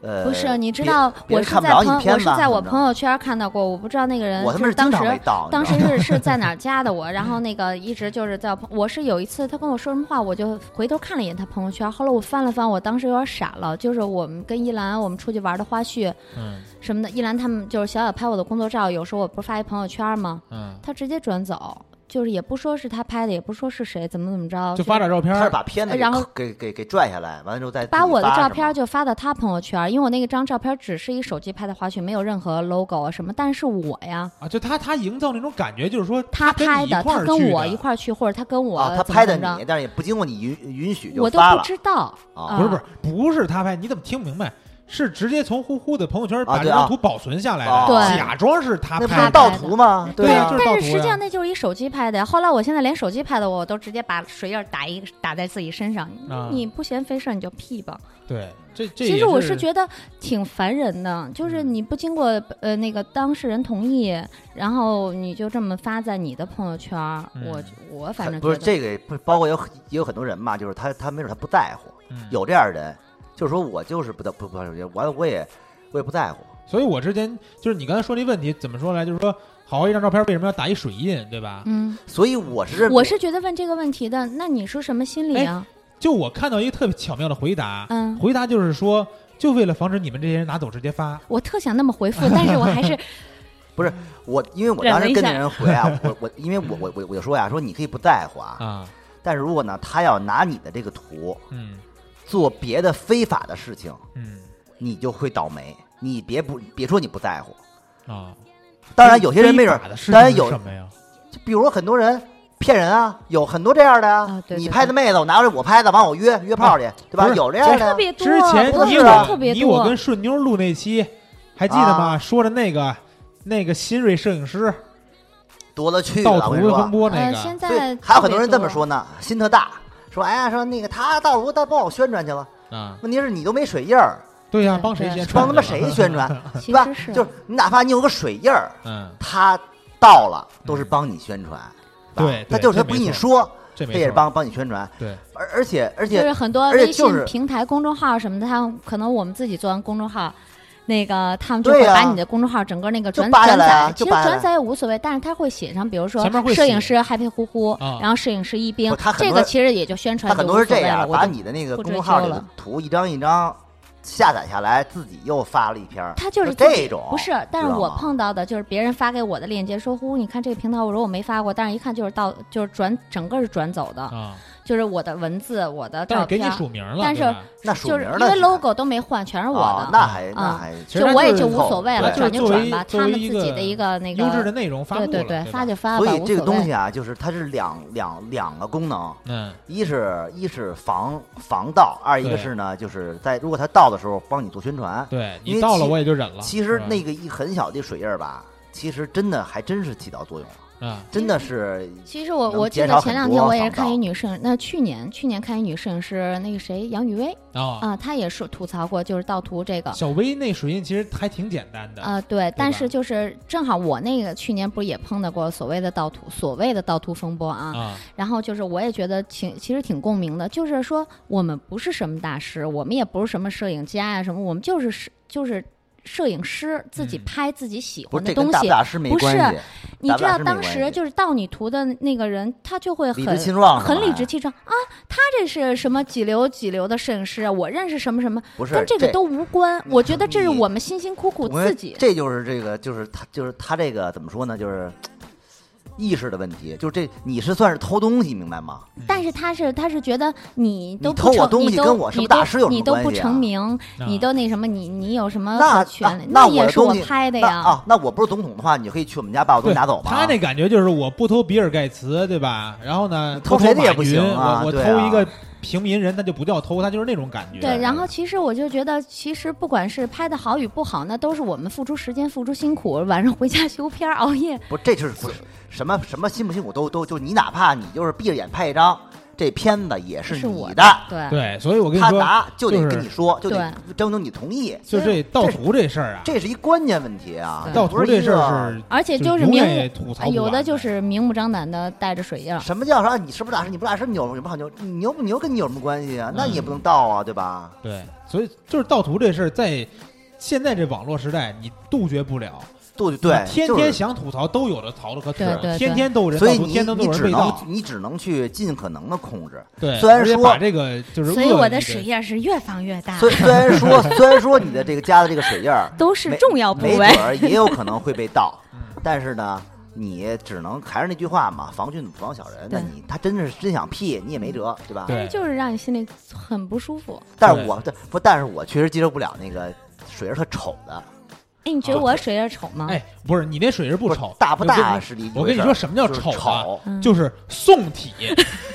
[SPEAKER 6] 呃，
[SPEAKER 7] 嗯不是，你知
[SPEAKER 6] 别
[SPEAKER 7] 道
[SPEAKER 6] 别
[SPEAKER 7] 我
[SPEAKER 6] 人
[SPEAKER 7] 是
[SPEAKER 6] 看不
[SPEAKER 7] 在
[SPEAKER 6] 着
[SPEAKER 7] 朋
[SPEAKER 6] 你
[SPEAKER 7] 我
[SPEAKER 6] 片
[SPEAKER 7] 是
[SPEAKER 6] 子啊
[SPEAKER 7] 在
[SPEAKER 6] 怎
[SPEAKER 7] 我
[SPEAKER 6] 么着
[SPEAKER 7] 朋友圈看到过，我不知道那个人
[SPEAKER 6] 我他妈
[SPEAKER 7] 是
[SPEAKER 6] 是
[SPEAKER 7] 当
[SPEAKER 6] 经
[SPEAKER 7] 时
[SPEAKER 6] 常被盗，你
[SPEAKER 7] 当
[SPEAKER 6] 知道
[SPEAKER 7] 时
[SPEAKER 6] 吗
[SPEAKER 7] 是是在哪儿加的我，然后那个一直就是在我朋，我是有一次他跟我说什么话，我就回头看了一眼他朋友圈，后来我翻了翻，我当时有点傻了，就是我们跟依兰我们出去玩的花絮
[SPEAKER 5] 嗯
[SPEAKER 7] 什么的，依兰他们就是小小拍我的工作照，有时候我不是发一朋友圈吗？
[SPEAKER 5] 嗯，
[SPEAKER 7] 他直接转走，就是也不说是他拍的，也不说是谁，怎么怎么着，
[SPEAKER 5] 就发
[SPEAKER 7] 是
[SPEAKER 5] 点照片
[SPEAKER 6] 他
[SPEAKER 5] 儿
[SPEAKER 6] 是，把片子给
[SPEAKER 7] 然后
[SPEAKER 6] 给给给拽下来，完了之后再自
[SPEAKER 7] 把
[SPEAKER 6] 己
[SPEAKER 7] 我的
[SPEAKER 6] 发
[SPEAKER 7] 照
[SPEAKER 6] 是
[SPEAKER 7] 片
[SPEAKER 6] 吗
[SPEAKER 7] 就发到他朋友圈，因为我那个张照片只是一手机拍的花絮，没有任何 logo 啊什么，但是我呀。
[SPEAKER 5] 啊，就他他营造那种感觉，就是说
[SPEAKER 7] 他
[SPEAKER 5] 跟
[SPEAKER 7] 拍
[SPEAKER 5] 你一
[SPEAKER 7] 的，
[SPEAKER 5] 块
[SPEAKER 7] 他
[SPEAKER 5] 儿
[SPEAKER 7] 跟
[SPEAKER 5] 去
[SPEAKER 7] 我
[SPEAKER 5] 的
[SPEAKER 7] 一块儿去，或者他跟我
[SPEAKER 6] 啊，他
[SPEAKER 7] 怎么
[SPEAKER 6] 拍的
[SPEAKER 7] 怎么着
[SPEAKER 6] 你，但是也不经过你允允许就
[SPEAKER 7] 我都
[SPEAKER 6] 发
[SPEAKER 7] 不
[SPEAKER 6] 了
[SPEAKER 7] 知道
[SPEAKER 6] 啊
[SPEAKER 5] 不是不是不是他拍，你怎么听不明白？是直接从呼呼的朋友圈把
[SPEAKER 6] 啊
[SPEAKER 5] 这
[SPEAKER 6] 对
[SPEAKER 5] 张
[SPEAKER 6] 啊
[SPEAKER 5] 图保存下来
[SPEAKER 6] 啊
[SPEAKER 5] 的，
[SPEAKER 7] 对
[SPEAKER 5] 假装是他
[SPEAKER 6] 那不
[SPEAKER 5] 拍
[SPEAKER 6] 是
[SPEAKER 5] 的。
[SPEAKER 6] 盗图吗？对
[SPEAKER 5] 对
[SPEAKER 6] 啊，
[SPEAKER 5] 就是盗
[SPEAKER 7] 但
[SPEAKER 5] 图
[SPEAKER 7] 是实际
[SPEAKER 5] 呀
[SPEAKER 7] 上那就是一手机拍的。后来我现在连手机拍的我都直接把水印儿打一打在自己身上。你
[SPEAKER 5] 啊
[SPEAKER 7] 你不嫌费事儿你就 P 吧。
[SPEAKER 5] 对，这这
[SPEAKER 7] 其
[SPEAKER 5] 也
[SPEAKER 7] 实我
[SPEAKER 5] 是嗯
[SPEAKER 7] 是觉得挺烦人的，就是你不经过呃那个当事人同意，然后你就这么发在你的朋友圈儿，
[SPEAKER 5] 嗯
[SPEAKER 7] 我我反正
[SPEAKER 6] 不是
[SPEAKER 7] 觉得
[SPEAKER 6] 这个也不，包括有很也有很多人嘛，就是他他没准他不在乎，
[SPEAKER 5] 嗯
[SPEAKER 6] 有这样的人，就是说我就是不得不不完了我也我也不在乎，
[SPEAKER 5] 所以我之前就是你刚才说那问题怎么说来，就是说好好一张照片为什么要打一水印，对吧？
[SPEAKER 7] 嗯，
[SPEAKER 6] 所以我是
[SPEAKER 7] 我是觉得问这个问题的，那你是什么心
[SPEAKER 5] 哎
[SPEAKER 7] 理啊？
[SPEAKER 5] 就我看到一个特别巧妙的回答，
[SPEAKER 7] 嗯
[SPEAKER 5] 回答就是说，就为了防止你们这些人拿走直接发，
[SPEAKER 7] 我特想那么回复，但是我还
[SPEAKER 6] [laughs]
[SPEAKER 7] 是
[SPEAKER 6] 我，因为我
[SPEAKER 7] 忍
[SPEAKER 6] 当
[SPEAKER 7] 了
[SPEAKER 6] 时
[SPEAKER 7] 一
[SPEAKER 6] 跟那
[SPEAKER 7] 下
[SPEAKER 6] 人回啊，我我因为我我
[SPEAKER 7] [laughs]
[SPEAKER 6] 我我就说呀，说你可以不在乎啊，
[SPEAKER 5] 啊，
[SPEAKER 6] 但是如果呢他要拿你的这个图
[SPEAKER 5] 嗯，
[SPEAKER 6] 做别的非法的事情，
[SPEAKER 5] 嗯
[SPEAKER 6] 你就会倒霉。你别不别说你不在乎，
[SPEAKER 5] 啊，
[SPEAKER 6] 当然有些人没准
[SPEAKER 5] 非法
[SPEAKER 6] 儿
[SPEAKER 5] 的事，情
[SPEAKER 6] 当然
[SPEAKER 5] 是
[SPEAKER 6] 有，
[SPEAKER 5] 什么呀？
[SPEAKER 6] 就比如很多人骗人啊，有很多这样的呀、
[SPEAKER 7] 啊对对
[SPEAKER 6] 你拍的妹子，我拿着我拍的，完我约约炮去，对吧？
[SPEAKER 5] 啊不是
[SPEAKER 6] 有这样的
[SPEAKER 7] 特
[SPEAKER 6] 哎呀。
[SPEAKER 7] 别多，
[SPEAKER 5] 之前
[SPEAKER 7] 不
[SPEAKER 5] 你
[SPEAKER 7] 是
[SPEAKER 5] 我
[SPEAKER 7] 特别
[SPEAKER 5] 你我跟
[SPEAKER 7] 多，
[SPEAKER 5] 顺妞录那期，还记得吗？
[SPEAKER 6] 啊
[SPEAKER 5] 说的那个那个新锐摄影师
[SPEAKER 6] 多了去
[SPEAKER 5] 盗
[SPEAKER 6] 了，我
[SPEAKER 5] 图的
[SPEAKER 6] 跟
[SPEAKER 5] 风
[SPEAKER 6] 你说。啊
[SPEAKER 5] 波那
[SPEAKER 7] 呃，
[SPEAKER 5] 个，
[SPEAKER 7] 现
[SPEAKER 6] 对
[SPEAKER 7] 在，
[SPEAKER 6] 还
[SPEAKER 7] 特
[SPEAKER 6] 有很
[SPEAKER 7] 别
[SPEAKER 6] 多人这么说呢，心特大，说哎呀，说那个他到时候他帮我宣传去了，
[SPEAKER 5] 啊，
[SPEAKER 6] 问题是你都没水印儿，
[SPEAKER 5] 对呀、
[SPEAKER 7] 对
[SPEAKER 5] 帮谁
[SPEAKER 7] 对
[SPEAKER 5] 宣传？
[SPEAKER 6] 帮他妈谁？宣传，
[SPEAKER 7] 多，其
[SPEAKER 6] 对吧
[SPEAKER 7] 实？是
[SPEAKER 6] 就是你哪怕你有个水印儿，
[SPEAKER 5] 嗯，
[SPEAKER 6] 他到了都是帮你宣传，
[SPEAKER 7] 嗯
[SPEAKER 6] 对吧
[SPEAKER 5] 对对
[SPEAKER 6] 他就是
[SPEAKER 5] 这
[SPEAKER 6] 他不跟
[SPEAKER 5] 没
[SPEAKER 6] 你
[SPEAKER 5] 错
[SPEAKER 6] 说，
[SPEAKER 5] 这
[SPEAKER 6] 他
[SPEAKER 5] 没
[SPEAKER 6] 也是
[SPEAKER 5] 错
[SPEAKER 6] 帮帮你宣传，
[SPEAKER 5] 对，
[SPEAKER 6] 而而且而
[SPEAKER 7] 就
[SPEAKER 6] 且
[SPEAKER 7] 是很多
[SPEAKER 6] 而且
[SPEAKER 7] 微信
[SPEAKER 6] 就是
[SPEAKER 7] 平台、公众号什么的，他们可能我们自己做完公众号，那个他们就
[SPEAKER 6] 对
[SPEAKER 7] 会
[SPEAKER 6] 呀
[SPEAKER 7] 把你的公众号整个那个
[SPEAKER 6] 就
[SPEAKER 7] 转
[SPEAKER 6] 扒下
[SPEAKER 7] 转
[SPEAKER 6] 来啊
[SPEAKER 7] 载，其
[SPEAKER 6] 就
[SPEAKER 7] 实
[SPEAKER 6] 扒下来
[SPEAKER 7] 转载也无所谓，但是他会写上，比如说
[SPEAKER 5] 前面会
[SPEAKER 7] 摄影
[SPEAKER 5] 写
[SPEAKER 7] 师 happy 呼呼
[SPEAKER 5] 啊，
[SPEAKER 7] 然后摄影师一冰
[SPEAKER 6] 不他，很
[SPEAKER 7] 这
[SPEAKER 6] 多
[SPEAKER 7] 个
[SPEAKER 6] 人
[SPEAKER 7] 其实也就宣传
[SPEAKER 6] 他
[SPEAKER 7] 就
[SPEAKER 6] 很
[SPEAKER 7] 无
[SPEAKER 6] 多
[SPEAKER 7] 所
[SPEAKER 6] 是这
[SPEAKER 7] 谓了，
[SPEAKER 6] 样，
[SPEAKER 7] 我
[SPEAKER 6] 把
[SPEAKER 7] 就
[SPEAKER 6] 你的那个
[SPEAKER 7] 不
[SPEAKER 6] 公
[SPEAKER 7] 追
[SPEAKER 6] 众号
[SPEAKER 7] 究
[SPEAKER 6] 里的
[SPEAKER 7] 了
[SPEAKER 6] 图一张一张下载下来，自己又发了一篇儿，
[SPEAKER 7] 他就是自己
[SPEAKER 6] 这种，
[SPEAKER 7] 不是，但是
[SPEAKER 6] 知道
[SPEAKER 7] 我
[SPEAKER 6] 吗
[SPEAKER 7] 碰到的就是别人发给我的链接，说哦呼，你看这个平台，我说我没发过，但是一看就是到就是转整个是转走的，
[SPEAKER 5] 啊，
[SPEAKER 7] 就是我的文字，我的
[SPEAKER 5] 但
[SPEAKER 7] 照
[SPEAKER 5] 是啊给
[SPEAKER 7] 片
[SPEAKER 5] 你，署名了，
[SPEAKER 7] 但是
[SPEAKER 5] 对吧
[SPEAKER 6] 那署
[SPEAKER 7] 就是
[SPEAKER 6] 名儿
[SPEAKER 7] 因
[SPEAKER 6] 的
[SPEAKER 7] 为
[SPEAKER 6] 是
[SPEAKER 7] logo 都没换，全是我
[SPEAKER 6] 啊
[SPEAKER 7] 的，，
[SPEAKER 6] 那还
[SPEAKER 7] 嗯
[SPEAKER 6] 那还
[SPEAKER 5] 其实
[SPEAKER 7] 就
[SPEAKER 5] 它
[SPEAKER 7] 我也
[SPEAKER 5] 就是
[SPEAKER 7] 就无所谓了，
[SPEAKER 6] 对
[SPEAKER 7] 转就转吧，
[SPEAKER 5] 作
[SPEAKER 7] 他
[SPEAKER 5] 为
[SPEAKER 7] 们自己
[SPEAKER 5] 作为
[SPEAKER 7] 的
[SPEAKER 5] 一
[SPEAKER 7] 一个那个
[SPEAKER 5] 优质的内容发布
[SPEAKER 7] 对
[SPEAKER 5] 了，
[SPEAKER 7] 对
[SPEAKER 5] 对吧，
[SPEAKER 7] 发就发吧，
[SPEAKER 6] 所以
[SPEAKER 7] 无
[SPEAKER 6] 这个
[SPEAKER 7] 所
[SPEAKER 6] 东
[SPEAKER 7] 谓
[SPEAKER 6] 西啊，就是它是两两两个功能，
[SPEAKER 5] 嗯，
[SPEAKER 6] 一是一是防防盗，二一个
[SPEAKER 5] 对
[SPEAKER 6] 是呢，就是在如果它盗的时候帮你做宣传。
[SPEAKER 5] 对
[SPEAKER 6] 因
[SPEAKER 5] 你
[SPEAKER 6] 为
[SPEAKER 5] 到了
[SPEAKER 6] 其
[SPEAKER 5] 我也就忍了。
[SPEAKER 6] 其实
[SPEAKER 5] 是吧
[SPEAKER 6] 那个一很小的水印儿吧，其实真的还真是起到作用了，
[SPEAKER 5] 啊，
[SPEAKER 6] 真的是
[SPEAKER 7] 其实我
[SPEAKER 6] 能
[SPEAKER 7] 我记
[SPEAKER 6] 减
[SPEAKER 7] 得
[SPEAKER 6] 少
[SPEAKER 7] 前
[SPEAKER 6] 很
[SPEAKER 7] 两天
[SPEAKER 6] 多
[SPEAKER 7] 我也
[SPEAKER 6] 防
[SPEAKER 7] 是看一
[SPEAKER 6] 盗
[SPEAKER 7] 女摄影，那去年去年看一女摄影师，那个谁杨雨薇
[SPEAKER 5] 啊，
[SPEAKER 7] 啊，她也是吐槽过就是盗图这个。
[SPEAKER 5] 小薇那水印其实还挺简单的
[SPEAKER 7] 啊、对，但
[SPEAKER 5] 吧
[SPEAKER 7] 是就是正好我那个去年不是也碰到过所谓的盗图，所谓的盗图风波啊，
[SPEAKER 6] 嗯
[SPEAKER 5] 啊，
[SPEAKER 7] 然后就是我也觉得挺其实挺共鸣的，就是说我们不是什么大师，我们也不是什么摄影家呀、什么，我们就是摄就是摄影师自己
[SPEAKER 5] 嗯
[SPEAKER 7] 拍自己喜
[SPEAKER 6] 不
[SPEAKER 7] 欢的
[SPEAKER 6] 是这
[SPEAKER 7] 东
[SPEAKER 6] 跟大不
[SPEAKER 7] 西。
[SPEAKER 6] 大师没
[SPEAKER 7] 不
[SPEAKER 6] 关
[SPEAKER 7] 是啊
[SPEAKER 6] 系，
[SPEAKER 7] 你
[SPEAKER 6] 大
[SPEAKER 7] 知
[SPEAKER 6] 不
[SPEAKER 7] 道
[SPEAKER 6] 大师没
[SPEAKER 7] 当
[SPEAKER 6] 关
[SPEAKER 7] 时
[SPEAKER 6] 系
[SPEAKER 7] 就是盗你图的那个人，他就会
[SPEAKER 6] 理
[SPEAKER 7] 很
[SPEAKER 6] 直气壮的
[SPEAKER 7] 很
[SPEAKER 6] 嘛
[SPEAKER 7] 理直气壮啊，他这是什么几流几流的摄影师啊？我认识什么什么，
[SPEAKER 6] 不是
[SPEAKER 7] 跟这个
[SPEAKER 6] 这嗯
[SPEAKER 7] 都无关。我觉得这是
[SPEAKER 6] 你
[SPEAKER 7] 我们辛辛苦苦
[SPEAKER 6] 我跟你
[SPEAKER 7] 自
[SPEAKER 6] 说
[SPEAKER 7] 己
[SPEAKER 6] 这就是这个，就是他，就是他这个怎么说呢？就是意识的问题，就是这你是算是偷东西，明白吗？
[SPEAKER 7] 但是他是他是觉得你都
[SPEAKER 6] 嗯
[SPEAKER 7] 不
[SPEAKER 6] 你偷我
[SPEAKER 7] 成
[SPEAKER 6] 东
[SPEAKER 7] 你
[SPEAKER 6] 西
[SPEAKER 7] 都
[SPEAKER 6] 跟我是
[SPEAKER 7] 你
[SPEAKER 6] 不是
[SPEAKER 7] 都
[SPEAKER 6] 大师有什
[SPEAKER 7] 你
[SPEAKER 6] 么
[SPEAKER 7] 都
[SPEAKER 6] 关
[SPEAKER 7] 不
[SPEAKER 6] 系
[SPEAKER 7] 成
[SPEAKER 6] 啊
[SPEAKER 7] 名，你
[SPEAKER 5] 啊
[SPEAKER 7] 都那什么，你你有什么
[SPEAKER 6] 那
[SPEAKER 7] 可权利？
[SPEAKER 6] 那我
[SPEAKER 7] 也
[SPEAKER 6] 的
[SPEAKER 7] 是我
[SPEAKER 6] 东西
[SPEAKER 7] 拍的
[SPEAKER 6] 那
[SPEAKER 7] 呀。
[SPEAKER 6] 啊，那我不是总统的话，你就可以去我们家把我东
[SPEAKER 5] 对
[SPEAKER 6] 西拿走吗？
[SPEAKER 5] 他那感觉就是我不偷比尔盖茨，对吧？然后呢，
[SPEAKER 6] 你
[SPEAKER 5] 不
[SPEAKER 6] 偷
[SPEAKER 5] 偷
[SPEAKER 6] 谁的
[SPEAKER 5] 马
[SPEAKER 6] 也不行
[SPEAKER 5] 云
[SPEAKER 6] 啊
[SPEAKER 5] 我我
[SPEAKER 6] 对
[SPEAKER 5] 偷一
[SPEAKER 6] 啊
[SPEAKER 5] 个平民人，那就不叫偷，他就是那种感觉。
[SPEAKER 7] 对，然后其实我就觉得，其实不管是拍的好与不好，那都是我们付出时间、付出辛苦，晚上回家 [laughs] 修片儿、熬夜。
[SPEAKER 6] 不，这就是不是什么什么辛不辛苦都都就你哪怕你就是闭着眼拍一张，这片子也是
[SPEAKER 7] 是我
[SPEAKER 6] 你
[SPEAKER 7] 的对，
[SPEAKER 6] 的，
[SPEAKER 5] 对，所以我跟你
[SPEAKER 6] 他
[SPEAKER 5] 说，
[SPEAKER 6] 拿就得跟
[SPEAKER 5] 是
[SPEAKER 6] 你说，就得征求你同意，
[SPEAKER 5] 就
[SPEAKER 7] 所
[SPEAKER 5] 这
[SPEAKER 7] 以
[SPEAKER 5] 盗图这事儿啊，
[SPEAKER 6] 这是一关键问题啊
[SPEAKER 7] 对。
[SPEAKER 5] 盗
[SPEAKER 6] 不
[SPEAKER 5] 图
[SPEAKER 6] 是
[SPEAKER 5] 这
[SPEAKER 6] 一
[SPEAKER 5] 事儿
[SPEAKER 6] 个
[SPEAKER 5] 是，
[SPEAKER 7] 而且就是
[SPEAKER 5] 永
[SPEAKER 7] 明
[SPEAKER 5] 远也
[SPEAKER 7] 目，
[SPEAKER 5] 吐槽
[SPEAKER 7] 哎
[SPEAKER 5] 不
[SPEAKER 7] 有
[SPEAKER 5] 完的
[SPEAKER 7] 的就是明目张胆的带着水印儿。
[SPEAKER 6] 什么叫啥？啊你是不是大师？你不是大师，你有什么好牛？你又不牛跟你有什么关系啊？那你也不
[SPEAKER 5] 嗯
[SPEAKER 6] 能盗啊，对吧？
[SPEAKER 5] 对，所以就是盗图这事儿，在现在这网络时代，你杜绝不了。
[SPEAKER 6] 对对，
[SPEAKER 5] 你天
[SPEAKER 6] 就是
[SPEAKER 5] 天想吐槽都有的槽的可吐
[SPEAKER 7] 对对对
[SPEAKER 5] 天天都有人
[SPEAKER 6] 所
[SPEAKER 5] 盗
[SPEAKER 6] 以
[SPEAKER 5] 图，
[SPEAKER 6] 你
[SPEAKER 5] 天天都
[SPEAKER 6] 你
[SPEAKER 5] 有人
[SPEAKER 6] 只
[SPEAKER 5] 被
[SPEAKER 6] 能
[SPEAKER 5] 盗。
[SPEAKER 6] 你只能去尽可能的控制。
[SPEAKER 5] 对，
[SPEAKER 6] 虽然
[SPEAKER 5] 而且
[SPEAKER 6] 说
[SPEAKER 5] 把这个就是恶意，
[SPEAKER 7] 所以我的水印儿是越放越大，
[SPEAKER 6] 虽虽然说虽然说你的这个家的这个水印儿
[SPEAKER 7] 都是
[SPEAKER 6] 没
[SPEAKER 7] 重要部
[SPEAKER 6] 没
[SPEAKER 7] 位
[SPEAKER 6] 准。儿也有可能会被盗
[SPEAKER 5] 嗯，
[SPEAKER 6] 但是呢，你只能还是那句话嘛，防俊不防小人。那
[SPEAKER 7] 对
[SPEAKER 6] 你他真是真想屁，你也没辙，对吧？
[SPEAKER 5] 对
[SPEAKER 7] 啊就是让你心里很不舒服。
[SPEAKER 6] 但是我对不，但是我确实接受不了那个水印儿特丑
[SPEAKER 5] [laughs]
[SPEAKER 6] 的，
[SPEAKER 7] 哎，你觉得我水印儿丑吗？
[SPEAKER 5] 哎，不是你那水印儿不
[SPEAKER 6] 不是
[SPEAKER 5] 丑，
[SPEAKER 6] 大不
[SPEAKER 5] 我跟你
[SPEAKER 6] 大
[SPEAKER 5] 说
[SPEAKER 6] 是理解。
[SPEAKER 5] 我跟你说什么叫
[SPEAKER 6] 就是
[SPEAKER 5] 丑啊
[SPEAKER 6] 丑
[SPEAKER 7] 嗯
[SPEAKER 5] 就是宋体，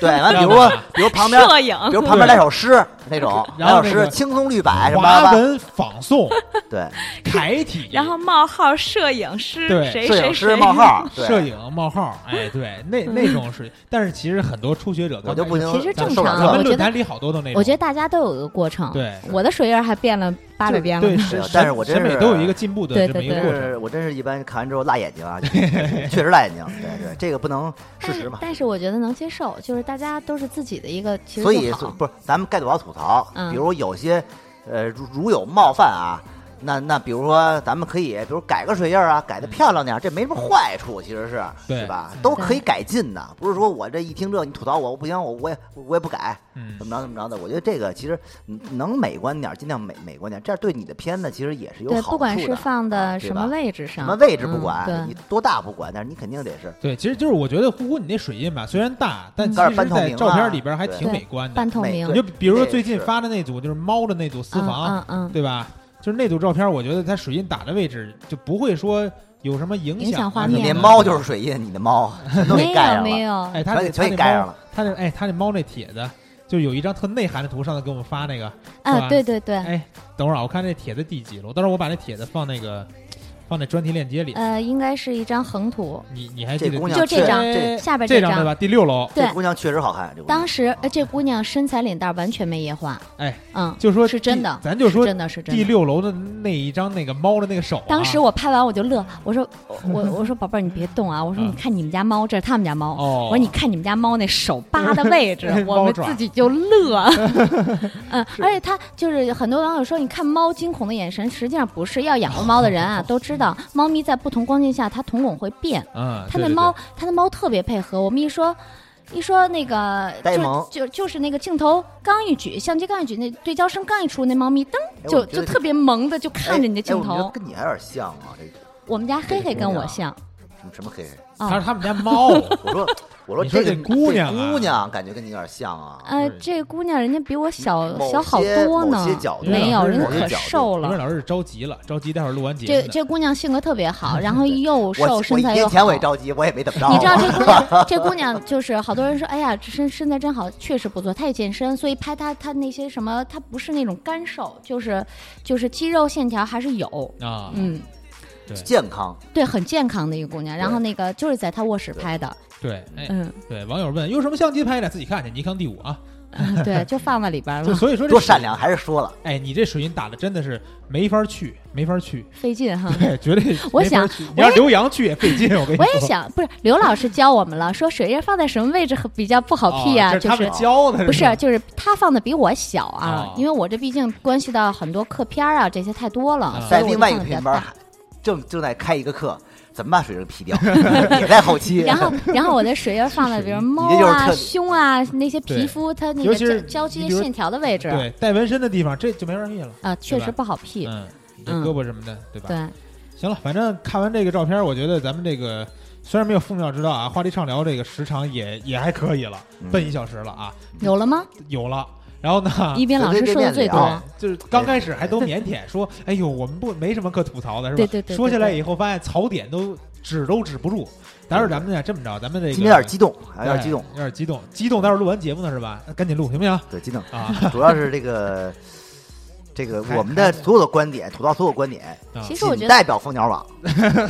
[SPEAKER 6] 对，完比
[SPEAKER 5] 知
[SPEAKER 6] 如
[SPEAKER 5] 道
[SPEAKER 6] 说
[SPEAKER 5] 吧
[SPEAKER 6] 比如旁边
[SPEAKER 7] 影
[SPEAKER 6] 比如旁边来首诗那种，
[SPEAKER 5] 然后
[SPEAKER 6] 来首
[SPEAKER 5] 那个
[SPEAKER 6] 诗青松绿柏什么
[SPEAKER 5] 华
[SPEAKER 6] 吧，
[SPEAKER 5] 文仿
[SPEAKER 7] [laughs]
[SPEAKER 5] 宋，
[SPEAKER 6] 对，
[SPEAKER 5] 楷体，
[SPEAKER 7] 冒号摄影师
[SPEAKER 5] 对
[SPEAKER 6] 摄影师
[SPEAKER 5] [laughs]
[SPEAKER 6] 冒号，对
[SPEAKER 5] 摄影冒号，
[SPEAKER 7] 嗯
[SPEAKER 5] 哎，对，那那种是，但是其实很多初学者，
[SPEAKER 6] 我就不行，
[SPEAKER 7] 其实正
[SPEAKER 6] 受不
[SPEAKER 7] 常
[SPEAKER 6] 了
[SPEAKER 7] 啊
[SPEAKER 5] 咱
[SPEAKER 7] 我
[SPEAKER 5] 们
[SPEAKER 7] 觉
[SPEAKER 5] 论
[SPEAKER 7] 得
[SPEAKER 5] 坛里好多都那种，
[SPEAKER 7] 我觉得大家都有一个过程。
[SPEAKER 5] 对
[SPEAKER 7] 我的水印儿还变了八百遍了
[SPEAKER 5] 对， [laughs]
[SPEAKER 7] 呢。
[SPEAKER 5] 审
[SPEAKER 6] [laughs] 但是我真
[SPEAKER 5] 审美
[SPEAKER 6] 是
[SPEAKER 5] 都有一个进步的
[SPEAKER 7] 对
[SPEAKER 5] 这么
[SPEAKER 7] 对
[SPEAKER 5] 一个
[SPEAKER 7] 对
[SPEAKER 5] 过
[SPEAKER 6] 就
[SPEAKER 5] 程
[SPEAKER 6] 是我真是一般看完之后辣眼睛啊，确实辣眼睛。对对，这个不能事
[SPEAKER 7] 但
[SPEAKER 6] 实
[SPEAKER 7] 是
[SPEAKER 6] 嘛。
[SPEAKER 7] 但是我觉得能接受，就是大家都是自己的一个，其实
[SPEAKER 6] 所以
[SPEAKER 7] 就好。
[SPEAKER 6] 不是咱们盖头要吐槽，
[SPEAKER 7] 嗯
[SPEAKER 6] 比如有些呃如如有冒犯啊，那那比如说，咱们可以，比如改个水印儿啊，改的
[SPEAKER 7] 嗯
[SPEAKER 6] 漂亮点儿，这没什么坏处，其实是，
[SPEAKER 5] 对
[SPEAKER 6] 是吧？都可以改进的，不是说我这一听这你吐槽我，我不行，我我也我也不改，
[SPEAKER 5] 嗯
[SPEAKER 6] 怎么着怎么着的。我觉得这个其实嗯能美观点儿，尽量美美观点儿，这样对你的片子其实也是有
[SPEAKER 7] 对，
[SPEAKER 6] 好
[SPEAKER 7] 不管
[SPEAKER 6] 处
[SPEAKER 7] 是放
[SPEAKER 6] 的
[SPEAKER 7] 的什么
[SPEAKER 6] 置，
[SPEAKER 7] 位置上，
[SPEAKER 6] 什么位置不
[SPEAKER 7] 嗯
[SPEAKER 6] 管，你
[SPEAKER 7] 对，
[SPEAKER 6] 多大不管，但是你肯定得是
[SPEAKER 5] 对，其实就是我觉得呼呼你那水印吧，虽然大，但
[SPEAKER 7] 嗯
[SPEAKER 5] 其
[SPEAKER 6] 有点
[SPEAKER 5] 实
[SPEAKER 6] 半透
[SPEAKER 5] 在
[SPEAKER 6] 明
[SPEAKER 5] 照片
[SPEAKER 6] 了
[SPEAKER 5] 里边还
[SPEAKER 6] 对
[SPEAKER 5] 挺美观的
[SPEAKER 7] 半。透
[SPEAKER 6] 美
[SPEAKER 7] 明
[SPEAKER 5] 你
[SPEAKER 6] 对，
[SPEAKER 5] 就比如说最近
[SPEAKER 6] 这是
[SPEAKER 5] 发的那组，就是猫的那组私房，啊
[SPEAKER 7] 嗯嗯
[SPEAKER 5] 对吧？就是那组照片，我觉得它水印打的位置就不会说有什么影
[SPEAKER 7] 影响
[SPEAKER 5] 响
[SPEAKER 7] 画
[SPEAKER 5] 啊什么
[SPEAKER 6] 你
[SPEAKER 7] 面
[SPEAKER 5] 的
[SPEAKER 6] 那猫就是水印，你的猫全都给
[SPEAKER 7] 没
[SPEAKER 6] 盖上
[SPEAKER 7] 有
[SPEAKER 6] 了。
[SPEAKER 7] 没有，
[SPEAKER 5] 哎，他
[SPEAKER 6] 全
[SPEAKER 5] 那
[SPEAKER 6] 给
[SPEAKER 5] 他那
[SPEAKER 6] 全给盖
[SPEAKER 5] 猫
[SPEAKER 6] 上了，
[SPEAKER 5] 他那哎他那猫那帖子，就有一张特内涵的图，上次给我们发那个，是吧
[SPEAKER 7] 啊，对对对，
[SPEAKER 5] 哎，等会儿啊，我看这帖子第几了，到时候我把那帖子放那个放那专题链接里。
[SPEAKER 7] 呃，应该是一张横图，
[SPEAKER 5] 你你还记
[SPEAKER 6] 这
[SPEAKER 5] 得
[SPEAKER 6] 姑娘
[SPEAKER 7] 就这
[SPEAKER 6] 确
[SPEAKER 7] 张
[SPEAKER 6] 这
[SPEAKER 5] 哎
[SPEAKER 7] 下边
[SPEAKER 5] 这
[SPEAKER 7] 张
[SPEAKER 5] 对吧？第六楼，
[SPEAKER 7] 对
[SPEAKER 6] 这姑娘确实好看，这姑娘
[SPEAKER 7] 当时呃这姑娘身材脸蛋儿完全没液化，
[SPEAKER 5] 哎，
[SPEAKER 7] 嗯，
[SPEAKER 5] 就说
[SPEAKER 7] 是真
[SPEAKER 5] 第
[SPEAKER 7] 的，
[SPEAKER 5] 咱就是说
[SPEAKER 7] 真的是真
[SPEAKER 5] 第
[SPEAKER 7] 的。
[SPEAKER 5] 六楼的那一张那个猫的那个手啊，
[SPEAKER 7] 当时我拍完我就乐，我
[SPEAKER 5] [laughs]
[SPEAKER 7] 说我我说宝贝儿你别动啊，我说
[SPEAKER 5] 嗯
[SPEAKER 7] 你看你们家猫，这是他们家猫，
[SPEAKER 5] 哦
[SPEAKER 7] 我说你看你们家猫那
[SPEAKER 5] [laughs]
[SPEAKER 7] 手扒的位置
[SPEAKER 5] 哎，
[SPEAKER 7] 我
[SPEAKER 5] 猫
[SPEAKER 7] 们
[SPEAKER 5] 爪
[SPEAKER 7] 自己就乐，
[SPEAKER 5] [laughs]
[SPEAKER 7] 嗯，而且它就是很多网友说你看猫惊恐的眼神，实际上不是，要养过猫的人
[SPEAKER 5] [laughs]
[SPEAKER 7] 啊都知道，猫咪在不同光线下它瞳孔会变，
[SPEAKER 5] 嗯，
[SPEAKER 7] 它
[SPEAKER 5] 对
[SPEAKER 7] 的
[SPEAKER 5] 对
[SPEAKER 7] 猫，它的猫特别配合。我们一说，一说那个
[SPEAKER 6] 呆萌
[SPEAKER 7] 就就就是那个镜头刚一举，相机刚一举，那对焦声刚一出，那猫咪噔
[SPEAKER 6] 哎
[SPEAKER 7] 就
[SPEAKER 6] 我觉
[SPEAKER 7] 就
[SPEAKER 6] 得
[SPEAKER 7] 特别萌的就看着你的镜
[SPEAKER 6] 哎哎我觉得
[SPEAKER 7] 头。
[SPEAKER 6] 跟你还有点像啊，这
[SPEAKER 7] 我们家黑黑跟我像
[SPEAKER 6] 什么什么黑黑。
[SPEAKER 5] 对它
[SPEAKER 7] 啊
[SPEAKER 5] 是，他们家猫，
[SPEAKER 7] [laughs]
[SPEAKER 6] 我说，我说
[SPEAKER 5] 你说
[SPEAKER 6] 这
[SPEAKER 5] 这
[SPEAKER 6] 个
[SPEAKER 5] 姑娘啊
[SPEAKER 6] 这姑娘感觉跟你有点像啊。
[SPEAKER 7] 呃，这姑娘人家比我小
[SPEAKER 6] 某些
[SPEAKER 7] 小好多呢
[SPEAKER 6] 某些角，度
[SPEAKER 7] 没有，人家
[SPEAKER 6] 某些
[SPEAKER 7] 可
[SPEAKER 6] 角度
[SPEAKER 7] 瘦
[SPEAKER 5] 因为
[SPEAKER 7] 了。
[SPEAKER 5] 老师着急了，着急待会儿录完节
[SPEAKER 7] 这
[SPEAKER 5] 目呢。
[SPEAKER 7] 这姑娘性格特别好，然后又
[SPEAKER 6] 我
[SPEAKER 7] 瘦，
[SPEAKER 6] 我
[SPEAKER 7] 身
[SPEAKER 6] 一
[SPEAKER 7] 材又
[SPEAKER 6] 年
[SPEAKER 7] 好。
[SPEAKER 6] 前我也着急，我也没怎么着。
[SPEAKER 7] 你知道这姑娘，这姑娘就是好多人说，哎呀，这身身材真好，确实不错。她也健身，所以拍她她那些什么，她不是那种干瘦，就是就是肌肉线条还是有。
[SPEAKER 5] 啊，
[SPEAKER 7] 嗯，
[SPEAKER 6] [laughs] 健康，
[SPEAKER 7] 对，很健康的一个姑娘。然后那个就是在她卧室拍的，
[SPEAKER 5] 对，哎，
[SPEAKER 7] 嗯，
[SPEAKER 5] 对，网友问用什么相机拍的，自己看去，尼康 D 五啊。
[SPEAKER 7] 嗯对，就放在里
[SPEAKER 6] [laughs]
[SPEAKER 7] 边
[SPEAKER 5] 就
[SPEAKER 7] 了，
[SPEAKER 5] 所以说这
[SPEAKER 6] 多
[SPEAKER 5] 水
[SPEAKER 6] 善良，，还是说了，
[SPEAKER 5] 哎，你这水印打的真的是没法去，没法
[SPEAKER 7] [laughs]
[SPEAKER 5] 去，
[SPEAKER 7] 费劲哈。
[SPEAKER 5] 对，绝对
[SPEAKER 7] 我
[SPEAKER 5] 没法
[SPEAKER 7] 想
[SPEAKER 5] 去你
[SPEAKER 7] 我
[SPEAKER 5] 让
[SPEAKER 7] 也
[SPEAKER 5] 刘洋去也费劲，我跟你 [laughs]
[SPEAKER 7] 我
[SPEAKER 5] 说。
[SPEAKER 7] 也想，不是刘老师教我们了，说水印放在什么位置很比较不好 P
[SPEAKER 5] 哦
[SPEAKER 7] 啊，
[SPEAKER 5] 这
[SPEAKER 7] 就
[SPEAKER 5] 他
[SPEAKER 7] 是
[SPEAKER 5] 们教的，
[SPEAKER 7] 不是
[SPEAKER 5] 吧，
[SPEAKER 7] 就是他放的比我小啊
[SPEAKER 5] 哦，
[SPEAKER 7] 因为我这毕竟关系到很多课片儿啊，这些太多了
[SPEAKER 5] 啊，
[SPEAKER 7] 所以我
[SPEAKER 6] 在
[SPEAKER 7] 就
[SPEAKER 6] 另外一
[SPEAKER 7] 放得
[SPEAKER 6] 个
[SPEAKER 7] 比较
[SPEAKER 6] 片班
[SPEAKER 7] 大
[SPEAKER 6] 正正在开一个课，怎么把水扔 P 掉？ [laughs] 也在后期。
[SPEAKER 7] 然后，然后我的水印儿放在比如猫
[SPEAKER 6] [laughs] 你这就是
[SPEAKER 7] 啊、
[SPEAKER 6] 特
[SPEAKER 7] 胸啊那些皮
[SPEAKER 5] 对
[SPEAKER 7] 肤它那
[SPEAKER 5] 尤
[SPEAKER 7] 个
[SPEAKER 5] 其是
[SPEAKER 7] 交交接
[SPEAKER 5] 你比如
[SPEAKER 7] 线条的位置，
[SPEAKER 5] 对带纹身的地方，这就没法去了。
[SPEAKER 7] 啊，确
[SPEAKER 5] 对吧
[SPEAKER 7] 实不好 P。
[SPEAKER 5] 嗯，你这
[SPEAKER 7] 嗯
[SPEAKER 5] 胳膊什么的，对吧？
[SPEAKER 7] 对，
[SPEAKER 5] 行了，反正看完这个照片，我觉得咱们这个虽然没有副妙之道啊，话题畅聊这个时长也也还可以了，
[SPEAKER 6] 嗯
[SPEAKER 5] 奔一小时了啊，
[SPEAKER 7] 有了吗？
[SPEAKER 5] 有了。然后呢，
[SPEAKER 7] 一斌老师说的最
[SPEAKER 6] 随随便便聊
[SPEAKER 7] 多
[SPEAKER 6] 啊。
[SPEAKER 5] 就是刚开始还都腼腆，说：“哎呦，我们不没什么可吐槽的，是吧？”
[SPEAKER 7] 对对对对
[SPEAKER 5] 说下来以后，发现槽点都指都指不住。待会儿咱们呢这么着，咱们这个
[SPEAKER 6] 今天有点激动，啊有点激动
[SPEAKER 5] 哎，有点激动，激动。待会儿录完节目呢是吧？赶紧录行不行
[SPEAKER 6] 对，激动。
[SPEAKER 7] [laughs]
[SPEAKER 5] 啊？
[SPEAKER 6] 主要是这个，这个
[SPEAKER 5] 还
[SPEAKER 6] 我们的所有的观点，吐槽所有观点，
[SPEAKER 7] 其实我觉
[SPEAKER 6] 仅
[SPEAKER 7] 得，
[SPEAKER 6] 代表蜂鸟网，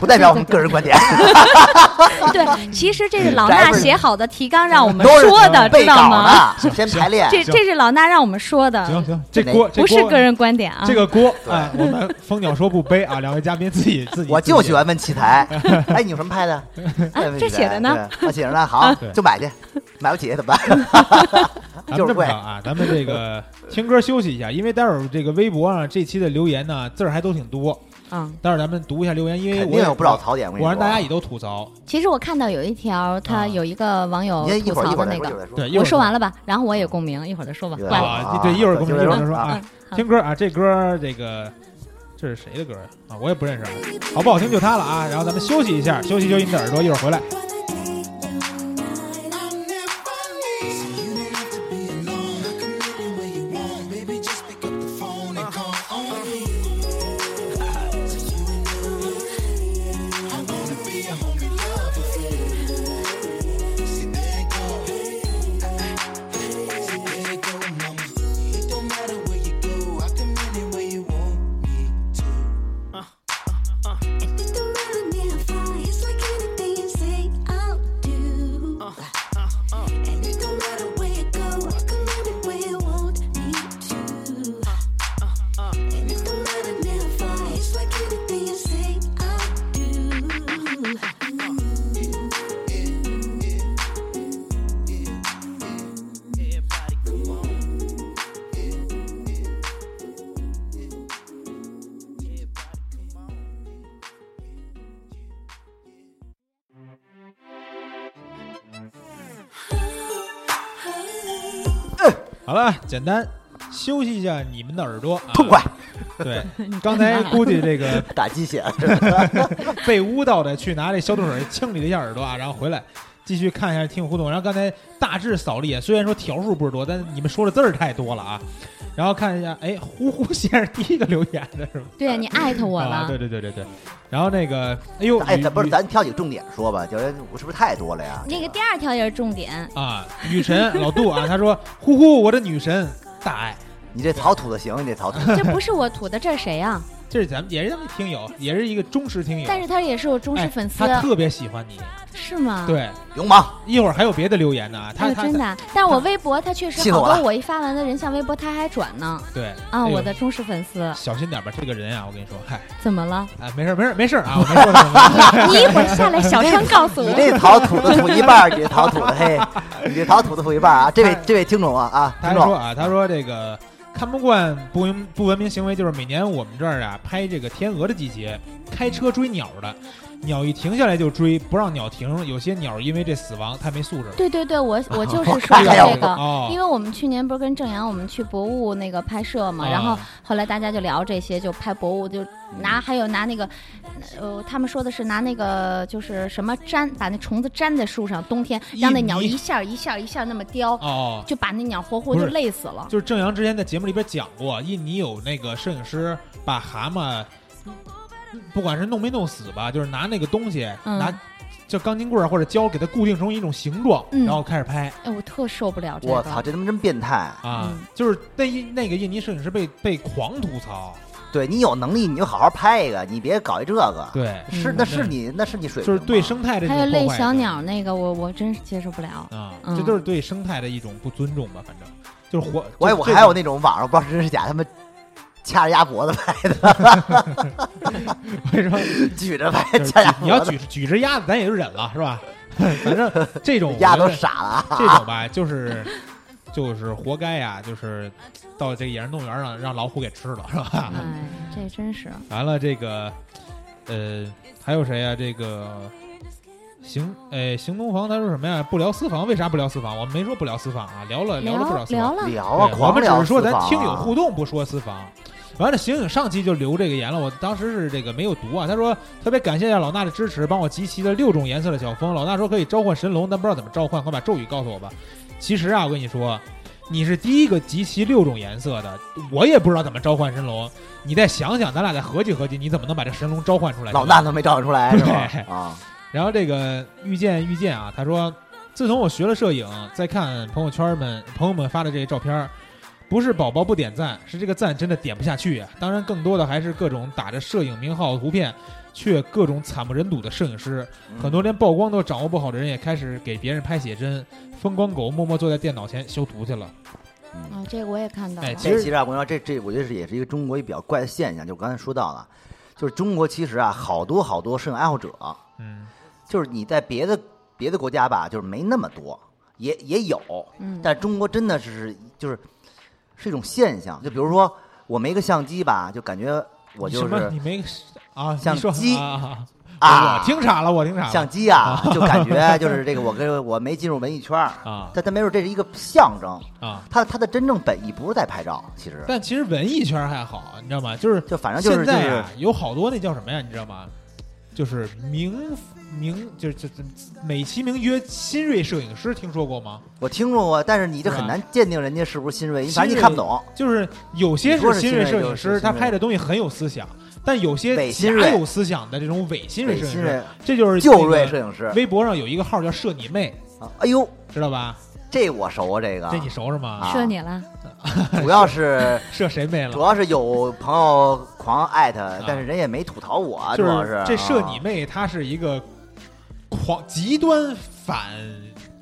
[SPEAKER 6] 不代表我们个人观点。
[SPEAKER 7] [laughs] 对，其实这是老
[SPEAKER 6] 宅
[SPEAKER 7] 衲
[SPEAKER 6] 味儿
[SPEAKER 7] 写好的提纲 [laughs] 让我们
[SPEAKER 6] 都是
[SPEAKER 7] 说的，
[SPEAKER 6] 背
[SPEAKER 7] 知道
[SPEAKER 6] 稿
[SPEAKER 7] 吗？
[SPEAKER 6] 呢，先排练。
[SPEAKER 7] 这
[SPEAKER 5] 行
[SPEAKER 7] 这是老衲让我们说的，
[SPEAKER 5] 行行，这
[SPEAKER 6] 哪
[SPEAKER 5] 锅这
[SPEAKER 7] 不是
[SPEAKER 5] 锅
[SPEAKER 7] 个人观点啊。
[SPEAKER 5] 这个锅
[SPEAKER 6] [laughs] 对
[SPEAKER 5] 啊，我们蜂鸟说不背
[SPEAKER 6] [laughs]
[SPEAKER 5] 啊，两位嘉宾自己自己，
[SPEAKER 6] 我就喜
[SPEAKER 5] 欢。
[SPEAKER 6] 欢问器
[SPEAKER 5] [laughs]
[SPEAKER 6] 材。哎，你有什么拍
[SPEAKER 5] 啊
[SPEAKER 6] 的？哎问
[SPEAKER 7] 这
[SPEAKER 6] 器材
[SPEAKER 7] 写着呢，
[SPEAKER 6] 对啊写着呢。好
[SPEAKER 5] 对，
[SPEAKER 6] 就买去，买不起怎么办？
[SPEAKER 5] [laughs] 咱
[SPEAKER 6] 就
[SPEAKER 5] 们这
[SPEAKER 6] 是
[SPEAKER 5] 么
[SPEAKER 6] 贵
[SPEAKER 5] 着啊，咱们这
[SPEAKER 6] [laughs]
[SPEAKER 5] 个听歌休息一下，因为待会儿这个微博上啊这期的留言呢字儿还都挺多，
[SPEAKER 7] 嗯，
[SPEAKER 5] 待会儿咱们读一下留言，因为
[SPEAKER 6] 肯
[SPEAKER 5] 我
[SPEAKER 6] 定
[SPEAKER 5] 也
[SPEAKER 6] 有不少槽点。
[SPEAKER 5] 我
[SPEAKER 6] 跟你说啊
[SPEAKER 5] 让大家也都吐槽。
[SPEAKER 7] 其实我看到有一条，他
[SPEAKER 5] 啊
[SPEAKER 7] 有一个网友
[SPEAKER 6] 您一
[SPEAKER 7] 吐
[SPEAKER 6] 会儿一
[SPEAKER 7] 槽
[SPEAKER 6] 会
[SPEAKER 7] 的
[SPEAKER 6] 儿
[SPEAKER 7] 那个，
[SPEAKER 6] 再说，一会儿再说。
[SPEAKER 5] 对，一会
[SPEAKER 7] 我
[SPEAKER 5] 儿
[SPEAKER 7] 说完了吧？然后我也共鸣，一会儿再说吧
[SPEAKER 6] 一会。儿
[SPEAKER 7] 挂了。
[SPEAKER 5] 啊，对，一会儿跟我们一会儿说啊
[SPEAKER 7] 嗯。好
[SPEAKER 5] 听歌啊，这歌这个这是谁的歌啊？啊，我也不认识，啊，好不好听就它了啊。然后咱们休息一下，休息休息你的耳朵，一会儿回来。
[SPEAKER 8] If you don't love me, I'm fine. It's like anything you say, I
[SPEAKER 5] 好了，简单休息一下你们的耳朵，啊
[SPEAKER 6] 痛快，
[SPEAKER 7] [laughs]
[SPEAKER 5] 对，刚才估计这个
[SPEAKER 6] 打鸡血了。 [laughs]
[SPEAKER 5] 被污到的去拿这消毒水清理了一下耳朵啊，然后回来继续看一下听友互动。然后刚才大致扫了一眼，虽然说条数不是多，但是你们说的字儿太多了啊。 [laughs] 然后看一下，哎，呼呼先生第一个留言的是吧？
[SPEAKER 7] 对你艾特我
[SPEAKER 5] 啊，
[SPEAKER 7] 了
[SPEAKER 5] 对，对对对对。然后那个，哎呦，
[SPEAKER 6] 哎，
[SPEAKER 5] 雨
[SPEAKER 6] 咱不是
[SPEAKER 5] 雨
[SPEAKER 6] 咱挑几个重点说吧，就是我是不是太多了呀？
[SPEAKER 7] 那个第二条也是重点， [laughs]
[SPEAKER 5] 啊，雨神老杜啊，他说呼呼，我的女神大爱，
[SPEAKER 6] 你这草土的行，你这草土。
[SPEAKER 7] [laughs] 这不是我吐的，这是谁
[SPEAKER 5] [laughs]
[SPEAKER 7] 啊？
[SPEAKER 5] 这是咱们也是咱们听友，也是一个忠实听友，
[SPEAKER 7] 但是他也是我忠实粉丝啊
[SPEAKER 5] 哎，，他特别喜欢你，
[SPEAKER 7] 是吗？。
[SPEAKER 5] 对。
[SPEAKER 6] 勇莽，
[SPEAKER 5] 一会儿还有别的留言呢啊，他
[SPEAKER 7] 哎呦，
[SPEAKER 5] 他
[SPEAKER 7] 真的啊，但我微博他确实
[SPEAKER 6] 信
[SPEAKER 7] 好
[SPEAKER 6] 我了
[SPEAKER 7] 多，我一发完的人像微博他还转呢
[SPEAKER 5] 对哎
[SPEAKER 7] 啊，
[SPEAKER 5] 呦
[SPEAKER 7] 我的忠实粉
[SPEAKER 5] [laughs]
[SPEAKER 7] 丝
[SPEAKER 5] 小心点吧，这个人啊，我跟你说，嗨，
[SPEAKER 7] 怎么
[SPEAKER 5] [laughs]
[SPEAKER 7] 了？
[SPEAKER 5] 啊，没事儿没事儿没事儿啊，我没说什么。
[SPEAKER 7] [laughs] 你一会儿下来小声告诉
[SPEAKER 6] 你
[SPEAKER 7] 我，
[SPEAKER 6] 这草土的土一半儿，你这草土的 [laughs] 嘿，你这草土的土一半儿啊！这位这位听众啊啊，
[SPEAKER 5] 他还哎
[SPEAKER 6] 听
[SPEAKER 5] 说
[SPEAKER 6] 众，
[SPEAKER 5] 啊，他说这个看不惯不文不文明行为，就是每年我们这儿啊拍这个天鹅的季节，开车追鸟的，鸟一停下来就追，不让鸟停，有些鸟因为这死亡太没素质了。
[SPEAKER 7] 对对对，我我就是
[SPEAKER 5] [laughs]
[SPEAKER 7] 说
[SPEAKER 6] 哎
[SPEAKER 7] 的
[SPEAKER 6] 呦
[SPEAKER 7] 这个。
[SPEAKER 5] 哦
[SPEAKER 7] 因为我们去年不是跟郑阳我们去博物那个拍摄嘛，
[SPEAKER 5] 啊
[SPEAKER 7] 然后后来大家就聊这些，就拍博物，就拿还有拿那个，呃，他们说的是拿那个就是什么粘，把那虫子粘在树上，冬天
[SPEAKER 5] 一
[SPEAKER 7] 让那鸟
[SPEAKER 5] 米
[SPEAKER 7] 一下一下一下那么叼，
[SPEAKER 5] 哦，
[SPEAKER 7] 就把那鸟活活
[SPEAKER 5] 不
[SPEAKER 7] 就是累死了。
[SPEAKER 5] 就是郑阳之前在节目里边讲过，印尼有那个摄影师把蛤蟆，不管是弄没弄死吧，就是拿那个东西、
[SPEAKER 7] 嗯
[SPEAKER 5] 拿。叫钢筋棍儿或者胶给它固定成一种形状，
[SPEAKER 7] 嗯
[SPEAKER 5] 然后开始拍
[SPEAKER 7] 哎，我特受不了这个。
[SPEAKER 6] 我操，这他妈真变态！
[SPEAKER 5] 啊，
[SPEAKER 7] 嗯
[SPEAKER 5] 就是那印那个印尼摄影师被被狂吐槽，
[SPEAKER 6] 对你有能力你就好好拍一个，你别搞一这个，
[SPEAKER 5] 对，
[SPEAKER 6] 是
[SPEAKER 7] 嗯
[SPEAKER 6] 那是你那是你水平
[SPEAKER 5] 就
[SPEAKER 6] 吗，
[SPEAKER 5] 是对生态的这
[SPEAKER 7] 还有
[SPEAKER 5] 种
[SPEAKER 7] 累
[SPEAKER 5] 破坏
[SPEAKER 7] 小鸟那个，我我真是接受不了。
[SPEAKER 5] 啊，
[SPEAKER 7] 嗯
[SPEAKER 5] 这都是对生态的一种不尊重吧，反正就是活。
[SPEAKER 6] 我
[SPEAKER 5] 就
[SPEAKER 6] 我
[SPEAKER 5] 这
[SPEAKER 6] 还有
[SPEAKER 5] 种
[SPEAKER 6] 那种网上不知道真是假，他们掐着鸭脖子拍，
[SPEAKER 5] [laughs] 为什么
[SPEAKER 6] 举着拍，
[SPEAKER 5] 就是
[SPEAKER 6] 掐鸭脖子。
[SPEAKER 5] 你要举举着鸭子，咱也就忍了，是吧？ [laughs] 反正这种我
[SPEAKER 6] [laughs] 鸭
[SPEAKER 5] 觉
[SPEAKER 6] 都
[SPEAKER 5] 得
[SPEAKER 6] 傻了啊！
[SPEAKER 5] 这种吧，就是就是活该呀、就是到这个野生动物园儿上让老虎给吃了，是吧？
[SPEAKER 7] 哎，这真是
[SPEAKER 5] 完了这个，呃，还有谁呀、这个行，哎，行东房他说什么呀？不聊私房，为啥不聊私房？我们没说不聊私房啊，聊了聊了
[SPEAKER 7] 呃
[SPEAKER 5] 不
[SPEAKER 7] 聊
[SPEAKER 5] 少私房
[SPEAKER 7] 聊。了，
[SPEAKER 6] 聊啊，
[SPEAKER 5] 对我
[SPEAKER 6] 狂
[SPEAKER 5] 们只
[SPEAKER 6] 聊
[SPEAKER 5] 是说
[SPEAKER 6] 私
[SPEAKER 5] 咱
[SPEAKER 6] 房啊
[SPEAKER 5] 听友互动，不说私房。完了，醒醒上期就留这个言了，我当时是这个没有读啊。他说特别感谢一下老衲的支持，帮我集齐了六种颜色的小风。老衲说可以召唤神龙，但不知道怎么召唤，快把咒语告诉我吧。其实啊，我跟你说，你是第一个集齐六种颜色的，我也不知道怎么召唤神龙。你再想想，咱俩再合计合计，你怎么能把这神龙召唤出来？
[SPEAKER 6] [laughs] 老衲都没照出来是吧
[SPEAKER 5] 对？
[SPEAKER 6] 啊，
[SPEAKER 5] 然后这个遇见遇见啊，他说，自从我学了摄影，再看朋友圈们朋友们发的这些照片儿，不是宝宝不点赞，是这个赞真的点不下去呀、当然，更多的还是各种打着摄影名号的图片，却各种惨不忍睹的摄影师，
[SPEAKER 6] 嗯
[SPEAKER 5] 很多连曝光都掌握不好的人也开始给别人拍写真，风光狗默默坐在电脑前修图去了。
[SPEAKER 7] 啊，这个我也看到了
[SPEAKER 5] 哎。
[SPEAKER 6] 这其实啊，我跟你说，这这我觉得是也是一个中国一比较怪的现象，就我刚才说到了，就是中国其实啊，好多好多摄影爱好者，
[SPEAKER 5] 嗯，
[SPEAKER 6] 就是你在别的别的国家吧，就是没那么多，也也有，
[SPEAKER 7] 嗯，
[SPEAKER 6] 但中国真的是就是是一种现象，就比如说我没个相机吧，就感觉我
[SPEAKER 5] 嗯
[SPEAKER 6] 就
[SPEAKER 5] 什么？
[SPEAKER 6] 是
[SPEAKER 5] 你没啊？
[SPEAKER 6] 像
[SPEAKER 5] 你说
[SPEAKER 6] 鸡
[SPEAKER 5] 啊，
[SPEAKER 6] 啊
[SPEAKER 5] 我听傻了，我听傻了
[SPEAKER 6] 相机
[SPEAKER 5] [laughs]
[SPEAKER 6] 啊，就感觉就是这个我跟我没进入文艺圈儿
[SPEAKER 5] 啊
[SPEAKER 6] 但但没准这是一个象征，
[SPEAKER 5] 啊。
[SPEAKER 6] 它它的真正本意不是在拍照，其实
[SPEAKER 5] 但其实文艺圈还好，你知道吗？就是
[SPEAKER 6] 就反正就是
[SPEAKER 5] 现
[SPEAKER 6] 就
[SPEAKER 5] 在
[SPEAKER 6] 是
[SPEAKER 5] 啊，有好多那叫什么呀？你知道吗？就是名名，就是就就美其名曰新锐摄影师，听说过吗？
[SPEAKER 6] 我听说过，但是你这很难鉴定人家是不是新锐，反正你看不懂。
[SPEAKER 5] 就是有些
[SPEAKER 6] 你说是
[SPEAKER 5] 新锐
[SPEAKER 6] 新锐
[SPEAKER 5] 摄影
[SPEAKER 6] 就是
[SPEAKER 5] 师，
[SPEAKER 6] 新
[SPEAKER 5] 他
[SPEAKER 6] 锐
[SPEAKER 5] 拍的东西很有思想，但有些
[SPEAKER 6] 伪新锐
[SPEAKER 5] 假有思想的这种伪新锐摄影
[SPEAKER 6] 伪新
[SPEAKER 5] 师
[SPEAKER 6] 锐，
[SPEAKER 5] 这就是
[SPEAKER 6] 旧锐摄
[SPEAKER 5] 影
[SPEAKER 6] 影师
[SPEAKER 5] 微博上有一个号叫“摄你妹
[SPEAKER 6] 啊，哎呦，”，
[SPEAKER 5] 知道吧？
[SPEAKER 6] 这我熟啊，这个
[SPEAKER 5] 这你熟是吗？
[SPEAKER 6] 啊
[SPEAKER 7] 射你 [laughs] 了，
[SPEAKER 6] 主要是
[SPEAKER 5] 射谁妹
[SPEAKER 6] 主
[SPEAKER 5] 了？
[SPEAKER 6] 要是有朋友狂艾特，但是人也没吐槽我，
[SPEAKER 5] 啊
[SPEAKER 6] 啊
[SPEAKER 5] 就
[SPEAKER 6] 主要啊
[SPEAKER 5] 这
[SPEAKER 6] 射
[SPEAKER 5] 射你妹，她是一个狂极端反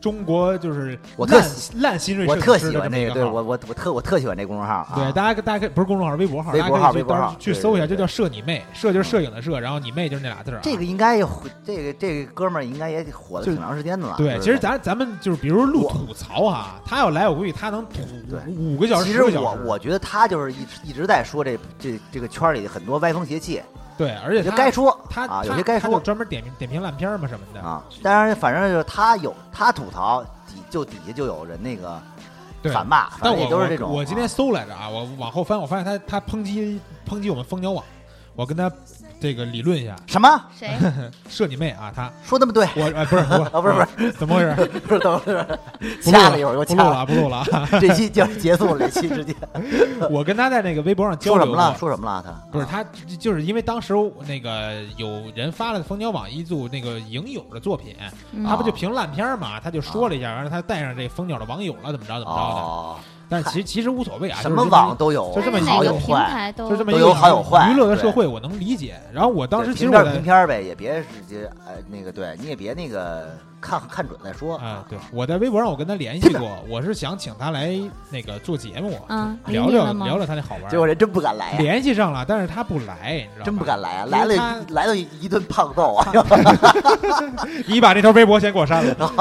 [SPEAKER 5] 中国，就是
[SPEAKER 6] 我特
[SPEAKER 5] 烂烂新锐摄
[SPEAKER 6] 我
[SPEAKER 5] 影
[SPEAKER 6] 特
[SPEAKER 5] 师
[SPEAKER 6] 喜
[SPEAKER 5] 的
[SPEAKER 6] 欢
[SPEAKER 5] 这么
[SPEAKER 6] 这
[SPEAKER 5] 一个
[SPEAKER 6] 个，对
[SPEAKER 5] 号
[SPEAKER 6] 我我我特我特喜欢这公众号啊。
[SPEAKER 5] 对，大家可大家可不是公众号，微博号，
[SPEAKER 6] 微博
[SPEAKER 5] 大家可
[SPEAKER 6] 号
[SPEAKER 5] 以
[SPEAKER 6] 微
[SPEAKER 5] 去
[SPEAKER 6] 博号
[SPEAKER 5] 当时去
[SPEAKER 6] 对
[SPEAKER 5] 搜一下，
[SPEAKER 6] 对
[SPEAKER 5] 就叫“
[SPEAKER 6] 对
[SPEAKER 5] 摄你妹”，摄就是摄影的摄，然后你妹就是那俩字儿啊。
[SPEAKER 6] 这个应该也火这个这个哥们儿应该也火了
[SPEAKER 5] 就是
[SPEAKER 6] 挺长时间的了。
[SPEAKER 5] 对，
[SPEAKER 6] 就是
[SPEAKER 5] 其实咱咱们就是比如录
[SPEAKER 6] 啊我
[SPEAKER 5] 吐槽啊，他要来，我估计他能吐
[SPEAKER 6] 对
[SPEAKER 5] 五个小时，
[SPEAKER 6] 其
[SPEAKER 5] 十
[SPEAKER 6] 实
[SPEAKER 5] 个小
[SPEAKER 6] 我
[SPEAKER 5] 时。
[SPEAKER 6] 我觉得他就是一直一直在说这这这个圈儿里很多歪风邪气，
[SPEAKER 5] 对，而且
[SPEAKER 6] 就
[SPEAKER 5] 他
[SPEAKER 6] 该说
[SPEAKER 5] 他
[SPEAKER 6] 啊，
[SPEAKER 5] 他
[SPEAKER 6] 有些该
[SPEAKER 5] 他
[SPEAKER 6] 说啊
[SPEAKER 5] 就专门点评点评烂片儿嘛什么的。
[SPEAKER 6] 啊，当然，反正就是他有他吐槽底，就底下就有人那个
[SPEAKER 5] 对
[SPEAKER 6] 反骂，反
[SPEAKER 5] 但
[SPEAKER 6] 正
[SPEAKER 5] 我
[SPEAKER 6] 也都是
[SPEAKER 5] 我
[SPEAKER 6] 这种。
[SPEAKER 5] 我今天
[SPEAKER 6] 啊
[SPEAKER 5] 搜来着啊，我往后翻，我发现他他抨击抨击我们蜂鸟网，我跟他这个理论一下，
[SPEAKER 6] 什么
[SPEAKER 7] 谁？
[SPEAKER 5] [laughs] 射你妹啊！他
[SPEAKER 6] 说那
[SPEAKER 5] [laughs]
[SPEAKER 6] 么对？
[SPEAKER 5] 我哎不是我
[SPEAKER 6] 啊，不是不是
[SPEAKER 5] 怎么回
[SPEAKER 6] [laughs]
[SPEAKER 5] 事？
[SPEAKER 6] 不是，等会儿
[SPEAKER 5] 不录
[SPEAKER 6] 掐了一会儿，给我
[SPEAKER 5] 不
[SPEAKER 6] 掐
[SPEAKER 5] 录了，不录了
[SPEAKER 6] [laughs]
[SPEAKER 5] 啊！
[SPEAKER 6] 这期就结束了，这期
[SPEAKER 5] [laughs]
[SPEAKER 6] 直接
[SPEAKER 5] 我跟他在那个微博上交
[SPEAKER 6] 说什
[SPEAKER 5] 流
[SPEAKER 6] 么了？
[SPEAKER 5] 过。
[SPEAKER 6] 说什么了？他
[SPEAKER 5] 不是他，就就是因为当时那个有人发了蜂鸟网一组那个影友的作品，
[SPEAKER 7] 嗯
[SPEAKER 6] 哦
[SPEAKER 5] 他不就评烂片儿嘛，他就说了一下，然后他带上这蜂鸟的网友了，怎么着怎么着的。
[SPEAKER 6] 哦，
[SPEAKER 5] 但其实其实无所谓啊，
[SPEAKER 6] 什
[SPEAKER 5] 就
[SPEAKER 6] 么
[SPEAKER 5] 是这
[SPEAKER 6] 网都有，
[SPEAKER 5] 就这么
[SPEAKER 7] 哎哪
[SPEAKER 6] 好
[SPEAKER 7] 个
[SPEAKER 6] 有
[SPEAKER 7] 平
[SPEAKER 6] 坏。
[SPEAKER 7] 台都
[SPEAKER 5] 就这么
[SPEAKER 6] 都
[SPEAKER 5] 一个
[SPEAKER 6] 有好有坏
[SPEAKER 5] 娱乐的社
[SPEAKER 6] 对
[SPEAKER 5] 会我能理解。然后我当时其
[SPEAKER 6] 对
[SPEAKER 5] 实我
[SPEAKER 6] 平片儿平
[SPEAKER 5] 在
[SPEAKER 6] 片儿呗，也别直接呃那个，对，你也别那个看看准再说
[SPEAKER 5] 啊，对，我在微博上我跟他联系过，我是想请他来那个做节目，
[SPEAKER 7] 嗯，理
[SPEAKER 5] 聊
[SPEAKER 7] 你
[SPEAKER 5] 聊
[SPEAKER 7] 了吗哎
[SPEAKER 5] 聊聊他那好玩
[SPEAKER 6] 结果
[SPEAKER 5] 儿。
[SPEAKER 6] 人真不敢
[SPEAKER 5] [laughs]
[SPEAKER 6] 来呀，
[SPEAKER 5] 联系上了，但是他不来，你知道吗？
[SPEAKER 6] 真不敢来啊！
[SPEAKER 5] 因为
[SPEAKER 6] 来
[SPEAKER 5] 他
[SPEAKER 6] 了来了一顿胖揍啊！
[SPEAKER 5] 你把那条微博先给我删
[SPEAKER 6] [laughs]
[SPEAKER 5] 了，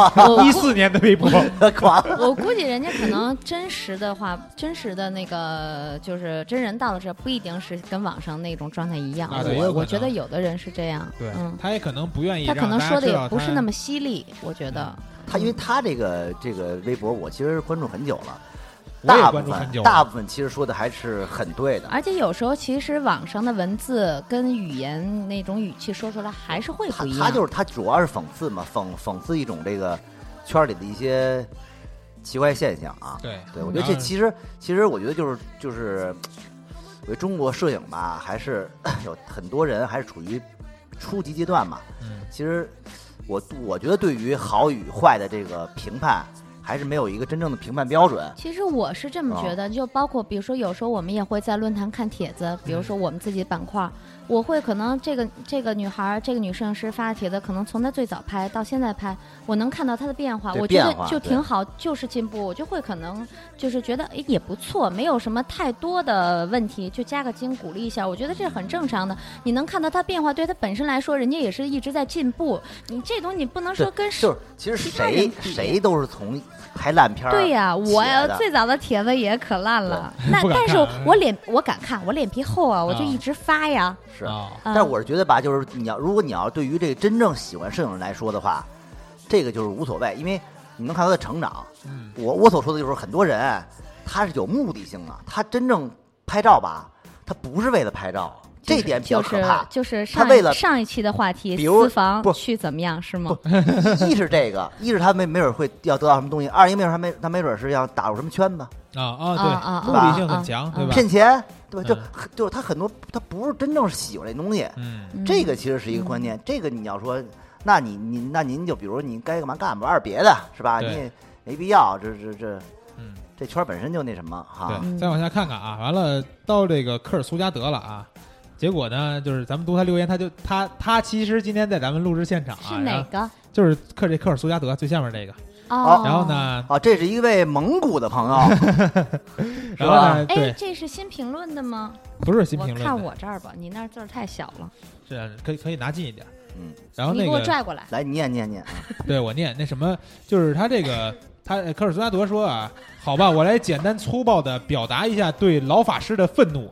[SPEAKER 5] 一四年的微博。
[SPEAKER 6] 狂
[SPEAKER 7] [laughs] 我估计人家可能真实的话，真实的那个就是真人到了这，不一定是跟网上那种状态一样。
[SPEAKER 5] 啊对也有
[SPEAKER 7] 我
[SPEAKER 5] 可
[SPEAKER 7] 我
[SPEAKER 5] 能
[SPEAKER 7] 觉得有的人是这样，
[SPEAKER 5] 对
[SPEAKER 7] 嗯，，
[SPEAKER 5] 他也可能不愿意
[SPEAKER 7] 他
[SPEAKER 5] 让
[SPEAKER 7] 可能
[SPEAKER 5] 大家
[SPEAKER 7] 说的
[SPEAKER 5] 知道
[SPEAKER 7] 也不是
[SPEAKER 5] 他嗯
[SPEAKER 7] 那么犀利，我觉得。
[SPEAKER 6] 他因为他这个这个微博，我其实关注很久了，
[SPEAKER 5] 我也
[SPEAKER 6] 大部
[SPEAKER 5] 关注很久了
[SPEAKER 6] 分大部分其实说的还是很对的。
[SPEAKER 7] 而且有时候其实网上的文字跟语言那种语气说出来还是会
[SPEAKER 6] 他
[SPEAKER 7] 不一样。
[SPEAKER 6] 他就是他主要是讽刺嘛，讽讽刺一种这个圈儿里的一些奇怪现象啊。
[SPEAKER 5] 对
[SPEAKER 6] 对，我觉得这
[SPEAKER 5] 嗯
[SPEAKER 6] 其实其实我觉得就是就是，我觉得中国摄影吧，还是有很多人还是处于初级阶段嘛。
[SPEAKER 5] 嗯
[SPEAKER 6] 其实我我觉得对于好与坏的这个评判，还是没有一个真正的评判标准。
[SPEAKER 7] 其实我是这么
[SPEAKER 6] 哦
[SPEAKER 7] 觉得，就包括比如说，有时候我们也会在论坛看帖子，
[SPEAKER 6] 嗯
[SPEAKER 7] 比如说我们自己板块儿，我会可能这个这个女孩儿、这个女摄影师发的帖子，可能从她最早拍到现在拍，我能看到她的变化，
[SPEAKER 6] 对
[SPEAKER 7] 我觉
[SPEAKER 6] 变
[SPEAKER 7] 得
[SPEAKER 6] 化
[SPEAKER 7] 就
[SPEAKER 6] 对
[SPEAKER 7] 挺好，就是进步，我就会可能就是觉得哎也不错，没有什么太多的问题，就加个金鼓励一下，我觉得这很正常的。你能看到她变化，对她本身来说，人家也是一直在进步，你这东西你不能说
[SPEAKER 6] 对
[SPEAKER 7] 跟
[SPEAKER 6] 就是其实
[SPEAKER 7] 其他
[SPEAKER 6] 谁
[SPEAKER 7] 人比
[SPEAKER 6] 谁都是从拍烂片儿
[SPEAKER 7] 对呀、我
[SPEAKER 6] 起来的
[SPEAKER 7] 最早的帖子也可烂了，
[SPEAKER 6] [laughs]
[SPEAKER 7] 那
[SPEAKER 5] 不敢
[SPEAKER 7] 但是
[SPEAKER 5] 看啊
[SPEAKER 7] 我脸我敢看，我脸皮厚啊，我就
[SPEAKER 6] 嗯
[SPEAKER 5] 啊
[SPEAKER 7] 一直发呀。
[SPEAKER 6] 是
[SPEAKER 5] 啊，
[SPEAKER 7] 嗯
[SPEAKER 6] 但是我是觉得吧，就是你要如果你要对于这个真正喜欢摄影人来说的话，这个就是无所谓，因为你能看到他的成长。
[SPEAKER 5] 嗯
[SPEAKER 6] 我我所说的就是很多人他是有目的性的，他真正拍照吧，他不是为了拍照，这点比较
[SPEAKER 7] 就
[SPEAKER 6] 可
[SPEAKER 7] 是
[SPEAKER 6] 怕。
[SPEAKER 7] 就是
[SPEAKER 6] 他
[SPEAKER 7] 上
[SPEAKER 6] 为
[SPEAKER 7] 一
[SPEAKER 6] 了
[SPEAKER 7] 上一期的话题，
[SPEAKER 6] 比如
[SPEAKER 7] 私房
[SPEAKER 6] 不
[SPEAKER 7] 去怎么样是吗？
[SPEAKER 6] 一是这个，一是他没没准会要得到什么东西，二一个没准他没他没准是要打入什么圈子，
[SPEAKER 5] 啊
[SPEAKER 7] 啊
[SPEAKER 5] 啊，
[SPEAKER 7] 啊
[SPEAKER 5] 对，目
[SPEAKER 6] 啊
[SPEAKER 5] 的性很强，
[SPEAKER 7] 啊
[SPEAKER 5] 对吧？
[SPEAKER 6] 骗钱，对吧？就、
[SPEAKER 5] 嗯
[SPEAKER 6] 就是他很多他不是真正是喜欢这东西，
[SPEAKER 5] 嗯，
[SPEAKER 7] 嗯
[SPEAKER 6] 这个其实是一个关键。这个你要说，那你你那您就比如你该干嘛干嘛，玩别的是吧？
[SPEAKER 5] 对
[SPEAKER 6] 你也没必要，这这这
[SPEAKER 5] 嗯
[SPEAKER 6] 这圈儿本身就那什么哈。
[SPEAKER 7] 嗯
[SPEAKER 5] 对，再往下看看啊，完了到这个科尔苏加德了啊。结果呢，就是咱们读他留言，他就他他其实今天在咱们录制现场
[SPEAKER 7] 是
[SPEAKER 5] 啊，然
[SPEAKER 7] 哪
[SPEAKER 5] 后
[SPEAKER 7] 个？
[SPEAKER 5] 就是克这科尔苏加德最下面这个，
[SPEAKER 7] 哦，
[SPEAKER 5] 然后？呢，
[SPEAKER 6] 啊，这是一位蒙古的朋
[SPEAKER 5] [laughs]
[SPEAKER 6] 友，
[SPEAKER 5] 然后
[SPEAKER 6] 是
[SPEAKER 5] 呢，
[SPEAKER 7] 哎
[SPEAKER 5] 对，，
[SPEAKER 7] 这是新评论的吗？
[SPEAKER 5] 不是新
[SPEAKER 7] 我
[SPEAKER 5] 评论的，
[SPEAKER 7] 看我这儿吧，你那儿字儿太小了，
[SPEAKER 5] 是啊可以可以拿近一点，
[SPEAKER 6] 嗯，
[SPEAKER 5] 然后
[SPEAKER 7] 你
[SPEAKER 5] 那
[SPEAKER 7] 给我
[SPEAKER 5] 个
[SPEAKER 7] 拽过来。
[SPEAKER 6] 来你念念念，
[SPEAKER 5] 对我念那什么，就是他这个，他呃科尔苏加德说啊，好吧，我来简单粗暴的表达一下对老法师的愤怒。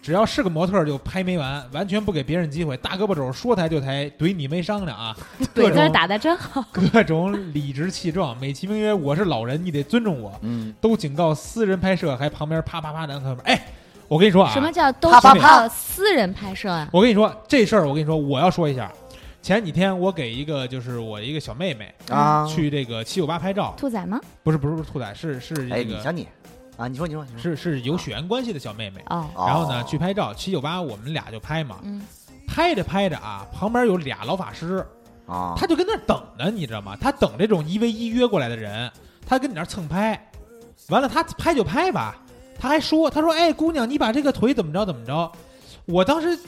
[SPEAKER 5] 只要是个模特儿就拍没完，完全不给别人机会，大胳膊肘说抬就抬，怼你没商量啊！各
[SPEAKER 7] 对字儿
[SPEAKER 5] 种
[SPEAKER 7] 打的真好，
[SPEAKER 5] 各种理直气壮，美其名曰我是老人，你得尊重我。
[SPEAKER 6] 嗯，
[SPEAKER 5] 都警告私人拍摄，还旁边啪啪啪的按快门。哎，我跟你说啊，
[SPEAKER 7] 什么叫都
[SPEAKER 6] 啪啪
[SPEAKER 7] 是
[SPEAKER 6] 啪
[SPEAKER 7] 靠私人拍摄啊呀？
[SPEAKER 5] 我跟你说这事儿，我跟你说，我要说一下。前几天我给一个就是我一个小妹妹
[SPEAKER 6] 啊，
[SPEAKER 5] 去这个七九八拍照，
[SPEAKER 7] 兔仔吗？
[SPEAKER 5] 不是不是不是兔仔，是是
[SPEAKER 6] 哎，
[SPEAKER 5] 这
[SPEAKER 6] 你
[SPEAKER 5] 个
[SPEAKER 6] 想你啊，你说你说你说，
[SPEAKER 5] 是是有血缘关系的小妹妹。
[SPEAKER 7] 哦，
[SPEAKER 6] 哦
[SPEAKER 5] 然后呢，去拍照，七九八我们俩就拍嘛，
[SPEAKER 7] 嗯，
[SPEAKER 5] 拍着拍着啊，旁边有俩老法师，
[SPEAKER 6] 啊，
[SPEAKER 5] 他就跟那儿等着，你知道吗？他等这种一 v 一约过来的人，他跟你那儿蹭拍，完了他拍就拍吧，他还说他说哎姑娘你把这个腿怎么着怎么着，我当时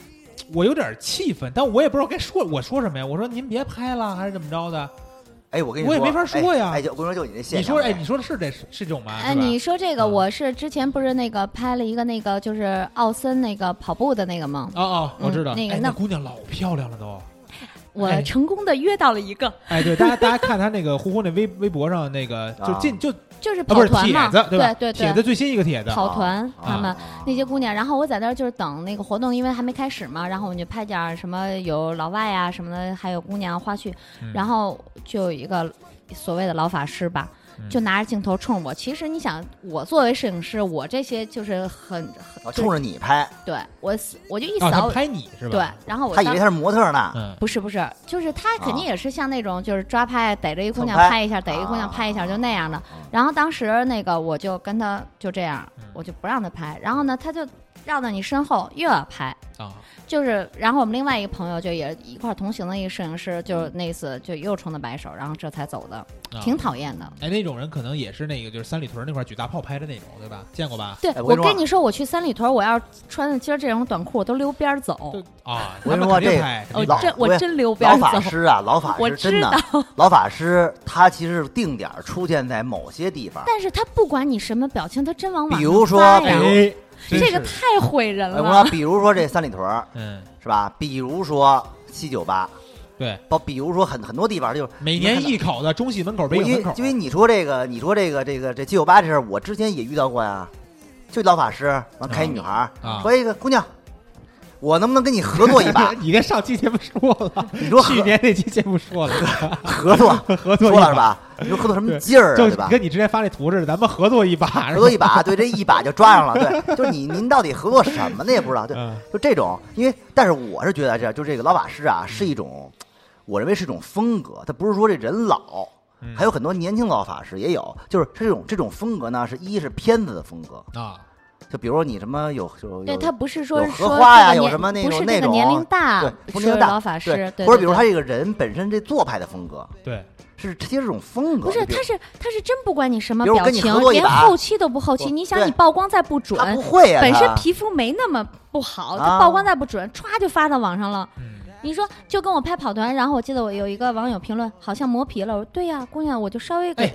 [SPEAKER 5] 我有点气愤，但我也不知道该说我说什么呀，我说您别拍了还是怎么着的？
[SPEAKER 6] 哎，我跟你
[SPEAKER 5] 我
[SPEAKER 6] 说，
[SPEAKER 5] 也没法说呀
[SPEAKER 6] 哎，哎就我跟你说，就你这
[SPEAKER 5] 你
[SPEAKER 6] 现象
[SPEAKER 5] 说
[SPEAKER 6] 呗，
[SPEAKER 5] 哎你说的是这是这种吗？
[SPEAKER 7] 哎，
[SPEAKER 5] 是吧
[SPEAKER 7] 你说这个，
[SPEAKER 5] 嗯
[SPEAKER 7] 我是之前不是那个拍了一个那个就是奥森那个跑步的那个吗？
[SPEAKER 5] 哦哦，我知道，
[SPEAKER 7] 嗯那个
[SPEAKER 5] 哎
[SPEAKER 7] 那
[SPEAKER 5] 姑娘老漂亮了都。
[SPEAKER 7] 我
[SPEAKER 5] 哎
[SPEAKER 7] 成功的约到了一个，
[SPEAKER 5] 哎，对，大家大家看她那个呼呼那微微博上那个，就
[SPEAKER 6] 啊
[SPEAKER 5] 进就
[SPEAKER 7] 就是
[SPEAKER 5] 啊不
[SPEAKER 7] 跑
[SPEAKER 5] 是
[SPEAKER 7] 团
[SPEAKER 5] 帖
[SPEAKER 7] 嘛，
[SPEAKER 5] 子
[SPEAKER 7] 对
[SPEAKER 5] 吧？
[SPEAKER 7] 对
[SPEAKER 5] 帖子最新一个帖子，
[SPEAKER 7] 跑团他们
[SPEAKER 6] 啊
[SPEAKER 7] 那些姑娘，然后我在那儿就是等那个活动，因为还没开始嘛，然后我们就拍点儿什么有老外啊什么的，还有姑娘花絮，
[SPEAKER 5] 嗯
[SPEAKER 7] 然后就有一个所谓的老法师吧，就拿着镜头冲我。其实你想，我作为摄影师，我这些就是很很
[SPEAKER 6] 啊，冲着你拍，
[SPEAKER 7] 对我死我就一
[SPEAKER 5] 啊，他
[SPEAKER 7] 扫、
[SPEAKER 5] 拍你是吧？
[SPEAKER 7] 对，，然后我
[SPEAKER 6] 他以
[SPEAKER 7] 当
[SPEAKER 6] 为他是模特呢，
[SPEAKER 5] 嗯，
[SPEAKER 7] 不是不是，就是他肯定也是像那种就是抓拍，逮着一姑娘
[SPEAKER 6] 蹭拍啊
[SPEAKER 7] 拍一下，逮一姑娘拍一下，就那样的。然后当时那个我就跟他就这样，
[SPEAKER 6] 嗯
[SPEAKER 7] 我就不让他拍。然后呢，他就绕到你身后又要拍，
[SPEAKER 5] 啊，
[SPEAKER 7] 就是然后我们另外一个朋友就也一块儿同行的一个摄影师，就那次就又冲他摆手，然后这才走的，
[SPEAKER 5] 啊
[SPEAKER 7] 挺讨厌的。
[SPEAKER 5] 哎，那种人可能也是那个，就是三里屯那块举大炮拍的那种，对吧？见过吧？
[SPEAKER 7] 对
[SPEAKER 6] 哎，我
[SPEAKER 7] 我
[SPEAKER 6] 跟你说
[SPEAKER 7] 跟你说，我去三里屯，我要穿的今儿这种短裤，我都溜边儿走。
[SPEAKER 5] 啊，
[SPEAKER 6] 我跟你
[SPEAKER 5] 他们
[SPEAKER 6] 说
[SPEAKER 5] 肯定
[SPEAKER 6] 这
[SPEAKER 7] 我
[SPEAKER 5] 拍肯定
[SPEAKER 6] 老
[SPEAKER 5] 拍
[SPEAKER 7] 真我
[SPEAKER 6] 我
[SPEAKER 7] 真溜边
[SPEAKER 6] 老
[SPEAKER 7] 儿
[SPEAKER 6] 法
[SPEAKER 7] 走。
[SPEAKER 6] 师啊，老法
[SPEAKER 7] 我
[SPEAKER 6] 师真
[SPEAKER 7] 知
[SPEAKER 6] 的
[SPEAKER 7] 道，
[SPEAKER 6] 老法师他其实定点出现在某些地方。
[SPEAKER 7] 但是他不管你什么表情，他真往网
[SPEAKER 6] 比
[SPEAKER 7] 上
[SPEAKER 6] 如说
[SPEAKER 7] 发
[SPEAKER 6] 比如
[SPEAKER 7] 呀，
[SPEAKER 5] 哎，真
[SPEAKER 7] 这个
[SPEAKER 5] 是
[SPEAKER 7] 太毁人
[SPEAKER 6] 哎我
[SPEAKER 7] 了。
[SPEAKER 6] 说，比如说这三里屯儿
[SPEAKER 5] 嗯，
[SPEAKER 6] 是吧？比如说七九八，
[SPEAKER 5] 对，
[SPEAKER 6] 包比如说很很多地方就是
[SPEAKER 5] 每
[SPEAKER 6] 你
[SPEAKER 5] 年
[SPEAKER 6] 看到
[SPEAKER 5] 艺考的中戏门口、北
[SPEAKER 6] 我
[SPEAKER 5] 影
[SPEAKER 6] 因
[SPEAKER 5] 门
[SPEAKER 6] 为
[SPEAKER 5] 口，啊
[SPEAKER 6] 因
[SPEAKER 5] [laughs]
[SPEAKER 6] 为你说这个，你说这个这个这七九八这事儿，我之前也遇到过呀。就老法师完开一女孩儿
[SPEAKER 5] 啊？
[SPEAKER 6] 说一哎个姑娘，我能不能跟你合作一把
[SPEAKER 5] [laughs] 你跟上期节目说了，
[SPEAKER 6] [laughs] 你说合
[SPEAKER 5] 去年那期节目说
[SPEAKER 6] [laughs]
[SPEAKER 5] 了，
[SPEAKER 6] 合作
[SPEAKER 5] 合作
[SPEAKER 6] 说
[SPEAKER 5] 一
[SPEAKER 6] 了
[SPEAKER 5] 把
[SPEAKER 6] 是？吧？你说合作什么劲儿啊，
[SPEAKER 5] 就
[SPEAKER 6] 对吧？
[SPEAKER 5] 跟你之前发那图似的，咱们合作一把，合
[SPEAKER 6] [laughs] 合作一把，对这一把就抓上了，对，就是你您到底合作什么呢？也不知道，对，
[SPEAKER 5] 嗯
[SPEAKER 6] 就这种，因为但是我是觉得这样，就这个老法师啊，是一种，我认为是一种风格，他不是说这人老，还有很多年轻老法师也有，就是这种这种风格呢，是一是片子的风格，
[SPEAKER 5] 啊，
[SPEAKER 6] 就比如说你什么有有
[SPEAKER 7] 对
[SPEAKER 6] 有。
[SPEAKER 7] 他不是说
[SPEAKER 6] 有荷
[SPEAKER 7] 说
[SPEAKER 6] 花呀
[SPEAKER 7] 这个
[SPEAKER 6] 有
[SPEAKER 7] 年
[SPEAKER 6] 什么那
[SPEAKER 7] 不
[SPEAKER 6] 种
[SPEAKER 7] 是
[SPEAKER 6] 那
[SPEAKER 7] 这个
[SPEAKER 6] 种啊
[SPEAKER 7] 年龄大
[SPEAKER 6] 对，不
[SPEAKER 7] 说
[SPEAKER 6] 是年龄大
[SPEAKER 7] 老法师，对
[SPEAKER 6] 或
[SPEAKER 7] 对
[SPEAKER 6] 者比如
[SPEAKER 7] 对
[SPEAKER 6] 他这个人本身这做派的风格
[SPEAKER 5] 对，
[SPEAKER 6] 是其实这种风格，
[SPEAKER 7] 不是
[SPEAKER 6] 就比如
[SPEAKER 7] 他是他是真不管你什么
[SPEAKER 6] 比如我
[SPEAKER 7] 表
[SPEAKER 6] 跟你
[SPEAKER 7] 情
[SPEAKER 6] 合，作一
[SPEAKER 7] 连
[SPEAKER 6] 把
[SPEAKER 7] 后期都不后期。
[SPEAKER 6] 我
[SPEAKER 7] 你想
[SPEAKER 6] 对
[SPEAKER 7] 你曝光再不准，
[SPEAKER 6] 他不会啊，
[SPEAKER 7] 本身
[SPEAKER 6] 他
[SPEAKER 7] 皮肤没那么不好，
[SPEAKER 6] 啊
[SPEAKER 7] 他曝光再不准，歘就发到网上了。
[SPEAKER 5] 嗯
[SPEAKER 7] 你说就跟我拍跑团，然后我记得我有一个网友评论，好像磨皮了。我说对呀，姑娘，我就稍微
[SPEAKER 5] 哎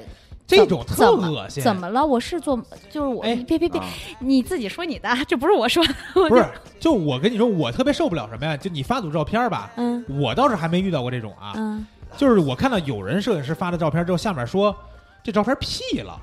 [SPEAKER 7] 给
[SPEAKER 5] 这种特
[SPEAKER 7] 怎么
[SPEAKER 5] 恶心，
[SPEAKER 7] 怎么了？我是做就是我，
[SPEAKER 5] 哎
[SPEAKER 7] 你别别别
[SPEAKER 6] 啊，
[SPEAKER 7] 你自己说你的，这不是我说的。
[SPEAKER 5] 不是？就我跟你说，我特别受不了什么呀？就你发组照片吧，
[SPEAKER 7] 嗯
[SPEAKER 5] 我倒是还没遇到过这种啊，
[SPEAKER 7] 嗯，
[SPEAKER 5] 就是我看到有人摄影师发的照片之后，下面说这照片 P 了。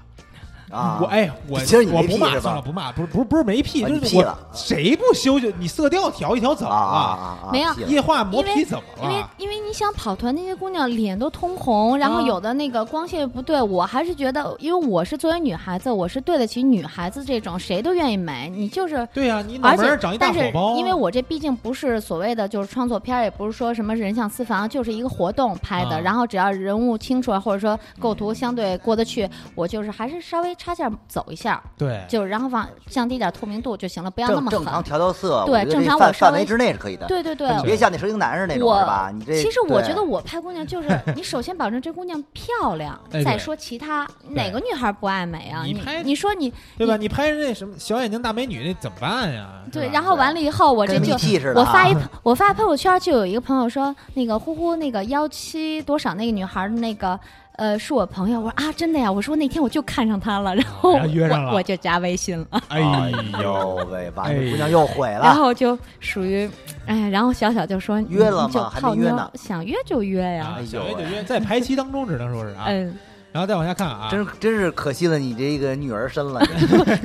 [SPEAKER 6] 啊，
[SPEAKER 5] 我哎，我
[SPEAKER 6] 其实你没
[SPEAKER 5] 我不
[SPEAKER 6] 屁
[SPEAKER 5] 骂
[SPEAKER 6] 是吧
[SPEAKER 5] 算了，不骂，不是不是不是没 P，
[SPEAKER 6] 啊
[SPEAKER 5] 就
[SPEAKER 6] 你
[SPEAKER 5] 是
[SPEAKER 6] 屁
[SPEAKER 5] 我
[SPEAKER 6] 了
[SPEAKER 5] 谁不修就你色调调一调怎
[SPEAKER 6] 啊
[SPEAKER 5] 么
[SPEAKER 6] 啊
[SPEAKER 5] 了？
[SPEAKER 6] 啊啊，
[SPEAKER 7] 没有
[SPEAKER 6] 屁了
[SPEAKER 5] 液化磨
[SPEAKER 7] 因
[SPEAKER 5] 皮
[SPEAKER 7] 为
[SPEAKER 5] 怎么
[SPEAKER 7] 因为
[SPEAKER 5] 了？
[SPEAKER 7] 因为你想跑团那些姑娘脸都通红，然后
[SPEAKER 5] 啊
[SPEAKER 7] 有的那个光线不对，我还是觉得，因为我是作为女孩子，我是对得起女孩子这种谁都愿意买，你就是。
[SPEAKER 5] 对呀，你脑
[SPEAKER 7] 而
[SPEAKER 5] 门
[SPEAKER 7] 且
[SPEAKER 5] 上长一，大
[SPEAKER 7] 但
[SPEAKER 5] 火
[SPEAKER 7] 是
[SPEAKER 5] 包，
[SPEAKER 7] 因为我这毕竟不是所谓的就是创作片儿，也不是说什么人像私房，就是一个活动拍的。
[SPEAKER 5] 啊
[SPEAKER 7] 然后只要人物清楚，或者说构图相对过得去，我就是还是稍微插件走一下，
[SPEAKER 5] 对
[SPEAKER 7] 就然后往降低点透明度就行了，不要那
[SPEAKER 6] 正
[SPEAKER 7] 么
[SPEAKER 6] 正常
[SPEAKER 7] 狠。
[SPEAKER 6] 调调色，
[SPEAKER 7] 对
[SPEAKER 6] 我觉得
[SPEAKER 7] 正
[SPEAKER 6] 这
[SPEAKER 7] 常我
[SPEAKER 6] 范
[SPEAKER 7] 稍
[SPEAKER 6] 范围
[SPEAKER 7] 微
[SPEAKER 6] 之内是可以的。
[SPEAKER 7] 对对对，
[SPEAKER 6] 你别像那蛇形男士那种
[SPEAKER 7] 我
[SPEAKER 6] 是吧？你这
[SPEAKER 7] 其实我
[SPEAKER 6] 对
[SPEAKER 7] 觉得我拍姑娘
[SPEAKER 6] [laughs]
[SPEAKER 7] 就是，你首先保证这姑娘漂亮，
[SPEAKER 5] 哎对
[SPEAKER 7] 再说其他，哪个女孩不爱美啊？
[SPEAKER 5] 你
[SPEAKER 7] 你
[SPEAKER 5] 拍
[SPEAKER 7] 你说你
[SPEAKER 5] 对吧？你拍人那什么小眼睛大美女那怎么办呀？
[SPEAKER 7] 对，
[SPEAKER 5] 是吧
[SPEAKER 7] 然后完了以后，我这
[SPEAKER 6] 跟
[SPEAKER 7] 就
[SPEAKER 6] BT 似的
[SPEAKER 7] 我
[SPEAKER 6] 啊
[SPEAKER 7] 发一我发朋友圈，就有一个朋友说，那个呼呼那个幺七多少那个女孩儿，那个呃是我朋友，我说啊真的呀，我说那天我就看上她了，然后
[SPEAKER 5] 然后约上
[SPEAKER 7] 我
[SPEAKER 5] 了
[SPEAKER 7] 我就加微信了。
[SPEAKER 5] [laughs] 哎
[SPEAKER 6] 呦
[SPEAKER 5] 呦，
[SPEAKER 6] 喂，把
[SPEAKER 5] 哎
[SPEAKER 6] 这姑娘又毁
[SPEAKER 7] 然
[SPEAKER 6] 了。
[SPEAKER 7] 后就属于，哎，然后小小就说
[SPEAKER 6] 约了吗
[SPEAKER 7] 你就
[SPEAKER 6] 还没
[SPEAKER 7] 泡
[SPEAKER 6] 约
[SPEAKER 7] 妞
[SPEAKER 6] 呢
[SPEAKER 7] 想约就约呀，
[SPEAKER 5] 啊
[SPEAKER 6] 哎呦
[SPEAKER 5] 小约
[SPEAKER 6] 喂
[SPEAKER 5] 就约，在排期当中只能说是啊，
[SPEAKER 7] 嗯，
[SPEAKER 5] 然后再往下看啊，
[SPEAKER 6] 真真是可惜了，你这个女儿
[SPEAKER 5] [laughs]
[SPEAKER 6] 身了。，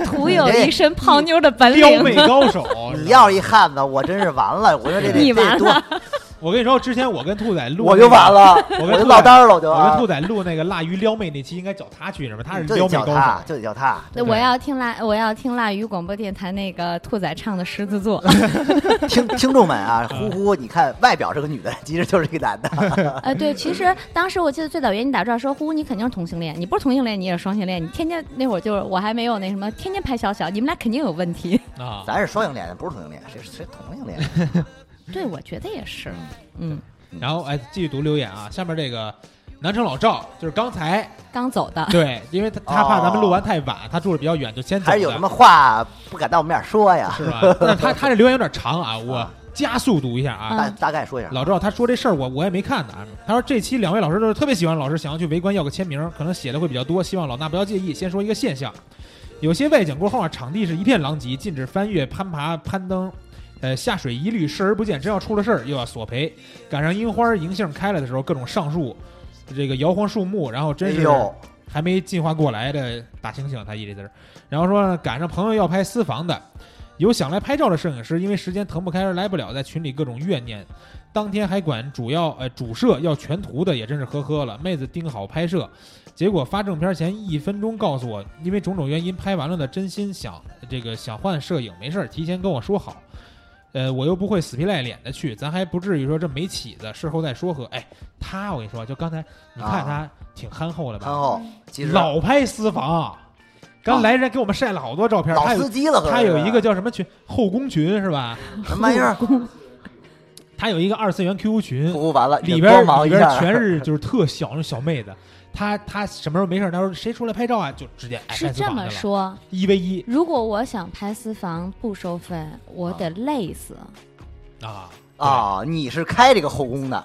[SPEAKER 7] 徒有一身泡妞的本 [laughs]
[SPEAKER 5] 撩妹
[SPEAKER 7] 领。
[SPEAKER 5] 高手
[SPEAKER 6] [laughs] 你
[SPEAKER 5] 是吧
[SPEAKER 6] 要是一汉子，我真是完了。我说这得
[SPEAKER 7] 你
[SPEAKER 6] 这
[SPEAKER 7] 完
[SPEAKER 6] 得多，
[SPEAKER 5] 我跟你说，之前我跟兔仔录，
[SPEAKER 6] 我就完。了，
[SPEAKER 5] 我跟
[SPEAKER 6] 我就
[SPEAKER 5] 兔
[SPEAKER 6] 落
[SPEAKER 5] 仔
[SPEAKER 6] 单了，我就
[SPEAKER 5] 我跟
[SPEAKER 6] 啊
[SPEAKER 5] 兔，仔录那个腊鱼撩妹那期，应该叫他去是吧？他是
[SPEAKER 6] 就
[SPEAKER 5] 撩
[SPEAKER 6] 得
[SPEAKER 5] 妹
[SPEAKER 6] 叫
[SPEAKER 5] 高
[SPEAKER 6] 他，
[SPEAKER 5] 手，
[SPEAKER 6] 就得叫他。
[SPEAKER 7] 对我要听辣，我要听辣鱼广播电台那个兔仔唱的《狮子座》。
[SPEAKER 6] 听听众们啊，
[SPEAKER 5] 嗯
[SPEAKER 6] 呼呼，你看外表是个女的，其实就是一个男的。
[SPEAKER 5] [laughs]
[SPEAKER 7] 呃，对，其实当时我记得最早原因打转说，呼，你肯定是同性恋，你不是同性恋，你也是双性恋，你天天那会儿就是我还没有那什么，天天拍小小，你们俩肯定有问题。
[SPEAKER 5] 啊。
[SPEAKER 6] 咱是双性恋，不是同性恋，谁谁同
[SPEAKER 5] [laughs]
[SPEAKER 6] 性恋？
[SPEAKER 7] 对，我觉得也是，嗯，
[SPEAKER 5] 然后哎，继续读留言啊，下面这个南城老赵就是刚
[SPEAKER 6] [laughs]
[SPEAKER 5] 才
[SPEAKER 7] 刚走的。
[SPEAKER 5] 对，因为他他怕咱们录完太晚，他住的比较远，就先走的
[SPEAKER 6] 哦还是有什么话不敢当我们面说呀？
[SPEAKER 5] 是吧？但是他他这留言有点长啊，
[SPEAKER 6] [laughs]
[SPEAKER 5] 我加速读一下啊。
[SPEAKER 7] 嗯
[SPEAKER 6] 大大概说一下。
[SPEAKER 5] 老赵他说这事儿我我也没看呢啊，他说这期两位老师都是特别喜欢老师，想要去围观要个签名，可能写的会比较多，希望老衲不要介意。先说一个现象，有些外景过后啊，场地是一片狼藉，禁止翻越、攀爬、攀登。呃，下水一律视而不见，真要出了事儿又要索赔。赶上樱花银杏开了的时候，各种上树，这个摇晃树木，然后
[SPEAKER 6] 哎
[SPEAKER 5] 真是
[SPEAKER 6] 呦，
[SPEAKER 5] 还没进化过来的大猩猩，他一直在这儿。然后说呢赶上朋友要拍私房的，有想来拍照的摄影师，因为时间腾不开而来不了，在群里各种怨念。当天还管主要呃主摄要全图的，也真是呵呵了。妹子盯好拍摄，结果发正片前一分钟告诉我，因为种种原因拍完了的，真心想这个想换摄影，没事儿，提前跟我说好。呃，我又不会死皮赖脸的去，咱还不至于说这没起子，事后再说和。哎，他我跟你说，就刚才你看他挺憨厚的吧？
[SPEAKER 6] 憨厚，
[SPEAKER 7] 嗯
[SPEAKER 6] 其实
[SPEAKER 5] 老拍私房，啊刚来人给我们晒了好多照片。
[SPEAKER 6] 老
[SPEAKER 5] 他
[SPEAKER 6] 司
[SPEAKER 5] 有
[SPEAKER 6] 机了，可
[SPEAKER 5] 他
[SPEAKER 6] 是
[SPEAKER 5] 有一个叫什么群，后宫群是吧？
[SPEAKER 6] 什么玩意儿， [laughs]
[SPEAKER 5] 他有一个二次元 QQ 群，
[SPEAKER 6] 服务完了，
[SPEAKER 5] 里边
[SPEAKER 6] 光芒
[SPEAKER 5] 里
[SPEAKER 6] 一
[SPEAKER 5] 边
[SPEAKER 6] 下
[SPEAKER 5] 全是就是特小那小妹子。他他什么时候没事儿？他说谁出来拍照啊？就直接哎
[SPEAKER 7] 是
[SPEAKER 5] 拍私
[SPEAKER 7] 这
[SPEAKER 5] 房去
[SPEAKER 7] 么
[SPEAKER 5] 了，
[SPEAKER 7] 说，
[SPEAKER 5] 一 v 一
[SPEAKER 7] 如果我想拍私房不收费，我得累死。
[SPEAKER 5] 啊
[SPEAKER 6] 啊！你是开这个后宫的，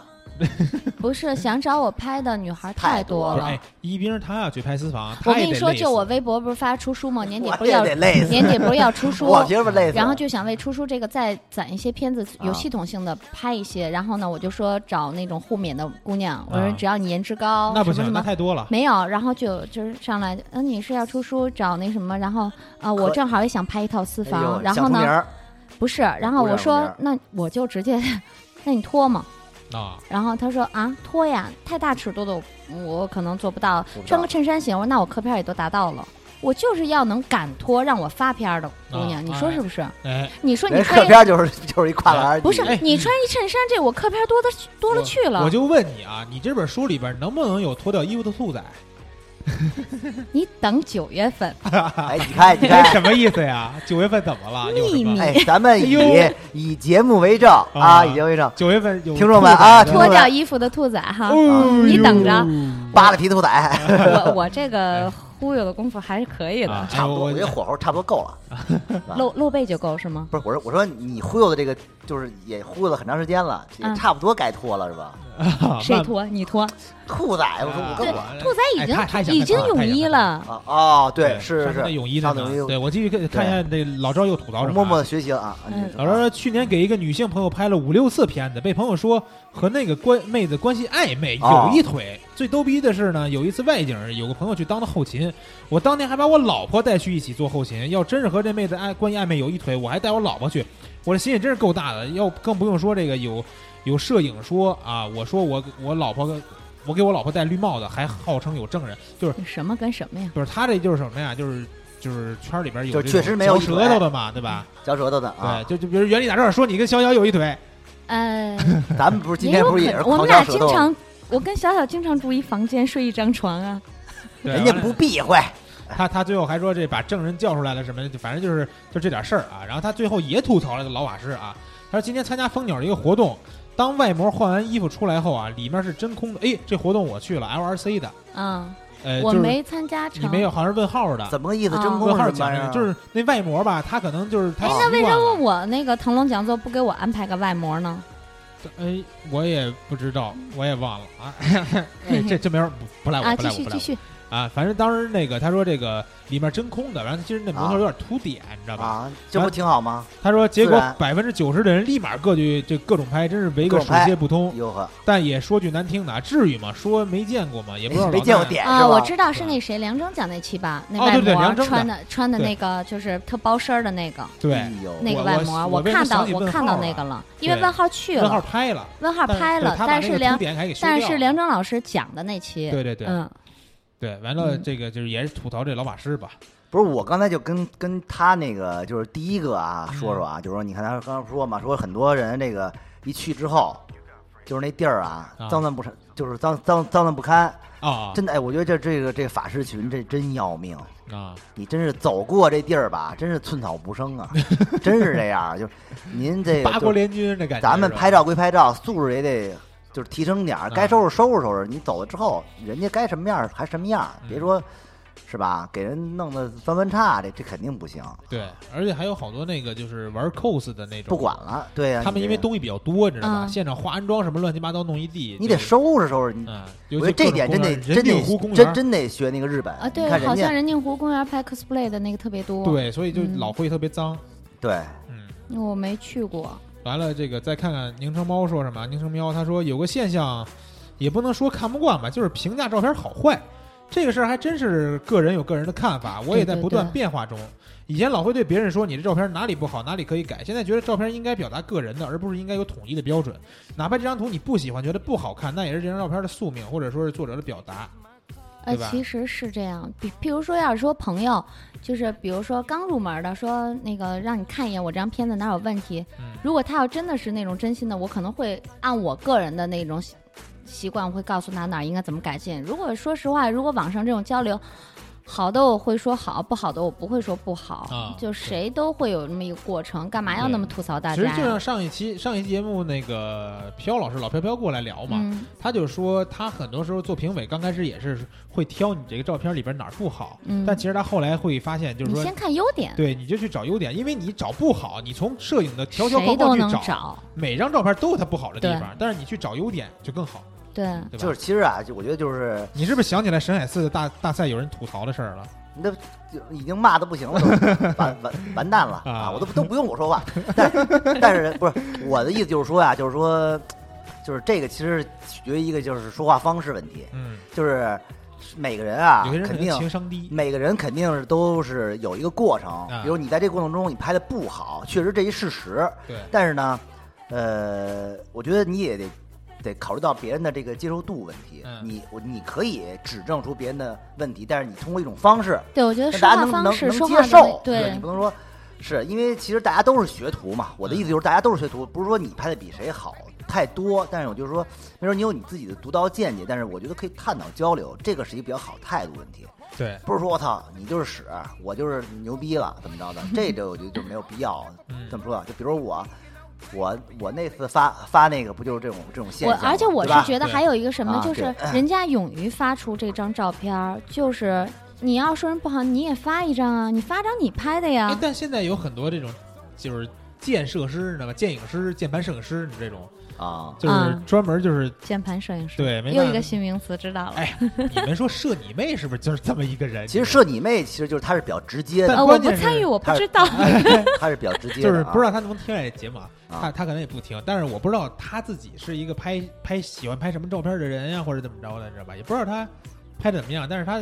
[SPEAKER 7] 不是想找我拍的女孩太多
[SPEAKER 5] 不是
[SPEAKER 7] 了
[SPEAKER 5] 哎。，一兵他要去拍私房，
[SPEAKER 7] 我
[SPEAKER 5] 他
[SPEAKER 7] 跟
[SPEAKER 5] 哎也
[SPEAKER 7] 你
[SPEAKER 5] 得
[SPEAKER 7] 说，
[SPEAKER 5] 累
[SPEAKER 7] 就
[SPEAKER 5] 死
[SPEAKER 7] 我微博不是发出书吗？年底
[SPEAKER 6] 我
[SPEAKER 7] 不是
[SPEAKER 6] 也
[SPEAKER 7] 要
[SPEAKER 6] 得累死，
[SPEAKER 7] 年底不是要出书，
[SPEAKER 6] 我媳妇儿累死了，
[SPEAKER 7] 然后就想为出书这个再攒一些片子，有
[SPEAKER 6] 啊
[SPEAKER 7] 系统性的拍一些。然后呢，我就说找那种互勉的姑娘，我说
[SPEAKER 5] 啊
[SPEAKER 7] 只要你颜值高，
[SPEAKER 5] 那不
[SPEAKER 7] 什么
[SPEAKER 5] 行，
[SPEAKER 7] 什
[SPEAKER 5] 那
[SPEAKER 7] 么。
[SPEAKER 5] 太多了。
[SPEAKER 7] [laughs] 没有，然后就就是上来，嗯、你是要出书找那什么，然后啊、我
[SPEAKER 6] 可
[SPEAKER 7] 正好也想拍一套私
[SPEAKER 6] 哎呦
[SPEAKER 7] 房，然
[SPEAKER 6] 小
[SPEAKER 7] 后
[SPEAKER 6] 出名
[SPEAKER 7] 呢，
[SPEAKER 6] 儿
[SPEAKER 7] 不是，然后
[SPEAKER 6] 不
[SPEAKER 7] 我
[SPEAKER 6] 让我
[SPEAKER 7] 说
[SPEAKER 6] 名儿
[SPEAKER 7] 那我就直接， [laughs] 那你脱嘛，
[SPEAKER 5] 啊，
[SPEAKER 7] 然后他说啊脱呀，太大尺度的我我可能做不到，
[SPEAKER 6] 做不到
[SPEAKER 7] 穿个衬衫行，我说那我课片也都达到了，我就是要能敢脱让我发片儿的姑娘，
[SPEAKER 5] 啊
[SPEAKER 7] 你说是不是？
[SPEAKER 5] 哎，
[SPEAKER 7] 你说你
[SPEAKER 6] 人
[SPEAKER 7] 穿
[SPEAKER 6] 客
[SPEAKER 7] 一
[SPEAKER 6] 片就是就是一跨栏儿，
[SPEAKER 7] 不是、
[SPEAKER 5] 哎
[SPEAKER 7] 你穿一衬衫，这我课片多的多了去了。
[SPEAKER 5] 我就问你啊，你这本书里边能不能有脱掉衣服的兔
[SPEAKER 6] [laughs]
[SPEAKER 5] 仔？
[SPEAKER 7] 你等九月份，
[SPEAKER 5] 啊
[SPEAKER 6] 哎，你看你
[SPEAKER 5] 哎，
[SPEAKER 6] 看，
[SPEAKER 5] 什么意思呀？九月份怎么了？有什
[SPEAKER 7] 秘密
[SPEAKER 5] 么？
[SPEAKER 6] 哎，咱们以
[SPEAKER 5] 哎呦
[SPEAKER 6] 以节目为证
[SPEAKER 5] 啊
[SPEAKER 6] 啊，以节目为证，
[SPEAKER 5] 九月份有
[SPEAKER 6] 听众们啊
[SPEAKER 5] 兔仔的
[SPEAKER 6] 听众
[SPEAKER 7] 脱掉衣服的兔崽哈，
[SPEAKER 5] 哦
[SPEAKER 7] 你
[SPEAKER 5] 呦
[SPEAKER 7] 等
[SPEAKER 6] 啊
[SPEAKER 7] 着，
[SPEAKER 6] 八个提兔
[SPEAKER 5] 哎
[SPEAKER 6] 仔， [laughs]
[SPEAKER 7] 我我这个忽悠的功夫还是可以的
[SPEAKER 5] 啊，
[SPEAKER 6] 差不多，
[SPEAKER 5] 哎
[SPEAKER 6] 我
[SPEAKER 5] 我
[SPEAKER 6] 觉得火候差不多够了。啊
[SPEAKER 7] 露露背就够是吗？
[SPEAKER 6] 不是，我说我说你忽悠的这个，就是也忽悠了很长时间了，也
[SPEAKER 7] 嗯
[SPEAKER 6] 差不多该脱了是吧？
[SPEAKER 5] 啊
[SPEAKER 7] 谁
[SPEAKER 5] 那
[SPEAKER 7] 脱你脱，
[SPEAKER 6] 兔仔，我
[SPEAKER 5] 啊
[SPEAKER 6] 说我跟
[SPEAKER 7] 对
[SPEAKER 6] 我
[SPEAKER 7] 兔崽已
[SPEAKER 5] 哎他他
[SPEAKER 7] 经
[SPEAKER 5] 想
[SPEAKER 7] 已经
[SPEAKER 5] 看
[SPEAKER 7] 泳衣了，
[SPEAKER 6] 啊哦，对，是
[SPEAKER 5] 上次
[SPEAKER 6] 是
[SPEAKER 5] 那
[SPEAKER 6] 是，
[SPEAKER 5] 泳衣
[SPEAKER 6] 上
[SPEAKER 5] 的
[SPEAKER 6] 次
[SPEAKER 5] 呢
[SPEAKER 6] 那泳衣
[SPEAKER 5] 对我继续看看一下这老赵又吐槽什么
[SPEAKER 6] 默
[SPEAKER 5] 啊。
[SPEAKER 6] 默的学习了啊。啊
[SPEAKER 7] 嗯
[SPEAKER 5] 老赵说，去年给一个女性朋友拍了五六次片子，被朋友说和那个关妹子关系暧昧，有
[SPEAKER 6] 哦
[SPEAKER 5] 一腿。最逗逼的是呢，有一次外景，有个朋友去当的后勤，我当年还把我老婆带去一起做后勤。要真是和这妹子暧关系暧昧有一腿，我还带我老婆去，我这心也真是够大的。要更不用说这个有有摄影说啊，我说我我老婆我给我老婆戴绿帽子，还号称有证人，就是
[SPEAKER 7] 你什么跟什么
[SPEAKER 6] [laughs]
[SPEAKER 7] 呀？
[SPEAKER 5] 就是他这就是什么呀，就是。就是圈里边有
[SPEAKER 6] 就
[SPEAKER 5] 这
[SPEAKER 6] 确
[SPEAKER 5] 种
[SPEAKER 6] 实没有
[SPEAKER 5] 嚼
[SPEAKER 6] 一
[SPEAKER 5] 舌
[SPEAKER 6] 腿
[SPEAKER 5] 头的嘛，对吧？
[SPEAKER 6] 嚼舌头的啊
[SPEAKER 5] 对，，就就比如袁立打这儿说你跟逍遥有一腿，
[SPEAKER 7] 呃，
[SPEAKER 6] 咱们不是今
[SPEAKER 7] 也
[SPEAKER 6] 天
[SPEAKER 7] 有
[SPEAKER 6] 不
[SPEAKER 7] 可
[SPEAKER 6] 是也是
[SPEAKER 7] 能，我
[SPEAKER 6] 狂
[SPEAKER 7] 们
[SPEAKER 6] 嚼
[SPEAKER 7] 俩
[SPEAKER 6] 舌
[SPEAKER 7] 经
[SPEAKER 6] 头吗，
[SPEAKER 7] 常，我跟小小经常住一房间，睡一张床啊。
[SPEAKER 5] 对啊
[SPEAKER 6] 人家
[SPEAKER 5] 完了
[SPEAKER 6] 不避讳，
[SPEAKER 5] 他他最后还说这把证人叫出来了什么，反正就是就这点事儿啊。然后他最后也吐槽了个老法师啊，他说今天参加蜂鸟的一个活动，当外模换完衣服出来后啊，里面是真空的。哎，这活动我去了 LRC 的，
[SPEAKER 7] 嗯，
[SPEAKER 5] 呃，
[SPEAKER 7] 我
[SPEAKER 5] 就是
[SPEAKER 7] 没参加成。
[SPEAKER 5] 你没有，好像是问号的，
[SPEAKER 6] 怎么个意思？真
[SPEAKER 5] 问
[SPEAKER 6] 空
[SPEAKER 5] 号
[SPEAKER 6] 是什么
[SPEAKER 5] 讲
[SPEAKER 6] 玩意
[SPEAKER 5] 这
[SPEAKER 6] 儿
[SPEAKER 5] 个
[SPEAKER 6] 啊？
[SPEAKER 5] 就是那外模吧，他可能就是他
[SPEAKER 7] 哎，
[SPEAKER 5] 习
[SPEAKER 7] 那为
[SPEAKER 5] 惯
[SPEAKER 7] 什么
[SPEAKER 5] 了。
[SPEAKER 7] 我那个腾龙讲座不给我安排个外模呢？
[SPEAKER 5] 哎，我也不知道，我也忘了
[SPEAKER 7] [laughs]
[SPEAKER 5] 啊。哎这这没法不不赖我，
[SPEAKER 7] 啊，
[SPEAKER 5] 不
[SPEAKER 7] 继
[SPEAKER 5] 赖我，
[SPEAKER 7] 续
[SPEAKER 5] 不赖
[SPEAKER 7] 继
[SPEAKER 5] 我。
[SPEAKER 7] 续，
[SPEAKER 5] 啊，反正当时那个他说这个里面真空的，然后其实那模特有点凸点，你知道吧？
[SPEAKER 6] 啊，这不挺好吗？
[SPEAKER 5] 他说，结果
[SPEAKER 6] 自然
[SPEAKER 5] 百分之九十的人立马各据这各种拍，真是为个
[SPEAKER 6] 各种
[SPEAKER 5] 水
[SPEAKER 6] 拍
[SPEAKER 5] 泄不通。
[SPEAKER 6] 哟呵，
[SPEAKER 5] 但也说句难听的啊，至于吗？说没见过吗？也不知道
[SPEAKER 6] 没
[SPEAKER 5] 老
[SPEAKER 6] 见过
[SPEAKER 5] 衲
[SPEAKER 6] 点
[SPEAKER 7] 啊，
[SPEAKER 6] 是
[SPEAKER 7] 我
[SPEAKER 6] 吧？
[SPEAKER 7] 知道是那谁梁征讲那期吧，那
[SPEAKER 5] 哦
[SPEAKER 7] 外
[SPEAKER 5] 对对
[SPEAKER 7] 模
[SPEAKER 5] 梁征的
[SPEAKER 7] 穿的穿的
[SPEAKER 5] 对
[SPEAKER 7] 那个就是特包身儿的那个
[SPEAKER 5] 对
[SPEAKER 6] 哎呦，
[SPEAKER 7] 那个
[SPEAKER 5] 我
[SPEAKER 7] 外
[SPEAKER 5] 我
[SPEAKER 7] 模，
[SPEAKER 5] 我
[SPEAKER 7] 我
[SPEAKER 5] 为什么
[SPEAKER 7] 看到
[SPEAKER 5] 想起
[SPEAKER 7] 我
[SPEAKER 5] 问
[SPEAKER 7] 看
[SPEAKER 5] 号
[SPEAKER 7] 到
[SPEAKER 5] 啊
[SPEAKER 7] 那个了，因为
[SPEAKER 5] 对
[SPEAKER 7] 问号去
[SPEAKER 5] 问号
[SPEAKER 7] 了，
[SPEAKER 5] 拍了，
[SPEAKER 7] 问号
[SPEAKER 5] 但
[SPEAKER 7] 拍
[SPEAKER 5] 对
[SPEAKER 7] 了，
[SPEAKER 5] 他把
[SPEAKER 7] 但
[SPEAKER 5] 那
[SPEAKER 7] 是
[SPEAKER 5] 个
[SPEAKER 7] 梁
[SPEAKER 5] 凸点还给修
[SPEAKER 7] 但
[SPEAKER 5] 掉
[SPEAKER 7] 是
[SPEAKER 5] 了
[SPEAKER 7] 梁征老师讲的那期，
[SPEAKER 5] 对对对
[SPEAKER 7] 嗯，
[SPEAKER 5] 对，完了
[SPEAKER 7] 嗯
[SPEAKER 5] 这个就是也是吐槽这老法师吧，
[SPEAKER 6] 不是，我刚才就跟跟他那个就是第一个啊，说
[SPEAKER 5] 嗯
[SPEAKER 6] 说啊，就是说你看他刚刚说嘛，说很多人这个一去之后，就是那地儿啊
[SPEAKER 5] 啊，
[SPEAKER 6] 脏乱不堪，就是脏脏脏乱不堪。
[SPEAKER 5] 啊
[SPEAKER 6] 真的，哎，我觉得这这个这法师群这真要命，
[SPEAKER 5] 啊，
[SPEAKER 6] 你真是走过这地儿吧，真是寸草不生啊， [laughs] 真是这样。就是您这个
[SPEAKER 5] 八
[SPEAKER 6] 就
[SPEAKER 5] 国
[SPEAKER 6] 是，
[SPEAKER 5] 联军这感觉是吧。嗯
[SPEAKER 6] 咱们拍照归拍照，素质也得就是提升点儿，该收拾收拾收拾。你走了之后，人家该什么样儿还什么样儿，
[SPEAKER 5] 嗯
[SPEAKER 6] 别说。是吧？给人弄得翻翻岔，这这肯定不行。
[SPEAKER 5] 对，而且还有好多那个就是玩 cos 的那种，
[SPEAKER 6] 不管了，对呀、
[SPEAKER 5] 他们
[SPEAKER 6] 你
[SPEAKER 5] 因为
[SPEAKER 6] 这
[SPEAKER 5] 东西比较多，你知道吧？
[SPEAKER 7] 嗯
[SPEAKER 5] 现场化安装什么乱七八糟弄一地，
[SPEAKER 6] 你得
[SPEAKER 5] 就是
[SPEAKER 6] 收拾收拾。你
[SPEAKER 5] 嗯，
[SPEAKER 6] 我
[SPEAKER 5] 尤
[SPEAKER 6] 觉
[SPEAKER 5] 其
[SPEAKER 6] 得这
[SPEAKER 5] 各种
[SPEAKER 6] 点
[SPEAKER 5] 公
[SPEAKER 6] 真得
[SPEAKER 5] 园人
[SPEAKER 6] 真
[SPEAKER 5] 定湖公
[SPEAKER 6] 得
[SPEAKER 5] 园
[SPEAKER 6] 真真得学那个日本
[SPEAKER 7] 啊，
[SPEAKER 6] 你
[SPEAKER 7] 对，好
[SPEAKER 6] 看人
[SPEAKER 7] 像
[SPEAKER 6] 家
[SPEAKER 7] 人宁湖公园拍 cosplay 的那个特别多，，
[SPEAKER 5] 对，所以就
[SPEAKER 7] 嗯
[SPEAKER 5] 老会特别脏，
[SPEAKER 6] 对
[SPEAKER 5] 嗯。
[SPEAKER 7] 我没去过，
[SPEAKER 5] 完了，这个再看看宁城猫说什么？宁城喵他说有个现象，也不能说看不惯吧，就是评价照片好坏。这个事儿还真是个人有个人的看法，我也在
[SPEAKER 7] 对对
[SPEAKER 5] 不断
[SPEAKER 7] 对
[SPEAKER 5] 变化中。以前老会对别人说你这照片哪里不好，哪里可以改，现在觉得照片应该表达个人的，而不是应该有统一的标准。哪怕这张图你不喜欢，觉得不好看，那也是这张照片的宿命，或者说是作者的表达。
[SPEAKER 7] 呃
[SPEAKER 5] 对，吧
[SPEAKER 7] 其实是这样，比譬如说，要是说朋友，就是比如说刚入门的，说那个让你看一眼我这张片子哪有问题。
[SPEAKER 5] 嗯
[SPEAKER 7] 如果他要真的是那种真心的，我可能会按我个人的那种习习惯，我会告诉他哪儿应该怎么改进。如果说实话，如果网上这种交流，好的我会说好，不好的我不会说不好，
[SPEAKER 5] 啊
[SPEAKER 7] 就谁都会有那么一个过程，干嘛要
[SPEAKER 5] 对
[SPEAKER 7] 那么吐槽大
[SPEAKER 5] 其
[SPEAKER 7] 家
[SPEAKER 5] 实
[SPEAKER 7] 呀？
[SPEAKER 5] 就像上一期上一期节目那个飘老师老飘飘过来聊嘛，
[SPEAKER 7] 嗯
[SPEAKER 5] 他就说他很多时候做评委刚开始也是会挑你这个照片里边哪儿不好，
[SPEAKER 7] 嗯，
[SPEAKER 5] 但其实他后来会发现就是
[SPEAKER 7] 你
[SPEAKER 5] 说
[SPEAKER 7] 先看优点，
[SPEAKER 5] 对，你就去找优点，因为你找不好，你从摄影的条条框
[SPEAKER 7] 谁都
[SPEAKER 5] 框去
[SPEAKER 7] 能
[SPEAKER 5] 找，
[SPEAKER 7] 找，
[SPEAKER 5] 每张照片都有它不好的地
[SPEAKER 7] 对
[SPEAKER 5] 方，但是你去找优点就更好，
[SPEAKER 7] 对，
[SPEAKER 5] 对吧？
[SPEAKER 6] 就是其实啊，就我觉得就是
[SPEAKER 5] 你是不是想起来沈海四的大大赛有人吐槽的事儿了？
[SPEAKER 6] 那就已经骂的不行了，都完完完蛋了
[SPEAKER 5] 啊
[SPEAKER 6] 啊！我都不都不用我说话，但但是不是我的意思就是说啊，就是说，就是这个其实取决于一个就是说话方式问题，
[SPEAKER 5] 嗯，
[SPEAKER 6] 就是每个人啊
[SPEAKER 5] 有些人可
[SPEAKER 6] 肯
[SPEAKER 5] 能
[SPEAKER 6] 定
[SPEAKER 5] 情商低，
[SPEAKER 6] 每个人肯定是都是有一个过程
[SPEAKER 5] 啊，
[SPEAKER 6] 比如你在这过程中你拍的不好，确实这一事实，
[SPEAKER 5] 对，
[SPEAKER 6] 但是呢，呃，我觉得你也得得考虑到别人的这个接受度问题。
[SPEAKER 5] 嗯
[SPEAKER 6] 你我你可以指正出别人的问题，但是你通过一种方式，
[SPEAKER 7] 对，我觉得
[SPEAKER 6] 让
[SPEAKER 7] 说
[SPEAKER 6] 大家
[SPEAKER 7] 话
[SPEAKER 6] 能能
[SPEAKER 7] 方
[SPEAKER 6] 能
[SPEAKER 7] 式、说
[SPEAKER 6] 接
[SPEAKER 7] 话的
[SPEAKER 6] 受
[SPEAKER 7] 那，对
[SPEAKER 6] 你不能说是因为其实大家都是学徒嘛。我的
[SPEAKER 7] 嗯
[SPEAKER 6] 意思就是大家都是学徒，不是说你拍的比谁好太多，但是我就是说，没准你有你自己的独到见解，但是我觉得可以探讨交流，这个是一个比较好态度问题。
[SPEAKER 5] 对，
[SPEAKER 6] 不是说我操你就是屎，我就是牛逼了，怎
[SPEAKER 7] [laughs]
[SPEAKER 6] 么着的？这个我觉得就没有必要
[SPEAKER 5] 嗯。
[SPEAKER 6] 怎么说啊？就比如我，我我那次发发那个不就是这种这种现
[SPEAKER 7] 我
[SPEAKER 6] 象吗？
[SPEAKER 7] 而且我
[SPEAKER 6] 对
[SPEAKER 7] 是
[SPEAKER 6] 吧
[SPEAKER 7] 觉得
[SPEAKER 5] 对
[SPEAKER 7] 还有一个什么
[SPEAKER 6] 啊，
[SPEAKER 7] 就是人家勇于发出这张照片儿，就是你要说人不好，你也发一张啊，你发张你拍的
[SPEAKER 5] 哎
[SPEAKER 7] 呀，，
[SPEAKER 5] 但现在有很多这种就是建设师，你知道吧？建影师、键盘摄影师，你这种
[SPEAKER 6] 啊，
[SPEAKER 5] 就是
[SPEAKER 7] 啊
[SPEAKER 5] 专门就是、
[SPEAKER 7] [laughs] 键盘摄影师，
[SPEAKER 5] 对，没
[SPEAKER 7] 又
[SPEAKER 5] 办
[SPEAKER 7] 一
[SPEAKER 5] 法
[SPEAKER 7] 个。新名词知道了。
[SPEAKER 5] 哎，你们说摄你妹是不是就是这么一个人？
[SPEAKER 6] 其实射你妹其实就是她是比较直接
[SPEAKER 5] 但
[SPEAKER 6] 的，
[SPEAKER 7] 呃，我
[SPEAKER 5] 关
[SPEAKER 7] 不
[SPEAKER 5] 键是哎
[SPEAKER 7] 参与，我不
[SPEAKER 6] 他
[SPEAKER 7] 知道。
[SPEAKER 5] [laughs]
[SPEAKER 6] 她是比较直接的，
[SPEAKER 5] 就是不知。道他能不能听这节目啊？
[SPEAKER 6] 啊
[SPEAKER 5] 他他可能也不听，但是我不知道他自己是一个拍拍喜欢拍什么照片的人呀、或者怎么着的，你知道吧？也不知道他拍的怎么样，但是他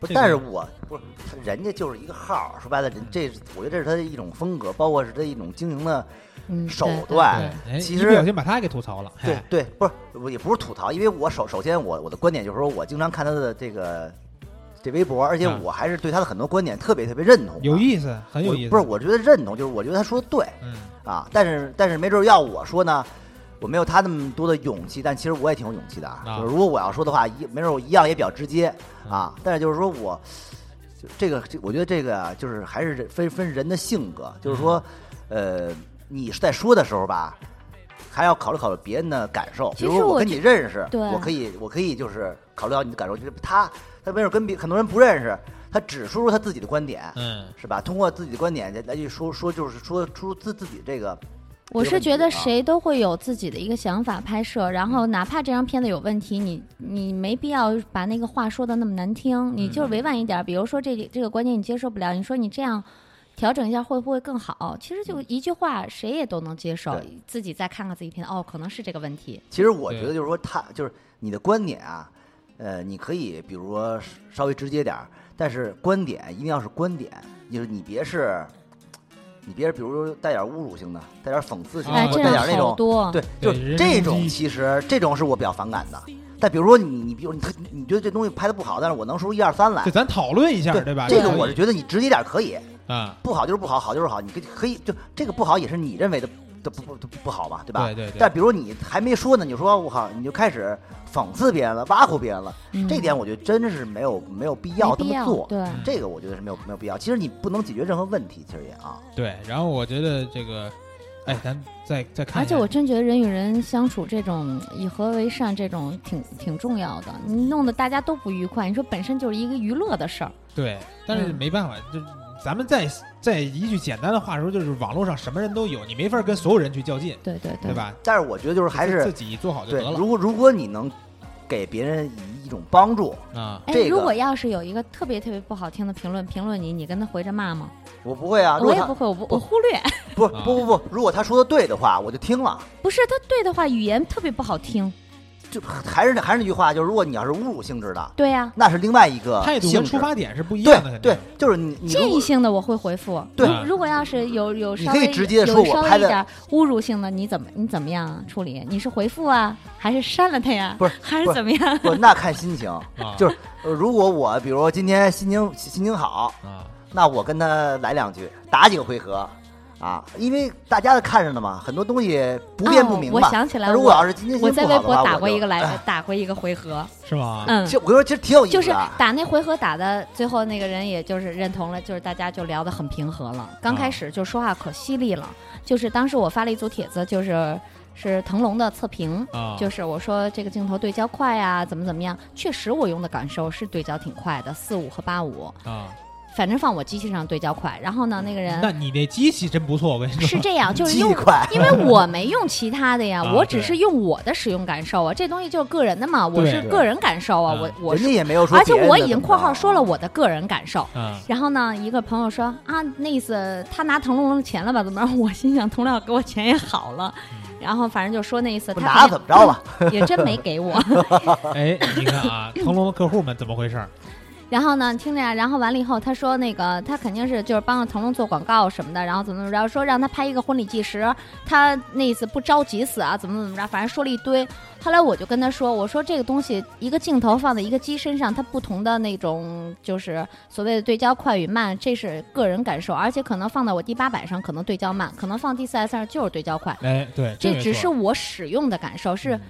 [SPEAKER 6] 不
[SPEAKER 5] 这
[SPEAKER 6] 是，但是
[SPEAKER 5] 个嗯
[SPEAKER 6] 我不是人家就是一个号儿，说白了，人这是我觉得这是她的一种风格，包括是她一种经营的
[SPEAKER 7] 嗯，
[SPEAKER 6] 手
[SPEAKER 7] 对对
[SPEAKER 6] 段
[SPEAKER 5] 对，哎，
[SPEAKER 6] 其
[SPEAKER 5] 一
[SPEAKER 6] 实
[SPEAKER 5] 不小心把他给吐槽了。
[SPEAKER 6] 对
[SPEAKER 5] 哎
[SPEAKER 6] 对，不是我也不是吐槽，因为我首首先我我的观点就是说我经常看他的这个这微博，而且
[SPEAKER 5] 啊
[SPEAKER 6] 我还是对他的很多观点特别特别认同的，
[SPEAKER 5] 有意思，很有
[SPEAKER 6] 我
[SPEAKER 5] 意思。
[SPEAKER 6] 不是，我觉得认同，就是我觉得他说的对
[SPEAKER 5] 嗯，
[SPEAKER 6] 啊，但是但是没准要我说呢，我没有他那么多的勇气，但其实我也挺有勇气的啊。
[SPEAKER 5] 啊
[SPEAKER 6] 就是如果我要说的话，一没准我一样也比较直接啊，但是就是说我就这个，这我觉得这个啊就是还是分分人的性格，就是说，呃，你在说的时候吧。还要考虑考虑别人的感受，比
[SPEAKER 7] 其
[SPEAKER 6] 如
[SPEAKER 7] 实
[SPEAKER 6] 说我
[SPEAKER 7] 我
[SPEAKER 6] 跟你认识，
[SPEAKER 7] 对
[SPEAKER 6] 我可以，我可以就是考虑到你的感受，就是他，他没准跟别很多人不认识，他只输入他自己的观点，
[SPEAKER 5] 嗯，
[SPEAKER 6] 是吧？通过自己的观点来来去说说，就是说出自自己这个。
[SPEAKER 7] 我
[SPEAKER 6] 这个
[SPEAKER 7] 是
[SPEAKER 6] 问题
[SPEAKER 7] 觉得
[SPEAKER 6] 啊嗯
[SPEAKER 7] 谁都会有自己的一个想法拍摄，然后哪怕这张片子有问题，你你没必要把那个话说的那么难听，
[SPEAKER 6] 嗯
[SPEAKER 7] 你就是委婉一点儿。比如说这里这个观点你接受不了，你说你这样调整一下会不会更好？其实就一句话，谁也都能接受
[SPEAKER 6] 嗯对。
[SPEAKER 7] 自己再看看自己片子，哦，可能是这个问题。
[SPEAKER 6] 其实我
[SPEAKER 5] 对
[SPEAKER 6] 觉得就是说他，就是你的观点啊，呃，你可以比如说稍微直接点儿，但是观点一定要是观点，就是你别是，你别是比如说带点侮辱性的，带点讽刺性的，
[SPEAKER 5] 啊
[SPEAKER 7] 哎，
[SPEAKER 6] 或
[SPEAKER 7] 这
[SPEAKER 6] 者
[SPEAKER 5] 我
[SPEAKER 6] 带
[SPEAKER 7] 样
[SPEAKER 6] 点那
[SPEAKER 7] 好
[SPEAKER 6] 种，
[SPEAKER 7] 多。
[SPEAKER 6] 对，
[SPEAKER 5] 对
[SPEAKER 6] 就
[SPEAKER 5] 人
[SPEAKER 6] 这
[SPEAKER 5] 身
[SPEAKER 6] 种
[SPEAKER 5] 攻击
[SPEAKER 6] 其实这种是我比较反感的。但比如说你你比如你特你觉得这东西拍的不好，但是我能说出一二三来
[SPEAKER 5] 就，咱讨论一下，对吧？就
[SPEAKER 6] 这个
[SPEAKER 5] 可以
[SPEAKER 6] 我是觉得你直接点儿可以，
[SPEAKER 5] 啊，
[SPEAKER 6] 不好就是不好，好就是好，你可以可以就这个不好也是你认为的的不不不不好嘛，对吧？
[SPEAKER 5] 对对对
[SPEAKER 6] 但比如你还没说呢，你说我靠，你就开始讽刺别人了，挖苦别人了，
[SPEAKER 7] 嗯
[SPEAKER 6] 这点我觉得真是没有没有必
[SPEAKER 7] 没
[SPEAKER 6] 要这
[SPEAKER 7] 必
[SPEAKER 6] 么
[SPEAKER 7] 要
[SPEAKER 6] 做。嗯
[SPEAKER 7] 对，
[SPEAKER 6] 这个我觉得是没有没有必要。其实你不能解决任何问题，其实也啊，
[SPEAKER 5] 对。然后我觉得这个，哎，咱再再看
[SPEAKER 7] 而
[SPEAKER 5] 一下，
[SPEAKER 7] 且我真觉得人与人相处这种以和为善这种挺挺重要的，你弄得大家都不愉快，你说本身就是一个娱乐的事儿，
[SPEAKER 5] 对，但是
[SPEAKER 7] 嗯
[SPEAKER 5] 没办法，就是咱们再再一句简单的话说，就是网络上什么人都有，你没法跟所有人去较劲，
[SPEAKER 7] 对对
[SPEAKER 5] 对？吧？
[SPEAKER 6] 但是我觉得就是嗯还
[SPEAKER 5] 自
[SPEAKER 6] 是
[SPEAKER 5] 己做好就
[SPEAKER 6] 对
[SPEAKER 5] 得，了
[SPEAKER 6] 如果如果你能给别人以一种帮助，
[SPEAKER 5] 啊。
[SPEAKER 7] 哎，
[SPEAKER 6] 这个
[SPEAKER 7] 如果要是有一个特别特别不好听的评论评论你，你跟他回着骂吗？
[SPEAKER 6] 我不会啊。如
[SPEAKER 7] 我
[SPEAKER 6] 果
[SPEAKER 7] 也
[SPEAKER 6] 他
[SPEAKER 7] 不会，我不
[SPEAKER 6] 不
[SPEAKER 7] 我忽略。 [laughs]
[SPEAKER 6] 不
[SPEAKER 5] 啊
[SPEAKER 6] 不不不，如果他说的对的话，我就听了。
[SPEAKER 7] 不是他对的话，语言特别不好听，
[SPEAKER 6] 就还是那还是那句话，就是如果你要是侮辱性质的，
[SPEAKER 7] 对呀、
[SPEAKER 6] 那是另外一个
[SPEAKER 5] 态度
[SPEAKER 6] 性
[SPEAKER 5] 和
[SPEAKER 6] 质
[SPEAKER 5] 出发点是不一样的，
[SPEAKER 6] 对
[SPEAKER 5] 肯定
[SPEAKER 6] 啊对，就是你你
[SPEAKER 7] 建
[SPEAKER 6] 如果
[SPEAKER 7] 议性的我会回复。
[SPEAKER 6] 对
[SPEAKER 7] 如如果要是有有
[SPEAKER 6] 你
[SPEAKER 7] 稍
[SPEAKER 6] 可以
[SPEAKER 7] 微
[SPEAKER 6] 直接地说
[SPEAKER 7] 有
[SPEAKER 6] 我
[SPEAKER 7] 稍微
[SPEAKER 6] 拍
[SPEAKER 7] 一
[SPEAKER 6] 的
[SPEAKER 7] 点侮辱性的，你怎么你怎么样啊处理？你是回复啊，还是删了他呀？
[SPEAKER 6] 不是
[SPEAKER 7] 还是
[SPEAKER 6] 不是
[SPEAKER 7] 怎么样？
[SPEAKER 6] 不那看心情，
[SPEAKER 5] 啊
[SPEAKER 6] [laughs] 就是呃如果我比如说今天心情心情好，
[SPEAKER 5] 啊，
[SPEAKER 6] 那我跟他来两句，打几个回合。啊，因为大家都看着呢嘛，很多东西不辩不明
[SPEAKER 7] 哦
[SPEAKER 6] 嘛。
[SPEAKER 7] 我想起来
[SPEAKER 6] 那如果要是今天心
[SPEAKER 7] 我
[SPEAKER 6] 情
[SPEAKER 7] 在
[SPEAKER 6] 不
[SPEAKER 7] 微
[SPEAKER 6] 好
[SPEAKER 7] 博
[SPEAKER 6] 的话，
[SPEAKER 7] 打
[SPEAKER 6] 我
[SPEAKER 7] 过
[SPEAKER 6] 就哎啊
[SPEAKER 7] 一个来，打过一个回合，
[SPEAKER 5] 是吗？
[SPEAKER 7] 嗯
[SPEAKER 6] 其，实我跟你说，其实挺有意
[SPEAKER 7] 就
[SPEAKER 6] 思
[SPEAKER 7] 是
[SPEAKER 6] 的。
[SPEAKER 7] 打那回合打的，最后那个人也就是认同了，就是大家就聊得很平和了。刚
[SPEAKER 5] 啊
[SPEAKER 7] 开始就说话可犀利了，就是当时我发了一组帖子，就是是腾龙的测评，
[SPEAKER 5] 啊，
[SPEAKER 7] 就是我说这个镜头对焦快呀、怎么怎么样。确实我用的感受是对焦挺快的，四五和八五，
[SPEAKER 5] 啊，
[SPEAKER 7] 反正放我机器上对焦快。然后呢，那个
[SPEAKER 5] [laughs]
[SPEAKER 7] 人
[SPEAKER 5] 那你那机器真不错，我跟你说，
[SPEAKER 7] 是这样，就是
[SPEAKER 6] 记忆
[SPEAKER 7] 用
[SPEAKER 6] 快，
[SPEAKER 7] 因为我没用其他的呀，
[SPEAKER 5] 啊
[SPEAKER 7] 我只
[SPEAKER 5] 对
[SPEAKER 7] 是用我的使用感受啊，这东西就是个人的嘛，我
[SPEAKER 5] 对
[SPEAKER 7] 是
[SPEAKER 5] 对
[SPEAKER 7] 个人感受啊，
[SPEAKER 5] 嗯
[SPEAKER 7] 我我
[SPEAKER 6] 人家
[SPEAKER 7] 是，
[SPEAKER 6] 也没有说
[SPEAKER 7] 而且
[SPEAKER 6] 别人
[SPEAKER 7] 我
[SPEAKER 6] 的
[SPEAKER 7] 已经
[SPEAKER 6] 怎么
[SPEAKER 7] 括
[SPEAKER 6] 啊着
[SPEAKER 7] 号说了我的个人感受。
[SPEAKER 5] 啊，
[SPEAKER 7] 然后呢，一个朋友说啊，那意思他拿腾龙的钱了吧？怎么着？我心想，同僚给我钱也好了。然后反正就说那意思，
[SPEAKER 6] 嗯不
[SPEAKER 7] 他
[SPEAKER 6] 拿
[SPEAKER 7] 好像
[SPEAKER 6] 怎么着吧？
[SPEAKER 7] [laughs] 也真没给我。
[SPEAKER 5] 哎，你看啊，腾龙的客户们怎么回事儿？
[SPEAKER 7] 然后呢，听着呀，然后完了以后，他说那个他肯定是就是帮着腾龙做广告什么的，然后怎么怎么着，说让他拍一个婚礼纪实，他那意思不着急死啊，怎么怎么着，反正说了一堆。后来我就跟他说，我说这个东西一个镜头放在一个机身上，它不同的那种就是所谓的对焦快与慢，这是个人感受，而且可能放到我 D 八百上可能对焦慢，可能放 D 四 S 上就是对焦快，
[SPEAKER 5] 哎，对，
[SPEAKER 7] 这
[SPEAKER 5] 没
[SPEAKER 7] 只
[SPEAKER 5] 错
[SPEAKER 7] 是我使用的感受是
[SPEAKER 5] 嗯。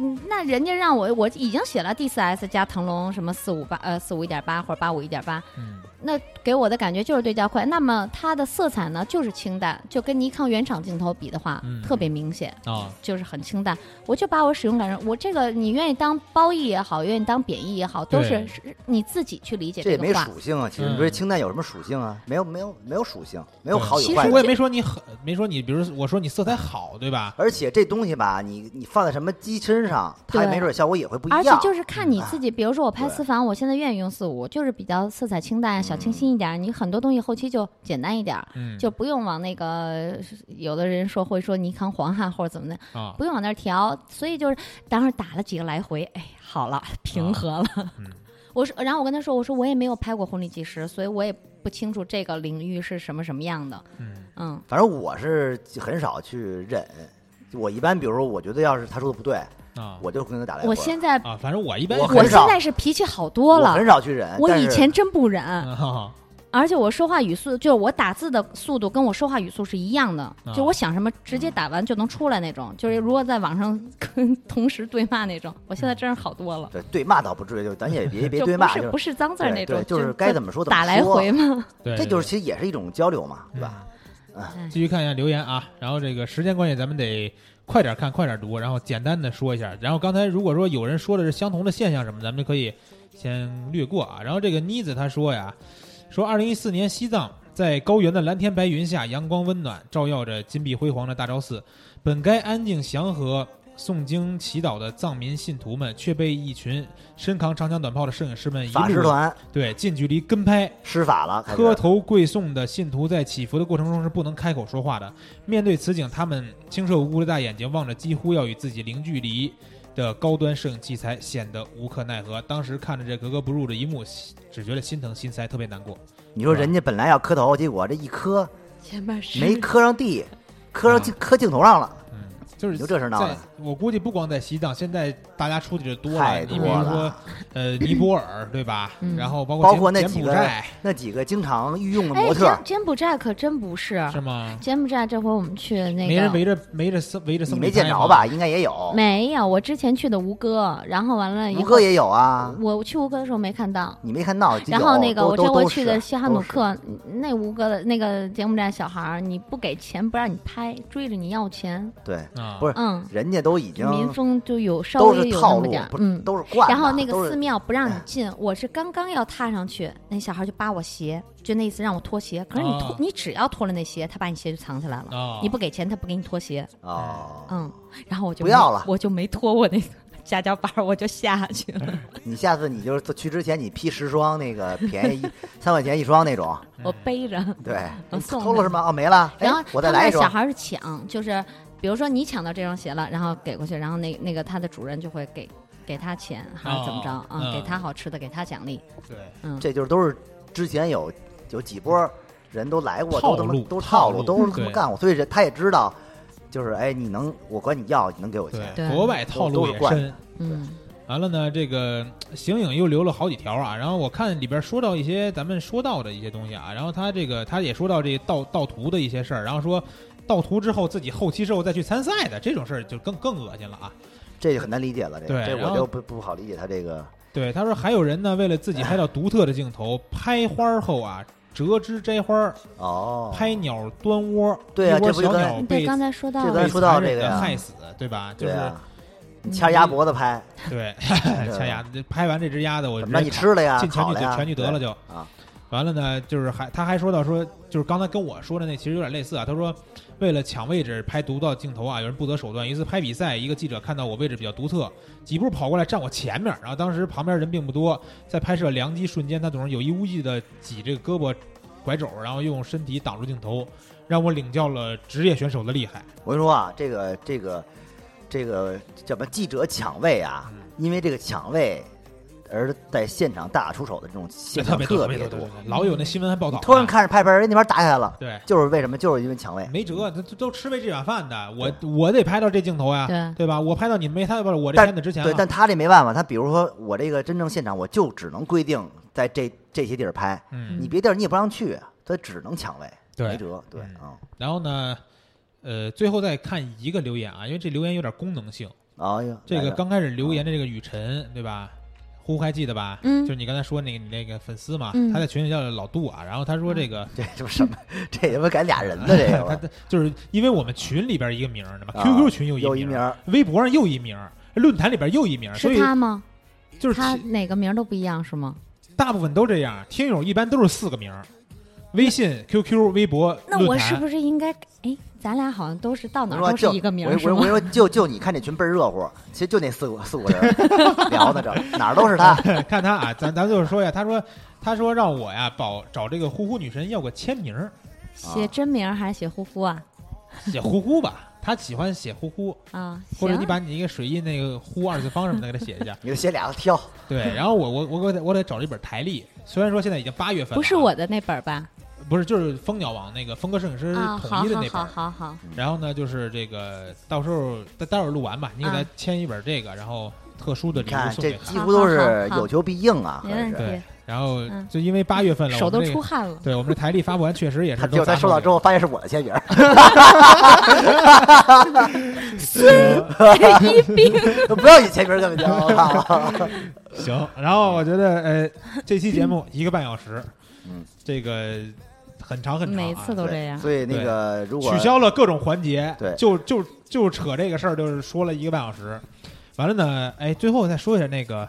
[SPEAKER 7] 嗯，那人家让我，我已经写了 D 4 S 加腾龙什么四五八呃四五一点八或者八五一点八，
[SPEAKER 5] 嗯
[SPEAKER 7] 那给我的感觉就是对焦快。那么它的色彩呢就是清淡，就跟尼康原厂镜头比的话，
[SPEAKER 5] 嗯
[SPEAKER 7] 特别明显，
[SPEAKER 5] 啊，
[SPEAKER 7] 就是很清淡。我就把我使用感受，我这个你愿意当褒义也好，愿意当贬义也好，都是
[SPEAKER 5] 对
[SPEAKER 7] 是你自己去理解
[SPEAKER 6] 这也没
[SPEAKER 7] 个话。
[SPEAKER 6] 属性啊。其实
[SPEAKER 5] 嗯
[SPEAKER 6] 你说清淡有什么属性啊？没有，没有，没有属性，没有
[SPEAKER 5] 对
[SPEAKER 6] 好
[SPEAKER 7] 嗯其
[SPEAKER 6] 与
[SPEAKER 7] 实
[SPEAKER 6] 坏
[SPEAKER 7] 就
[SPEAKER 5] 我
[SPEAKER 6] 的。
[SPEAKER 5] 也没说你很，没说你，比如我说你色彩好，对吧？
[SPEAKER 6] 而且这东西吧，你你放在什么机身上，它
[SPEAKER 7] 对
[SPEAKER 6] 没准效果也会不一
[SPEAKER 7] 而
[SPEAKER 6] 样。嗯啊
[SPEAKER 7] 且就是看你自己，比如说我拍
[SPEAKER 6] 对
[SPEAKER 7] 私房，我现在愿意用四五，就是比较色彩清淡、小清新一点儿，你很多东西后期就简单一点儿，
[SPEAKER 5] 嗯，
[SPEAKER 7] 就不用往那个有的人说会说尼康黄汉或者怎么的，
[SPEAKER 5] 啊，
[SPEAKER 7] 不用往那儿调。所以就是当时打了几个来回，哎，好了，平和了。
[SPEAKER 5] 嗯
[SPEAKER 7] [laughs] 我说，然后我跟他说，我说我也没有拍过婚礼纪实，所以我也不清楚这个领域是什么什么样的。
[SPEAKER 5] 嗯
[SPEAKER 7] 嗯，
[SPEAKER 6] 反正我是很少去忍。我一般，比如说，我觉得要是他说的不对，
[SPEAKER 5] 啊
[SPEAKER 6] 哎我就跟他打来回。
[SPEAKER 7] 我现在
[SPEAKER 5] 啊，反正我一般
[SPEAKER 6] 我
[SPEAKER 7] 我
[SPEAKER 6] 很
[SPEAKER 7] 现
[SPEAKER 6] 少
[SPEAKER 7] 在是脾气好多
[SPEAKER 6] 我
[SPEAKER 7] 了
[SPEAKER 6] 很。少去忍。
[SPEAKER 7] 我
[SPEAKER 6] 但
[SPEAKER 7] 以
[SPEAKER 6] 是嗯
[SPEAKER 7] 前真不忍，
[SPEAKER 5] 啊
[SPEAKER 7] 而且我说话语速，就是我打字的速度跟我说话语速是一样的，
[SPEAKER 6] 啊
[SPEAKER 7] 就我想什么直接打完就能出来那
[SPEAKER 6] 嗯
[SPEAKER 7] 种，就是如果在网上 [laughs] 跟同时对骂那种，我现在真是好多了，
[SPEAKER 6] 对对骂倒不至于，就咱也
[SPEAKER 7] [laughs]
[SPEAKER 6] 别别
[SPEAKER 7] 就
[SPEAKER 6] 对
[SPEAKER 7] 不
[SPEAKER 6] 骂，
[SPEAKER 7] 是
[SPEAKER 6] 就
[SPEAKER 7] 不是脏字儿
[SPEAKER 6] 对
[SPEAKER 7] 那种
[SPEAKER 6] 对，就是
[SPEAKER 7] 就
[SPEAKER 6] 该怎么说怎么
[SPEAKER 7] 打来
[SPEAKER 6] 说
[SPEAKER 7] 回嘛。
[SPEAKER 5] 对，
[SPEAKER 6] 这
[SPEAKER 5] 对
[SPEAKER 6] 就是其实也是一种交流嘛，
[SPEAKER 5] 嗯
[SPEAKER 6] 对吧？
[SPEAKER 5] 继续看一下留言啊，然后这个时间关系，咱们得快点看，快点读，然后简单的说一下。然后刚才如果说有人说的是相同的现象什么，咱们就可以先略过啊。然后这个妮子她说呀，说二零一四年西藏在高原的蓝天白云下，阳光温暖照耀着金碧辉煌的大昭寺，本该安静祥和。诵经祈祷的藏民信徒们，却被一群身扛长枪短炮的摄影师们一
[SPEAKER 6] 法师
[SPEAKER 5] 路
[SPEAKER 6] 团
[SPEAKER 5] 对近距离跟拍，
[SPEAKER 6] 施法了，开始
[SPEAKER 5] 磕头跪送的信徒在祈福的过程中是不能开口说话的。面对此景，他们清澈无辜的大眼睛望着几乎要与自己零距离的高端摄影器材，显得无可奈何。当时看着这格格不入的一幕，只觉得心疼心塞，特别难过。
[SPEAKER 6] 你说人家本来要磕头，结果这一磕
[SPEAKER 7] [laughs] 前面是
[SPEAKER 6] 没磕上地，磕上镜磕镜头上了，
[SPEAKER 5] 嗯，就是
[SPEAKER 6] 你说这事儿闹的
[SPEAKER 5] 在我估计不光在西藏，现在大家出去的多
[SPEAKER 6] 太
[SPEAKER 5] 了。
[SPEAKER 6] [laughs] 多
[SPEAKER 5] 你比如说
[SPEAKER 6] 了，
[SPEAKER 5] 呃，尼泊尔对吧？
[SPEAKER 7] 嗯
[SPEAKER 5] 然后包括
[SPEAKER 6] 啊包括那
[SPEAKER 5] 柬
[SPEAKER 6] 几
[SPEAKER 5] 柬埔
[SPEAKER 6] 个
[SPEAKER 5] 寨
[SPEAKER 6] 那几个经常御用的
[SPEAKER 7] 哎，
[SPEAKER 6] 模特
[SPEAKER 7] 柬，柬埔寨可真不是，
[SPEAKER 6] 啊
[SPEAKER 5] 是吗？
[SPEAKER 7] 柬埔寨这回我们去那个
[SPEAKER 5] 没人围着围着僧围着
[SPEAKER 6] 你
[SPEAKER 5] 僧侣
[SPEAKER 6] 没见
[SPEAKER 5] 拍
[SPEAKER 6] 着
[SPEAKER 5] 吗
[SPEAKER 6] 吧？？应该也有，
[SPEAKER 7] 没有，我之前去的吴哥，然后完了以
[SPEAKER 6] 吴
[SPEAKER 7] 后
[SPEAKER 6] 哥也有啊，
[SPEAKER 7] 我去吴哥的时候没看到，
[SPEAKER 6] 你没看到？
[SPEAKER 7] 然后
[SPEAKER 6] 有
[SPEAKER 7] 那个
[SPEAKER 6] 都
[SPEAKER 7] 我
[SPEAKER 6] 都
[SPEAKER 7] 这回
[SPEAKER 6] 都
[SPEAKER 7] 去
[SPEAKER 6] 是
[SPEAKER 7] 的西哈努
[SPEAKER 6] 都是
[SPEAKER 7] 克，那吴哥的那个柬埔寨小孩儿，你不给钱不让你拍，追着你要钱，
[SPEAKER 6] 对，
[SPEAKER 5] 啊，
[SPEAKER 6] 不是
[SPEAKER 7] 嗯，
[SPEAKER 6] 人家都已经
[SPEAKER 7] 民风就有稍
[SPEAKER 6] 都
[SPEAKER 7] 微
[SPEAKER 6] 是
[SPEAKER 7] 有那
[SPEAKER 6] 套
[SPEAKER 7] 么
[SPEAKER 6] 路
[SPEAKER 7] 点儿，，
[SPEAKER 6] 不
[SPEAKER 7] 嗯。
[SPEAKER 6] 都是惯的，
[SPEAKER 7] 然后那
[SPEAKER 6] 都
[SPEAKER 7] 个
[SPEAKER 6] 是哎
[SPEAKER 7] 寺庙不让你进，我是刚刚要踏上去，那小孩就扒我鞋，就那意思让我脱鞋。可是你脱，
[SPEAKER 5] 哦
[SPEAKER 7] 你只要脱了那鞋，他把你鞋就藏起来了。
[SPEAKER 5] 哦
[SPEAKER 7] 你不给钱，他不给你脱鞋。
[SPEAKER 6] 哦，
[SPEAKER 7] 嗯，然后我就
[SPEAKER 6] 不
[SPEAKER 7] 没
[SPEAKER 6] 要了
[SPEAKER 7] 我就没脱我那个 [laughs] 夹脚板儿，我就下去了。
[SPEAKER 6] 你下次你就是去之前你批十双那个
[SPEAKER 7] [laughs]
[SPEAKER 6] 便宜一三块钱一双那种，
[SPEAKER 7] 我背着。
[SPEAKER 6] 对， [laughs]
[SPEAKER 7] 我送
[SPEAKER 6] 偷了
[SPEAKER 7] 他
[SPEAKER 6] 是吗？哦，没了，哎
[SPEAKER 7] 然后
[SPEAKER 6] 我
[SPEAKER 7] 他
[SPEAKER 6] 再
[SPEAKER 7] 们
[SPEAKER 6] 来一
[SPEAKER 7] 那小
[SPEAKER 6] 双，
[SPEAKER 7] 孩儿是抢，就是比如说你抢到这双鞋了，然后给过去，然后那那个他的主人就会给给他钱，还是怎么着
[SPEAKER 5] 哦
[SPEAKER 7] 啊、
[SPEAKER 5] 嗯
[SPEAKER 7] 给他好吃的，给他奖励。
[SPEAKER 5] 对，
[SPEAKER 7] 嗯，
[SPEAKER 6] 这就是都是之前有有几波人都来过，
[SPEAKER 5] 套
[SPEAKER 6] 都他妈
[SPEAKER 5] 路
[SPEAKER 6] 都是
[SPEAKER 5] 套
[SPEAKER 6] 套
[SPEAKER 5] 路
[SPEAKER 6] 路，都是他
[SPEAKER 5] 对
[SPEAKER 6] 妈干过，所以这他也知道，就是哎，你能我管你要，你能给我钱，
[SPEAKER 7] 对
[SPEAKER 5] 国外套路
[SPEAKER 6] 都是
[SPEAKER 5] 也
[SPEAKER 6] 惯
[SPEAKER 5] 深。
[SPEAKER 7] 嗯，
[SPEAKER 5] 完了呢，这个嗯形影又留了好几条啊。然后我看里边说到一些咱们说到的一些东西啊，然后他这个他也说到这盗盗图的一些事儿，然后说盗图之后自己后期售再去参赛的这种事儿就更更恶心了啊。
[SPEAKER 6] 这就很难理解了。这
[SPEAKER 5] 对
[SPEAKER 6] 个这
[SPEAKER 5] 然
[SPEAKER 6] 我
[SPEAKER 5] 后
[SPEAKER 6] 就不不好理解他这个
[SPEAKER 5] 对，他说还有人呢，为了自己拍到独特的镜头，拍花儿后啊折枝摘花儿，
[SPEAKER 6] 哦，
[SPEAKER 5] 拍鸟端窝，
[SPEAKER 6] 对啊
[SPEAKER 5] 一窝
[SPEAKER 6] 这不就
[SPEAKER 5] 小
[SPEAKER 6] 跟
[SPEAKER 5] 鸟
[SPEAKER 7] 对，
[SPEAKER 5] 哦被
[SPEAKER 7] 刚才说到
[SPEAKER 6] 这
[SPEAKER 5] 被
[SPEAKER 6] 咱说到
[SPEAKER 5] 残
[SPEAKER 6] 这
[SPEAKER 5] 忍
[SPEAKER 6] 个
[SPEAKER 5] 地
[SPEAKER 6] 呀
[SPEAKER 5] 害死，对吧？就
[SPEAKER 6] 对
[SPEAKER 5] 是嗯
[SPEAKER 6] 啊，你掐着鸭脖子拍，
[SPEAKER 5] 对，
[SPEAKER 6] [laughs]
[SPEAKER 5] [laughs]
[SPEAKER 6] 对啊
[SPEAKER 5] 掐鸭子拍完这只鸭子，我
[SPEAKER 6] 怎
[SPEAKER 5] 直
[SPEAKER 6] 么
[SPEAKER 5] 接
[SPEAKER 6] 着你吃了呀，
[SPEAKER 5] 进全
[SPEAKER 6] 烤
[SPEAKER 5] 聚
[SPEAKER 6] 了呀，
[SPEAKER 5] 德全聚德了
[SPEAKER 6] 对
[SPEAKER 5] 就。
[SPEAKER 6] 啊，
[SPEAKER 5] 完了呢，就是还他还说到说，就是刚才跟我说的那其实有点类似啊。他说，为了抢位置拍独到镜头啊，有人不择手段。一次拍比赛，一个记者看到我位置比较独特，几步跑过来站我前面，然后当时旁边人并不多，在拍摄良机瞬间，他总是有意无意的挤这个胳膊、拐肘，然后用身体挡住镜头，让我领教了职业选手的厉害。
[SPEAKER 6] 我跟你说啊，这个这个这个叫什么记者抢位啊，
[SPEAKER 5] 嗯
[SPEAKER 6] 因为这个抢位而在现场大打出手的这种现
[SPEAKER 5] 特
[SPEAKER 6] 象
[SPEAKER 5] 别
[SPEAKER 6] 特
[SPEAKER 5] 别
[SPEAKER 6] 别
[SPEAKER 5] 多
[SPEAKER 6] 多。，
[SPEAKER 5] 老有那新闻还报道呢。啊
[SPEAKER 6] 突然看着拍拍，人那边打起来了，
[SPEAKER 5] 对，
[SPEAKER 6] 就是为什么？就是因为抢位。
[SPEAKER 5] 没辙，这这都吃为这碗饭的，我我得拍到这镜头呀，
[SPEAKER 7] 对
[SPEAKER 5] 吧？我拍到你没拍到不是我这
[SPEAKER 6] 但
[SPEAKER 5] 片子之前
[SPEAKER 6] 对，
[SPEAKER 5] 啊
[SPEAKER 6] 但他这没办法，他比如说我这个真正现场，我就只能规定在这这些地儿拍，
[SPEAKER 5] 嗯，
[SPEAKER 6] 你别地儿你也不让去，啊他只能抢位，
[SPEAKER 5] 对
[SPEAKER 6] 没辙，对
[SPEAKER 5] 嗯
[SPEAKER 6] 啊
[SPEAKER 5] 然后呢，呃，最后再看一个留言啊，因为这留言有点功能性。
[SPEAKER 6] 哎呀，
[SPEAKER 5] 这
[SPEAKER 6] 来
[SPEAKER 5] 个
[SPEAKER 6] 了嗯
[SPEAKER 5] 刚开始留言的这个雨晨，对吧？呼还记得吧？
[SPEAKER 7] 嗯
[SPEAKER 5] 就是你刚才说那个你那个粉丝嘛，
[SPEAKER 7] 嗯
[SPEAKER 5] 他在群里叫老杜啊，然后他说这个。
[SPEAKER 6] [laughs] 这这什么？这他妈改俩人的这
[SPEAKER 5] [laughs] 他
[SPEAKER 6] 个
[SPEAKER 5] 他就是因为我们群里边一个名儿的嘛
[SPEAKER 6] 嗯啊
[SPEAKER 5] ，QQ 群
[SPEAKER 6] 又
[SPEAKER 5] 一
[SPEAKER 6] 一
[SPEAKER 5] 名
[SPEAKER 6] 名
[SPEAKER 5] 儿
[SPEAKER 6] 儿，
[SPEAKER 5] 微博上又一名儿，论坛里边又一名儿，所
[SPEAKER 7] 是
[SPEAKER 5] 以
[SPEAKER 7] 他吗？
[SPEAKER 5] 就是
[SPEAKER 7] 他
[SPEAKER 5] 其
[SPEAKER 7] 哪个名儿都不一样是吗？
[SPEAKER 5] 大部分都这样。听友一般都是四个名儿，微信、QQ、微博、
[SPEAKER 7] 那
[SPEAKER 5] 论
[SPEAKER 7] 我
[SPEAKER 5] 坛
[SPEAKER 7] 是不是应该？哎，咱俩好像都是到
[SPEAKER 6] 我
[SPEAKER 7] 哪
[SPEAKER 6] 跟
[SPEAKER 7] 儿
[SPEAKER 6] 你
[SPEAKER 7] 都是
[SPEAKER 6] 说就
[SPEAKER 7] 一个名
[SPEAKER 6] 我
[SPEAKER 7] 儿
[SPEAKER 6] 跟
[SPEAKER 7] 是
[SPEAKER 6] 我跟
[SPEAKER 7] 吗
[SPEAKER 6] 你？说，就就你看这群倍儿热乎，其实就那四五四五个人聊呢，这哪儿都是他。。
[SPEAKER 5] [laughs] 看他啊，咱咱就是说呀，他说他说让我呀保找这个呼呼女神要个签名儿，
[SPEAKER 7] 写
[SPEAKER 5] 哦
[SPEAKER 7] 真名儿还是写呼呼啊？
[SPEAKER 5] 写呼呼
[SPEAKER 7] [laughs]
[SPEAKER 5] 吧，他喜欢写呼呼，
[SPEAKER 7] 啊，
[SPEAKER 5] 或者
[SPEAKER 7] 行
[SPEAKER 5] 你把你一个水印那个呼二次方什么的给他
[SPEAKER 7] [laughs]
[SPEAKER 5] 写一下
[SPEAKER 6] 你就写俩
[SPEAKER 5] [laughs]
[SPEAKER 6] 挑，
[SPEAKER 5] 对，然后我我我我得我得找了一本台历，虽然说现在已经八月份了啊，
[SPEAKER 7] 不是我的那本儿吧？
[SPEAKER 5] 不是就是蜂鸟网那个峰哥摄影师
[SPEAKER 7] 啊，好
[SPEAKER 5] 统一的
[SPEAKER 7] 好
[SPEAKER 5] 那
[SPEAKER 7] 好
[SPEAKER 5] 本儿。
[SPEAKER 7] 好好，
[SPEAKER 5] 然后呢，就是这个到时候待待会儿录完吧，你给他
[SPEAKER 7] 啊
[SPEAKER 5] 签一本这个，然后特殊的礼物
[SPEAKER 6] 看
[SPEAKER 5] 送
[SPEAKER 6] 这
[SPEAKER 5] 给他。
[SPEAKER 6] 几乎都是有求必应啊，
[SPEAKER 7] 没问
[SPEAKER 6] 合着是
[SPEAKER 5] 对
[SPEAKER 7] 题，，
[SPEAKER 5] 然后
[SPEAKER 7] 嗯
[SPEAKER 5] 就因为八月份了，
[SPEAKER 7] 手
[SPEAKER 5] 我们
[SPEAKER 7] 都
[SPEAKER 5] 这
[SPEAKER 7] 出
[SPEAKER 5] 个
[SPEAKER 7] 汗了。
[SPEAKER 5] [laughs] 对我们这台历发布完确实也是
[SPEAKER 6] 他
[SPEAKER 5] 都
[SPEAKER 6] 结果他
[SPEAKER 5] 砸
[SPEAKER 6] 收到
[SPEAKER 5] 手里
[SPEAKER 6] 之后，发现是我的
[SPEAKER 5] [laughs]
[SPEAKER 6] 签名儿， [laughs]
[SPEAKER 7] [laughs]
[SPEAKER 6] 不要你签名儿根本就。我靠
[SPEAKER 5] 行，然后我觉得
[SPEAKER 7] [laughs]
[SPEAKER 5] 呃，这期节目一个半小时，
[SPEAKER 6] 嗯，
[SPEAKER 5] 这个很长很长、啊，
[SPEAKER 7] 每 [laughs] 次都这样
[SPEAKER 6] 所以那个如果
[SPEAKER 5] 取消了各种环节，
[SPEAKER 6] 对
[SPEAKER 5] 就就就扯这个事儿，就是说了一个半小时，完了呢，哎，最后再说一下那个，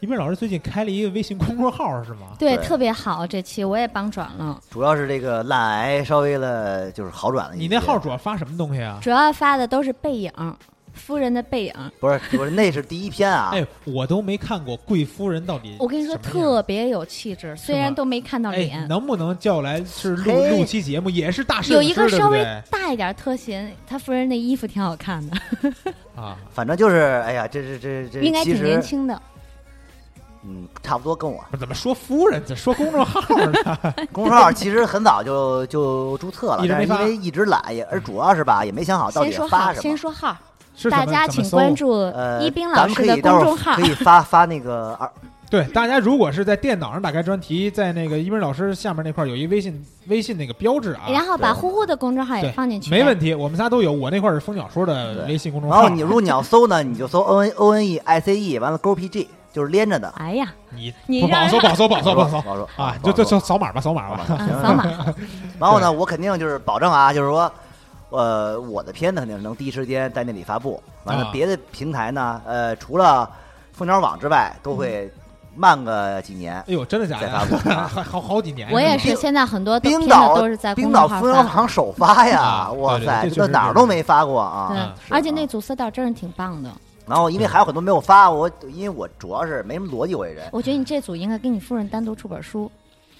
[SPEAKER 5] 一斌老师最近开了一个微信公众号是吗？
[SPEAKER 7] 对，
[SPEAKER 6] 对
[SPEAKER 7] 特别好，这期我也帮转了，
[SPEAKER 6] 主要是这个烂癌稍微了就是好转了一些。
[SPEAKER 5] 你那号主要发什么东西啊？
[SPEAKER 7] 主要发的都是背影，夫人的背影。
[SPEAKER 6] 不是不是那是第一篇啊，
[SPEAKER 5] [laughs] 哎，我都没看过贵夫人到底，
[SPEAKER 7] 我跟你说，特别有气质，虽然都没看到
[SPEAKER 5] 哎，
[SPEAKER 7] 脸，
[SPEAKER 5] 能不能叫来是录
[SPEAKER 6] 嘿
[SPEAKER 5] 录期节目，也是大摄
[SPEAKER 7] 有
[SPEAKER 5] 影
[SPEAKER 7] 一
[SPEAKER 5] 师
[SPEAKER 7] 个
[SPEAKER 5] 对
[SPEAKER 7] 稍
[SPEAKER 5] 不
[SPEAKER 7] 微
[SPEAKER 5] 对
[SPEAKER 7] 大一点特写，他夫人那衣服挺好看
[SPEAKER 6] 哎
[SPEAKER 7] 的，
[SPEAKER 5] 啊？
[SPEAKER 6] 反正就是哎呀，这是这这
[SPEAKER 7] 应该
[SPEAKER 6] 其
[SPEAKER 7] 挺年
[SPEAKER 6] 实啊
[SPEAKER 7] 轻的。
[SPEAKER 6] 嗯差不多
[SPEAKER 7] [laughs]
[SPEAKER 6] 跟我
[SPEAKER 5] 不是怎么说夫人，怎么说公众号呢？ [laughs]
[SPEAKER 6] 公众号其实很早就就注册了
[SPEAKER 5] 一，直
[SPEAKER 6] 但
[SPEAKER 5] 没
[SPEAKER 6] 是因
[SPEAKER 5] 发嗯
[SPEAKER 6] 为一直懒，也而主要是吧也没想好到
[SPEAKER 7] 先
[SPEAKER 6] 底
[SPEAKER 7] 说
[SPEAKER 6] 发
[SPEAKER 7] 号，
[SPEAKER 6] 什么
[SPEAKER 7] 先。说号，
[SPEAKER 5] 是怎
[SPEAKER 7] 大
[SPEAKER 5] 么
[SPEAKER 7] 家
[SPEAKER 5] 怎么
[SPEAKER 7] 请
[SPEAKER 5] 搜
[SPEAKER 7] 关注
[SPEAKER 6] 呃，
[SPEAKER 7] 一冰
[SPEAKER 6] 咱
[SPEAKER 7] 老
[SPEAKER 6] 们
[SPEAKER 7] 师
[SPEAKER 6] 可
[SPEAKER 7] 的
[SPEAKER 6] 以
[SPEAKER 7] 公
[SPEAKER 6] 待会儿
[SPEAKER 7] 众号
[SPEAKER 6] 可。以发发那个二
[SPEAKER 5] 对，大家如果是在电脑上打开专题，在那个一鸣老师下面那块儿有一微信微信那个标志啊，
[SPEAKER 7] 然后把
[SPEAKER 6] 对
[SPEAKER 7] 呼呼的公众号也
[SPEAKER 5] 对
[SPEAKER 7] 放进去，
[SPEAKER 5] 没问题，我们仨都有。我那块儿是蜂鸟说的
[SPEAKER 6] 对
[SPEAKER 5] 微信公众
[SPEAKER 6] 然
[SPEAKER 5] 号，
[SPEAKER 6] 后你如果你要搜呢，你就搜 O N O N E I C E，完了勾 P G，就是连着的。
[SPEAKER 7] 哎呀，
[SPEAKER 5] 你
[SPEAKER 7] 你
[SPEAKER 5] 不
[SPEAKER 7] 让人
[SPEAKER 5] 保搜保搜保搜保
[SPEAKER 6] 不
[SPEAKER 5] 搜
[SPEAKER 6] 好说
[SPEAKER 5] 啊，就
[SPEAKER 6] 不好
[SPEAKER 5] 就
[SPEAKER 6] 说
[SPEAKER 5] 就扫码吧，扫码
[SPEAKER 6] 好吧
[SPEAKER 5] 吧。
[SPEAKER 7] 嗯，扫码，
[SPEAKER 6] 然后呢，我肯定就是保证啊，就是说，呃，我的片子肯定是能第一时间在那里发布。完
[SPEAKER 5] 啊
[SPEAKER 6] 了，别的平台呢，呃，除了蜂鸟网之外，都会
[SPEAKER 5] 嗯
[SPEAKER 6] 慢个几年。
[SPEAKER 5] [laughs] 哎呦，真的假的？
[SPEAKER 6] 再发布
[SPEAKER 5] 还 [laughs] 好好几年。
[SPEAKER 7] 我也
[SPEAKER 5] 吧
[SPEAKER 7] 是，现在很多都
[SPEAKER 6] 哎冰
[SPEAKER 7] 片
[SPEAKER 6] 岛
[SPEAKER 7] 子都是在公
[SPEAKER 6] 冰
[SPEAKER 7] 众
[SPEAKER 6] 岛
[SPEAKER 7] 号
[SPEAKER 6] 蜂鸟
[SPEAKER 7] 发。
[SPEAKER 6] 网首发
[SPEAKER 5] 啊
[SPEAKER 6] 呀！
[SPEAKER 5] 对
[SPEAKER 6] 哇
[SPEAKER 5] 对
[SPEAKER 6] 塞，
[SPEAKER 5] 这
[SPEAKER 6] 这
[SPEAKER 5] 确实
[SPEAKER 6] 哪
[SPEAKER 5] 是
[SPEAKER 6] 儿都没发过
[SPEAKER 7] 对
[SPEAKER 6] 啊！，
[SPEAKER 7] 而且那组色调真是挺棒的。
[SPEAKER 6] 然后因为还有很多没有发，我因为我主要是没什么逻辑，我这人
[SPEAKER 7] 我觉得你这组应该给你夫人单独出本书。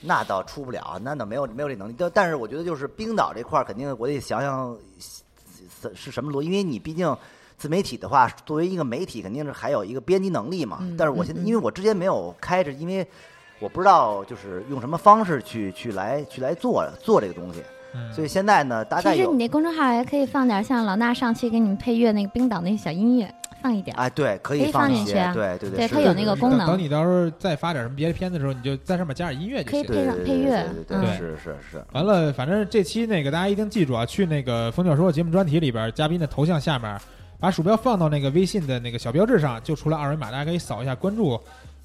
[SPEAKER 6] 那倒出不了，那倒没有没有这能力。但但是我觉得就是冰岛这块儿，肯定我得想想怎是什么逻辑，因为你毕竟自媒体的话，作为一个媒体，肯定是还有一个编辑能力嘛。
[SPEAKER 7] 嗯
[SPEAKER 6] 但是我现在、
[SPEAKER 7] 嗯嗯
[SPEAKER 6] 因为我之前没有开着，因为我不知道就是用什么方式去去来去来做做这个东西，
[SPEAKER 5] 嗯
[SPEAKER 6] 所以现在呢，大概
[SPEAKER 7] 其实
[SPEAKER 6] 有
[SPEAKER 7] 你那公众号也可以放点像老衲上期给你们配乐那个冰岛那个小音乐，放一点。
[SPEAKER 6] 哎，对，可
[SPEAKER 7] 可
[SPEAKER 6] 以
[SPEAKER 7] 以放
[SPEAKER 6] 一
[SPEAKER 7] 进
[SPEAKER 6] 些
[SPEAKER 7] 去啊
[SPEAKER 6] 对对
[SPEAKER 7] 对
[SPEAKER 6] 对，
[SPEAKER 7] 它有那个功能
[SPEAKER 5] 等你到时候再发点什么别的片子的时候，你就在上面加点音乐就
[SPEAKER 7] 可以
[SPEAKER 5] 行。
[SPEAKER 6] 对对
[SPEAKER 7] 配上
[SPEAKER 6] 对
[SPEAKER 7] 配乐
[SPEAKER 6] 对对对
[SPEAKER 7] 嗯
[SPEAKER 6] 对，是是是，
[SPEAKER 5] 完了，反正这期那个大家一定记住啊，去那个《风鸟说》节目专题里边，嘉宾的头像下面，把鼠标放到那个微信的那个小标志上，就出来二维码，大家可以扫一下，关注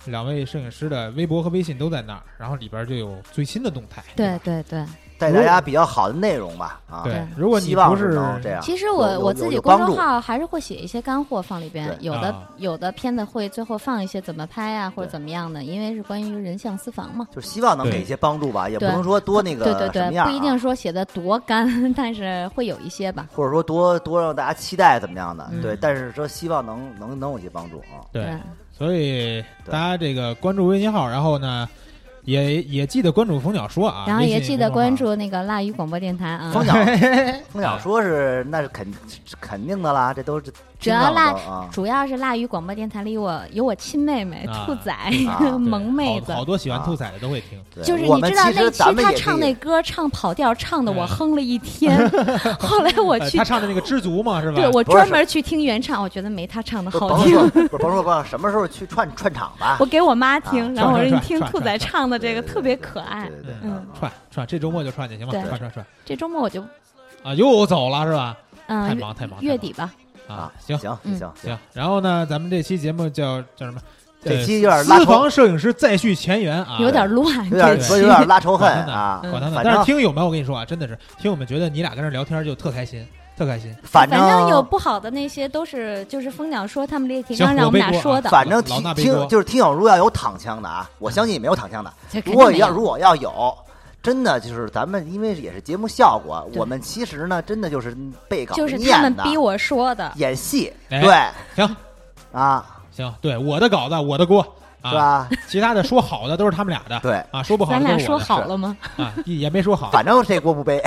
[SPEAKER 5] 两位摄影师的微博和微信都在那儿，然后里边就有最新的动态。
[SPEAKER 7] 对对对，
[SPEAKER 6] 带大家比较好的内容吧啊。
[SPEAKER 5] 对
[SPEAKER 7] 对，
[SPEAKER 5] 如果你
[SPEAKER 6] 希望
[SPEAKER 5] 不
[SPEAKER 6] 是
[SPEAKER 5] 是
[SPEAKER 6] 能这样。
[SPEAKER 7] 其实
[SPEAKER 6] 啊有
[SPEAKER 7] 我
[SPEAKER 6] 有
[SPEAKER 7] 我自
[SPEAKER 6] 有
[SPEAKER 7] 己
[SPEAKER 6] 有
[SPEAKER 7] 公
[SPEAKER 6] 帮
[SPEAKER 7] 众
[SPEAKER 6] 助
[SPEAKER 7] 号还是会写一些干货放里边，
[SPEAKER 6] 对
[SPEAKER 7] 有的
[SPEAKER 5] 啊
[SPEAKER 7] 有的片子会最后放一些怎么拍啊或者
[SPEAKER 6] 对
[SPEAKER 7] 怎么样的，因为是关于人像私房嘛。
[SPEAKER 6] 就是希望能
[SPEAKER 5] 对
[SPEAKER 6] 给一些帮助吧，也不
[SPEAKER 7] 对
[SPEAKER 6] 能说多那个
[SPEAKER 7] 对对
[SPEAKER 6] 什么
[SPEAKER 7] 对，
[SPEAKER 6] 样、啊，
[SPEAKER 7] 不一定说写的多干，但是会有一些吧。
[SPEAKER 6] 或者说多多让大家期待怎么样的，
[SPEAKER 5] 嗯
[SPEAKER 6] 对，但是说希望能能能有些帮助啊。
[SPEAKER 5] 对，所以大家
[SPEAKER 6] 对
[SPEAKER 5] 这个关注微信号，然后呢，也也记得关注蜂鸟说啊，
[SPEAKER 7] 然后也
[SPEAKER 5] 微信
[SPEAKER 7] 记得
[SPEAKER 5] 公众
[SPEAKER 7] 关。
[SPEAKER 5] 号
[SPEAKER 7] 注那个腊鱼广播电台啊。
[SPEAKER 6] 蜂鸟，
[SPEAKER 7] [laughs]
[SPEAKER 6] 蜂鸟说是那是肯肯定的啦，这都是
[SPEAKER 7] 主要
[SPEAKER 6] 辣
[SPEAKER 7] 腊
[SPEAKER 6] 啊，
[SPEAKER 7] 主要是腊鱼广播电台里我有我亲妹妹
[SPEAKER 5] 啊
[SPEAKER 7] 兔仔、
[SPEAKER 6] 啊
[SPEAKER 5] 对
[SPEAKER 7] 萌妹子啊
[SPEAKER 5] 好，好多喜欢兔仔的都会听，
[SPEAKER 6] 对
[SPEAKER 7] 就是
[SPEAKER 6] 我
[SPEAKER 7] 你
[SPEAKER 6] 们
[SPEAKER 7] 知道
[SPEAKER 6] 其
[SPEAKER 7] 那
[SPEAKER 6] 实
[SPEAKER 7] 期
[SPEAKER 6] 咱们
[SPEAKER 7] 她
[SPEAKER 6] 也
[SPEAKER 7] 唱
[SPEAKER 6] 可
[SPEAKER 7] 那
[SPEAKER 6] 以
[SPEAKER 7] 歌唱跑调唱的我
[SPEAKER 5] 嗯
[SPEAKER 7] 哼了一天，
[SPEAKER 6] [laughs]
[SPEAKER 7] 后来我
[SPEAKER 5] 呃
[SPEAKER 7] 去
[SPEAKER 5] 他唱的那个《知足》嘛，是吧？
[SPEAKER 7] 对我
[SPEAKER 6] 不是
[SPEAKER 7] 专门去听原唱，我觉得没她唱的
[SPEAKER 6] 不是
[SPEAKER 7] 好
[SPEAKER 6] 甭
[SPEAKER 7] 听。
[SPEAKER 6] 说不是甭说甭说，什么时候去串串场吧
[SPEAKER 7] 我？给我妈听，
[SPEAKER 6] 啊
[SPEAKER 7] 然后我说
[SPEAKER 5] 串
[SPEAKER 7] 你
[SPEAKER 5] 串
[SPEAKER 7] 听
[SPEAKER 5] 串
[SPEAKER 7] 兔仔
[SPEAKER 5] 串
[SPEAKER 7] 唱的这个
[SPEAKER 6] 对
[SPEAKER 7] 特别可爱
[SPEAKER 6] 对。对对，
[SPEAKER 7] 嗯
[SPEAKER 6] 啊
[SPEAKER 5] 串串，这周末就串去行吗？
[SPEAKER 7] 对
[SPEAKER 5] 串串串
[SPEAKER 7] 这周末我就
[SPEAKER 5] 啊，又走了是吧？太
[SPEAKER 7] 嗯
[SPEAKER 5] 忙太忙，太
[SPEAKER 7] 月
[SPEAKER 5] 忙
[SPEAKER 7] 底吧，
[SPEAKER 5] 啊
[SPEAKER 6] 啊，
[SPEAKER 5] 行
[SPEAKER 6] 行
[SPEAKER 7] 嗯
[SPEAKER 6] 行
[SPEAKER 5] 行，，然后呢，咱们这期节目叫叫什么？
[SPEAKER 6] 这
[SPEAKER 5] 呃
[SPEAKER 6] 期有点拉
[SPEAKER 5] 私
[SPEAKER 6] 仇
[SPEAKER 5] 房，摄影师再续前缘啊，
[SPEAKER 7] 有点乱，
[SPEAKER 6] 有点
[SPEAKER 7] 这
[SPEAKER 6] 不是
[SPEAKER 7] 期
[SPEAKER 6] 有点拉仇恨
[SPEAKER 5] 管他呢
[SPEAKER 6] 啊，
[SPEAKER 5] 管他呢。
[SPEAKER 6] 反
[SPEAKER 5] 但是
[SPEAKER 6] 正
[SPEAKER 5] 听友们，我跟你说啊，真的是听友们觉得你俩跟这聊天就特开心，特开心。
[SPEAKER 6] 反
[SPEAKER 7] 反有不好的那些都是就是蜂鸟说他们列提纲
[SPEAKER 5] 行
[SPEAKER 7] 让
[SPEAKER 5] 我
[SPEAKER 7] 我们
[SPEAKER 5] 背
[SPEAKER 7] 俩
[SPEAKER 5] 锅啊
[SPEAKER 7] 说的，
[SPEAKER 6] 反正
[SPEAKER 5] 老
[SPEAKER 6] 听
[SPEAKER 5] 大背锅
[SPEAKER 6] 听就是听友如果要有躺枪的啊，我相信也没有躺枪的。
[SPEAKER 7] 这肯
[SPEAKER 6] 如果
[SPEAKER 7] 定没
[SPEAKER 6] 要
[SPEAKER 7] 有
[SPEAKER 6] 如果要有，真的就是咱们因为也是节目效果，
[SPEAKER 7] 对
[SPEAKER 6] 我们其实呢真的就是背稿
[SPEAKER 7] 就是他
[SPEAKER 6] 念
[SPEAKER 7] 们
[SPEAKER 6] 的，
[SPEAKER 7] 逼我说的，
[SPEAKER 6] 演戏，
[SPEAKER 5] 哎
[SPEAKER 6] 对
[SPEAKER 5] 行
[SPEAKER 6] 啊，
[SPEAKER 5] 行，对我的稿子我的锅
[SPEAKER 6] 是
[SPEAKER 5] 啊，
[SPEAKER 6] 吧？
[SPEAKER 5] 其他的说好的都是他们俩的，
[SPEAKER 6] 对
[SPEAKER 5] 啊，说不好
[SPEAKER 7] 咱
[SPEAKER 5] 的
[SPEAKER 7] 俩
[SPEAKER 5] 都是我
[SPEAKER 7] 说
[SPEAKER 5] 的
[SPEAKER 7] 好了吗？
[SPEAKER 5] [laughs] 啊，一也没说好。
[SPEAKER 6] 反正这锅不背，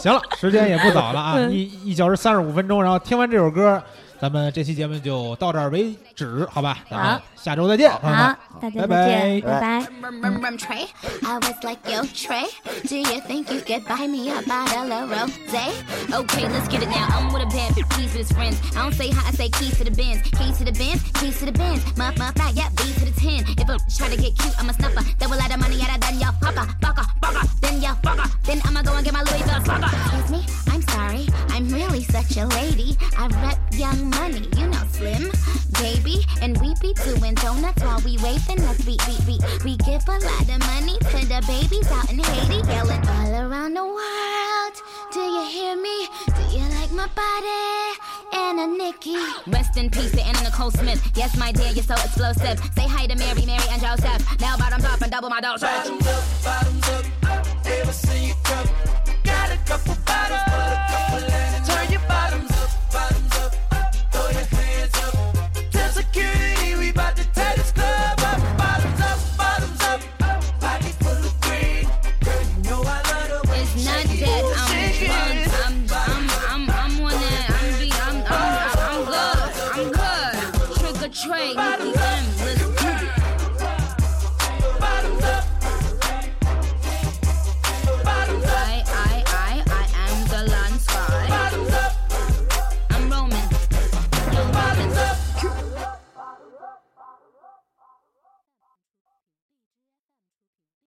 [SPEAKER 5] 行了，时间也不早了啊，
[SPEAKER 7] [laughs] 嗯
[SPEAKER 5] 一一小时三十五分钟，然后听完这首歌，咱们这期节目就到这儿为止，好吧？咱们
[SPEAKER 7] 好
[SPEAKER 5] 下周再见，朋友们
[SPEAKER 7] 好。，啊大家
[SPEAKER 5] 拜拜
[SPEAKER 7] 再见，拜
[SPEAKER 6] 拜
[SPEAKER 7] 拜。
[SPEAKER 8] rum Trey. I was like, yo, Trey, do you think you could buy me a bottle of rose? Okay, let's get it now. I'm with a bad bitch, keys with his friends. I don't say hi, I say keys to the bins. Keys to the bins, keys to the bins. My, my, fly, yeah, B to the 10. If a bitch try to get cute, I'm a snuffer. Double out of money, out of done, y'all. Fucker, fucker, fucker, then y'all, fucker. Then I'ma go and get my Louis Vuitton, fucker. Excuse me, I'm sorry. I'm really such a lady. I rep young money, you know, slim, baby. And we be doing donuts while we waving. Let's we, we, we, we give a lot of money to the babies out in Haiti, yelling all around the world. Do you hear me? Do you like my body? Anna Nikki. Rest in peace to Anna Nicole Smith. Yes, my dear, you're so explosive. Say hi to Mary, Mary, and Joseph. Now bottoms up and double my dose. It's not that I'm drunk. I'm, I'm, I'm, I'm on it. I'm, be, I'm, I'm, I'm, I'm good. I'm good. Trick or treat. You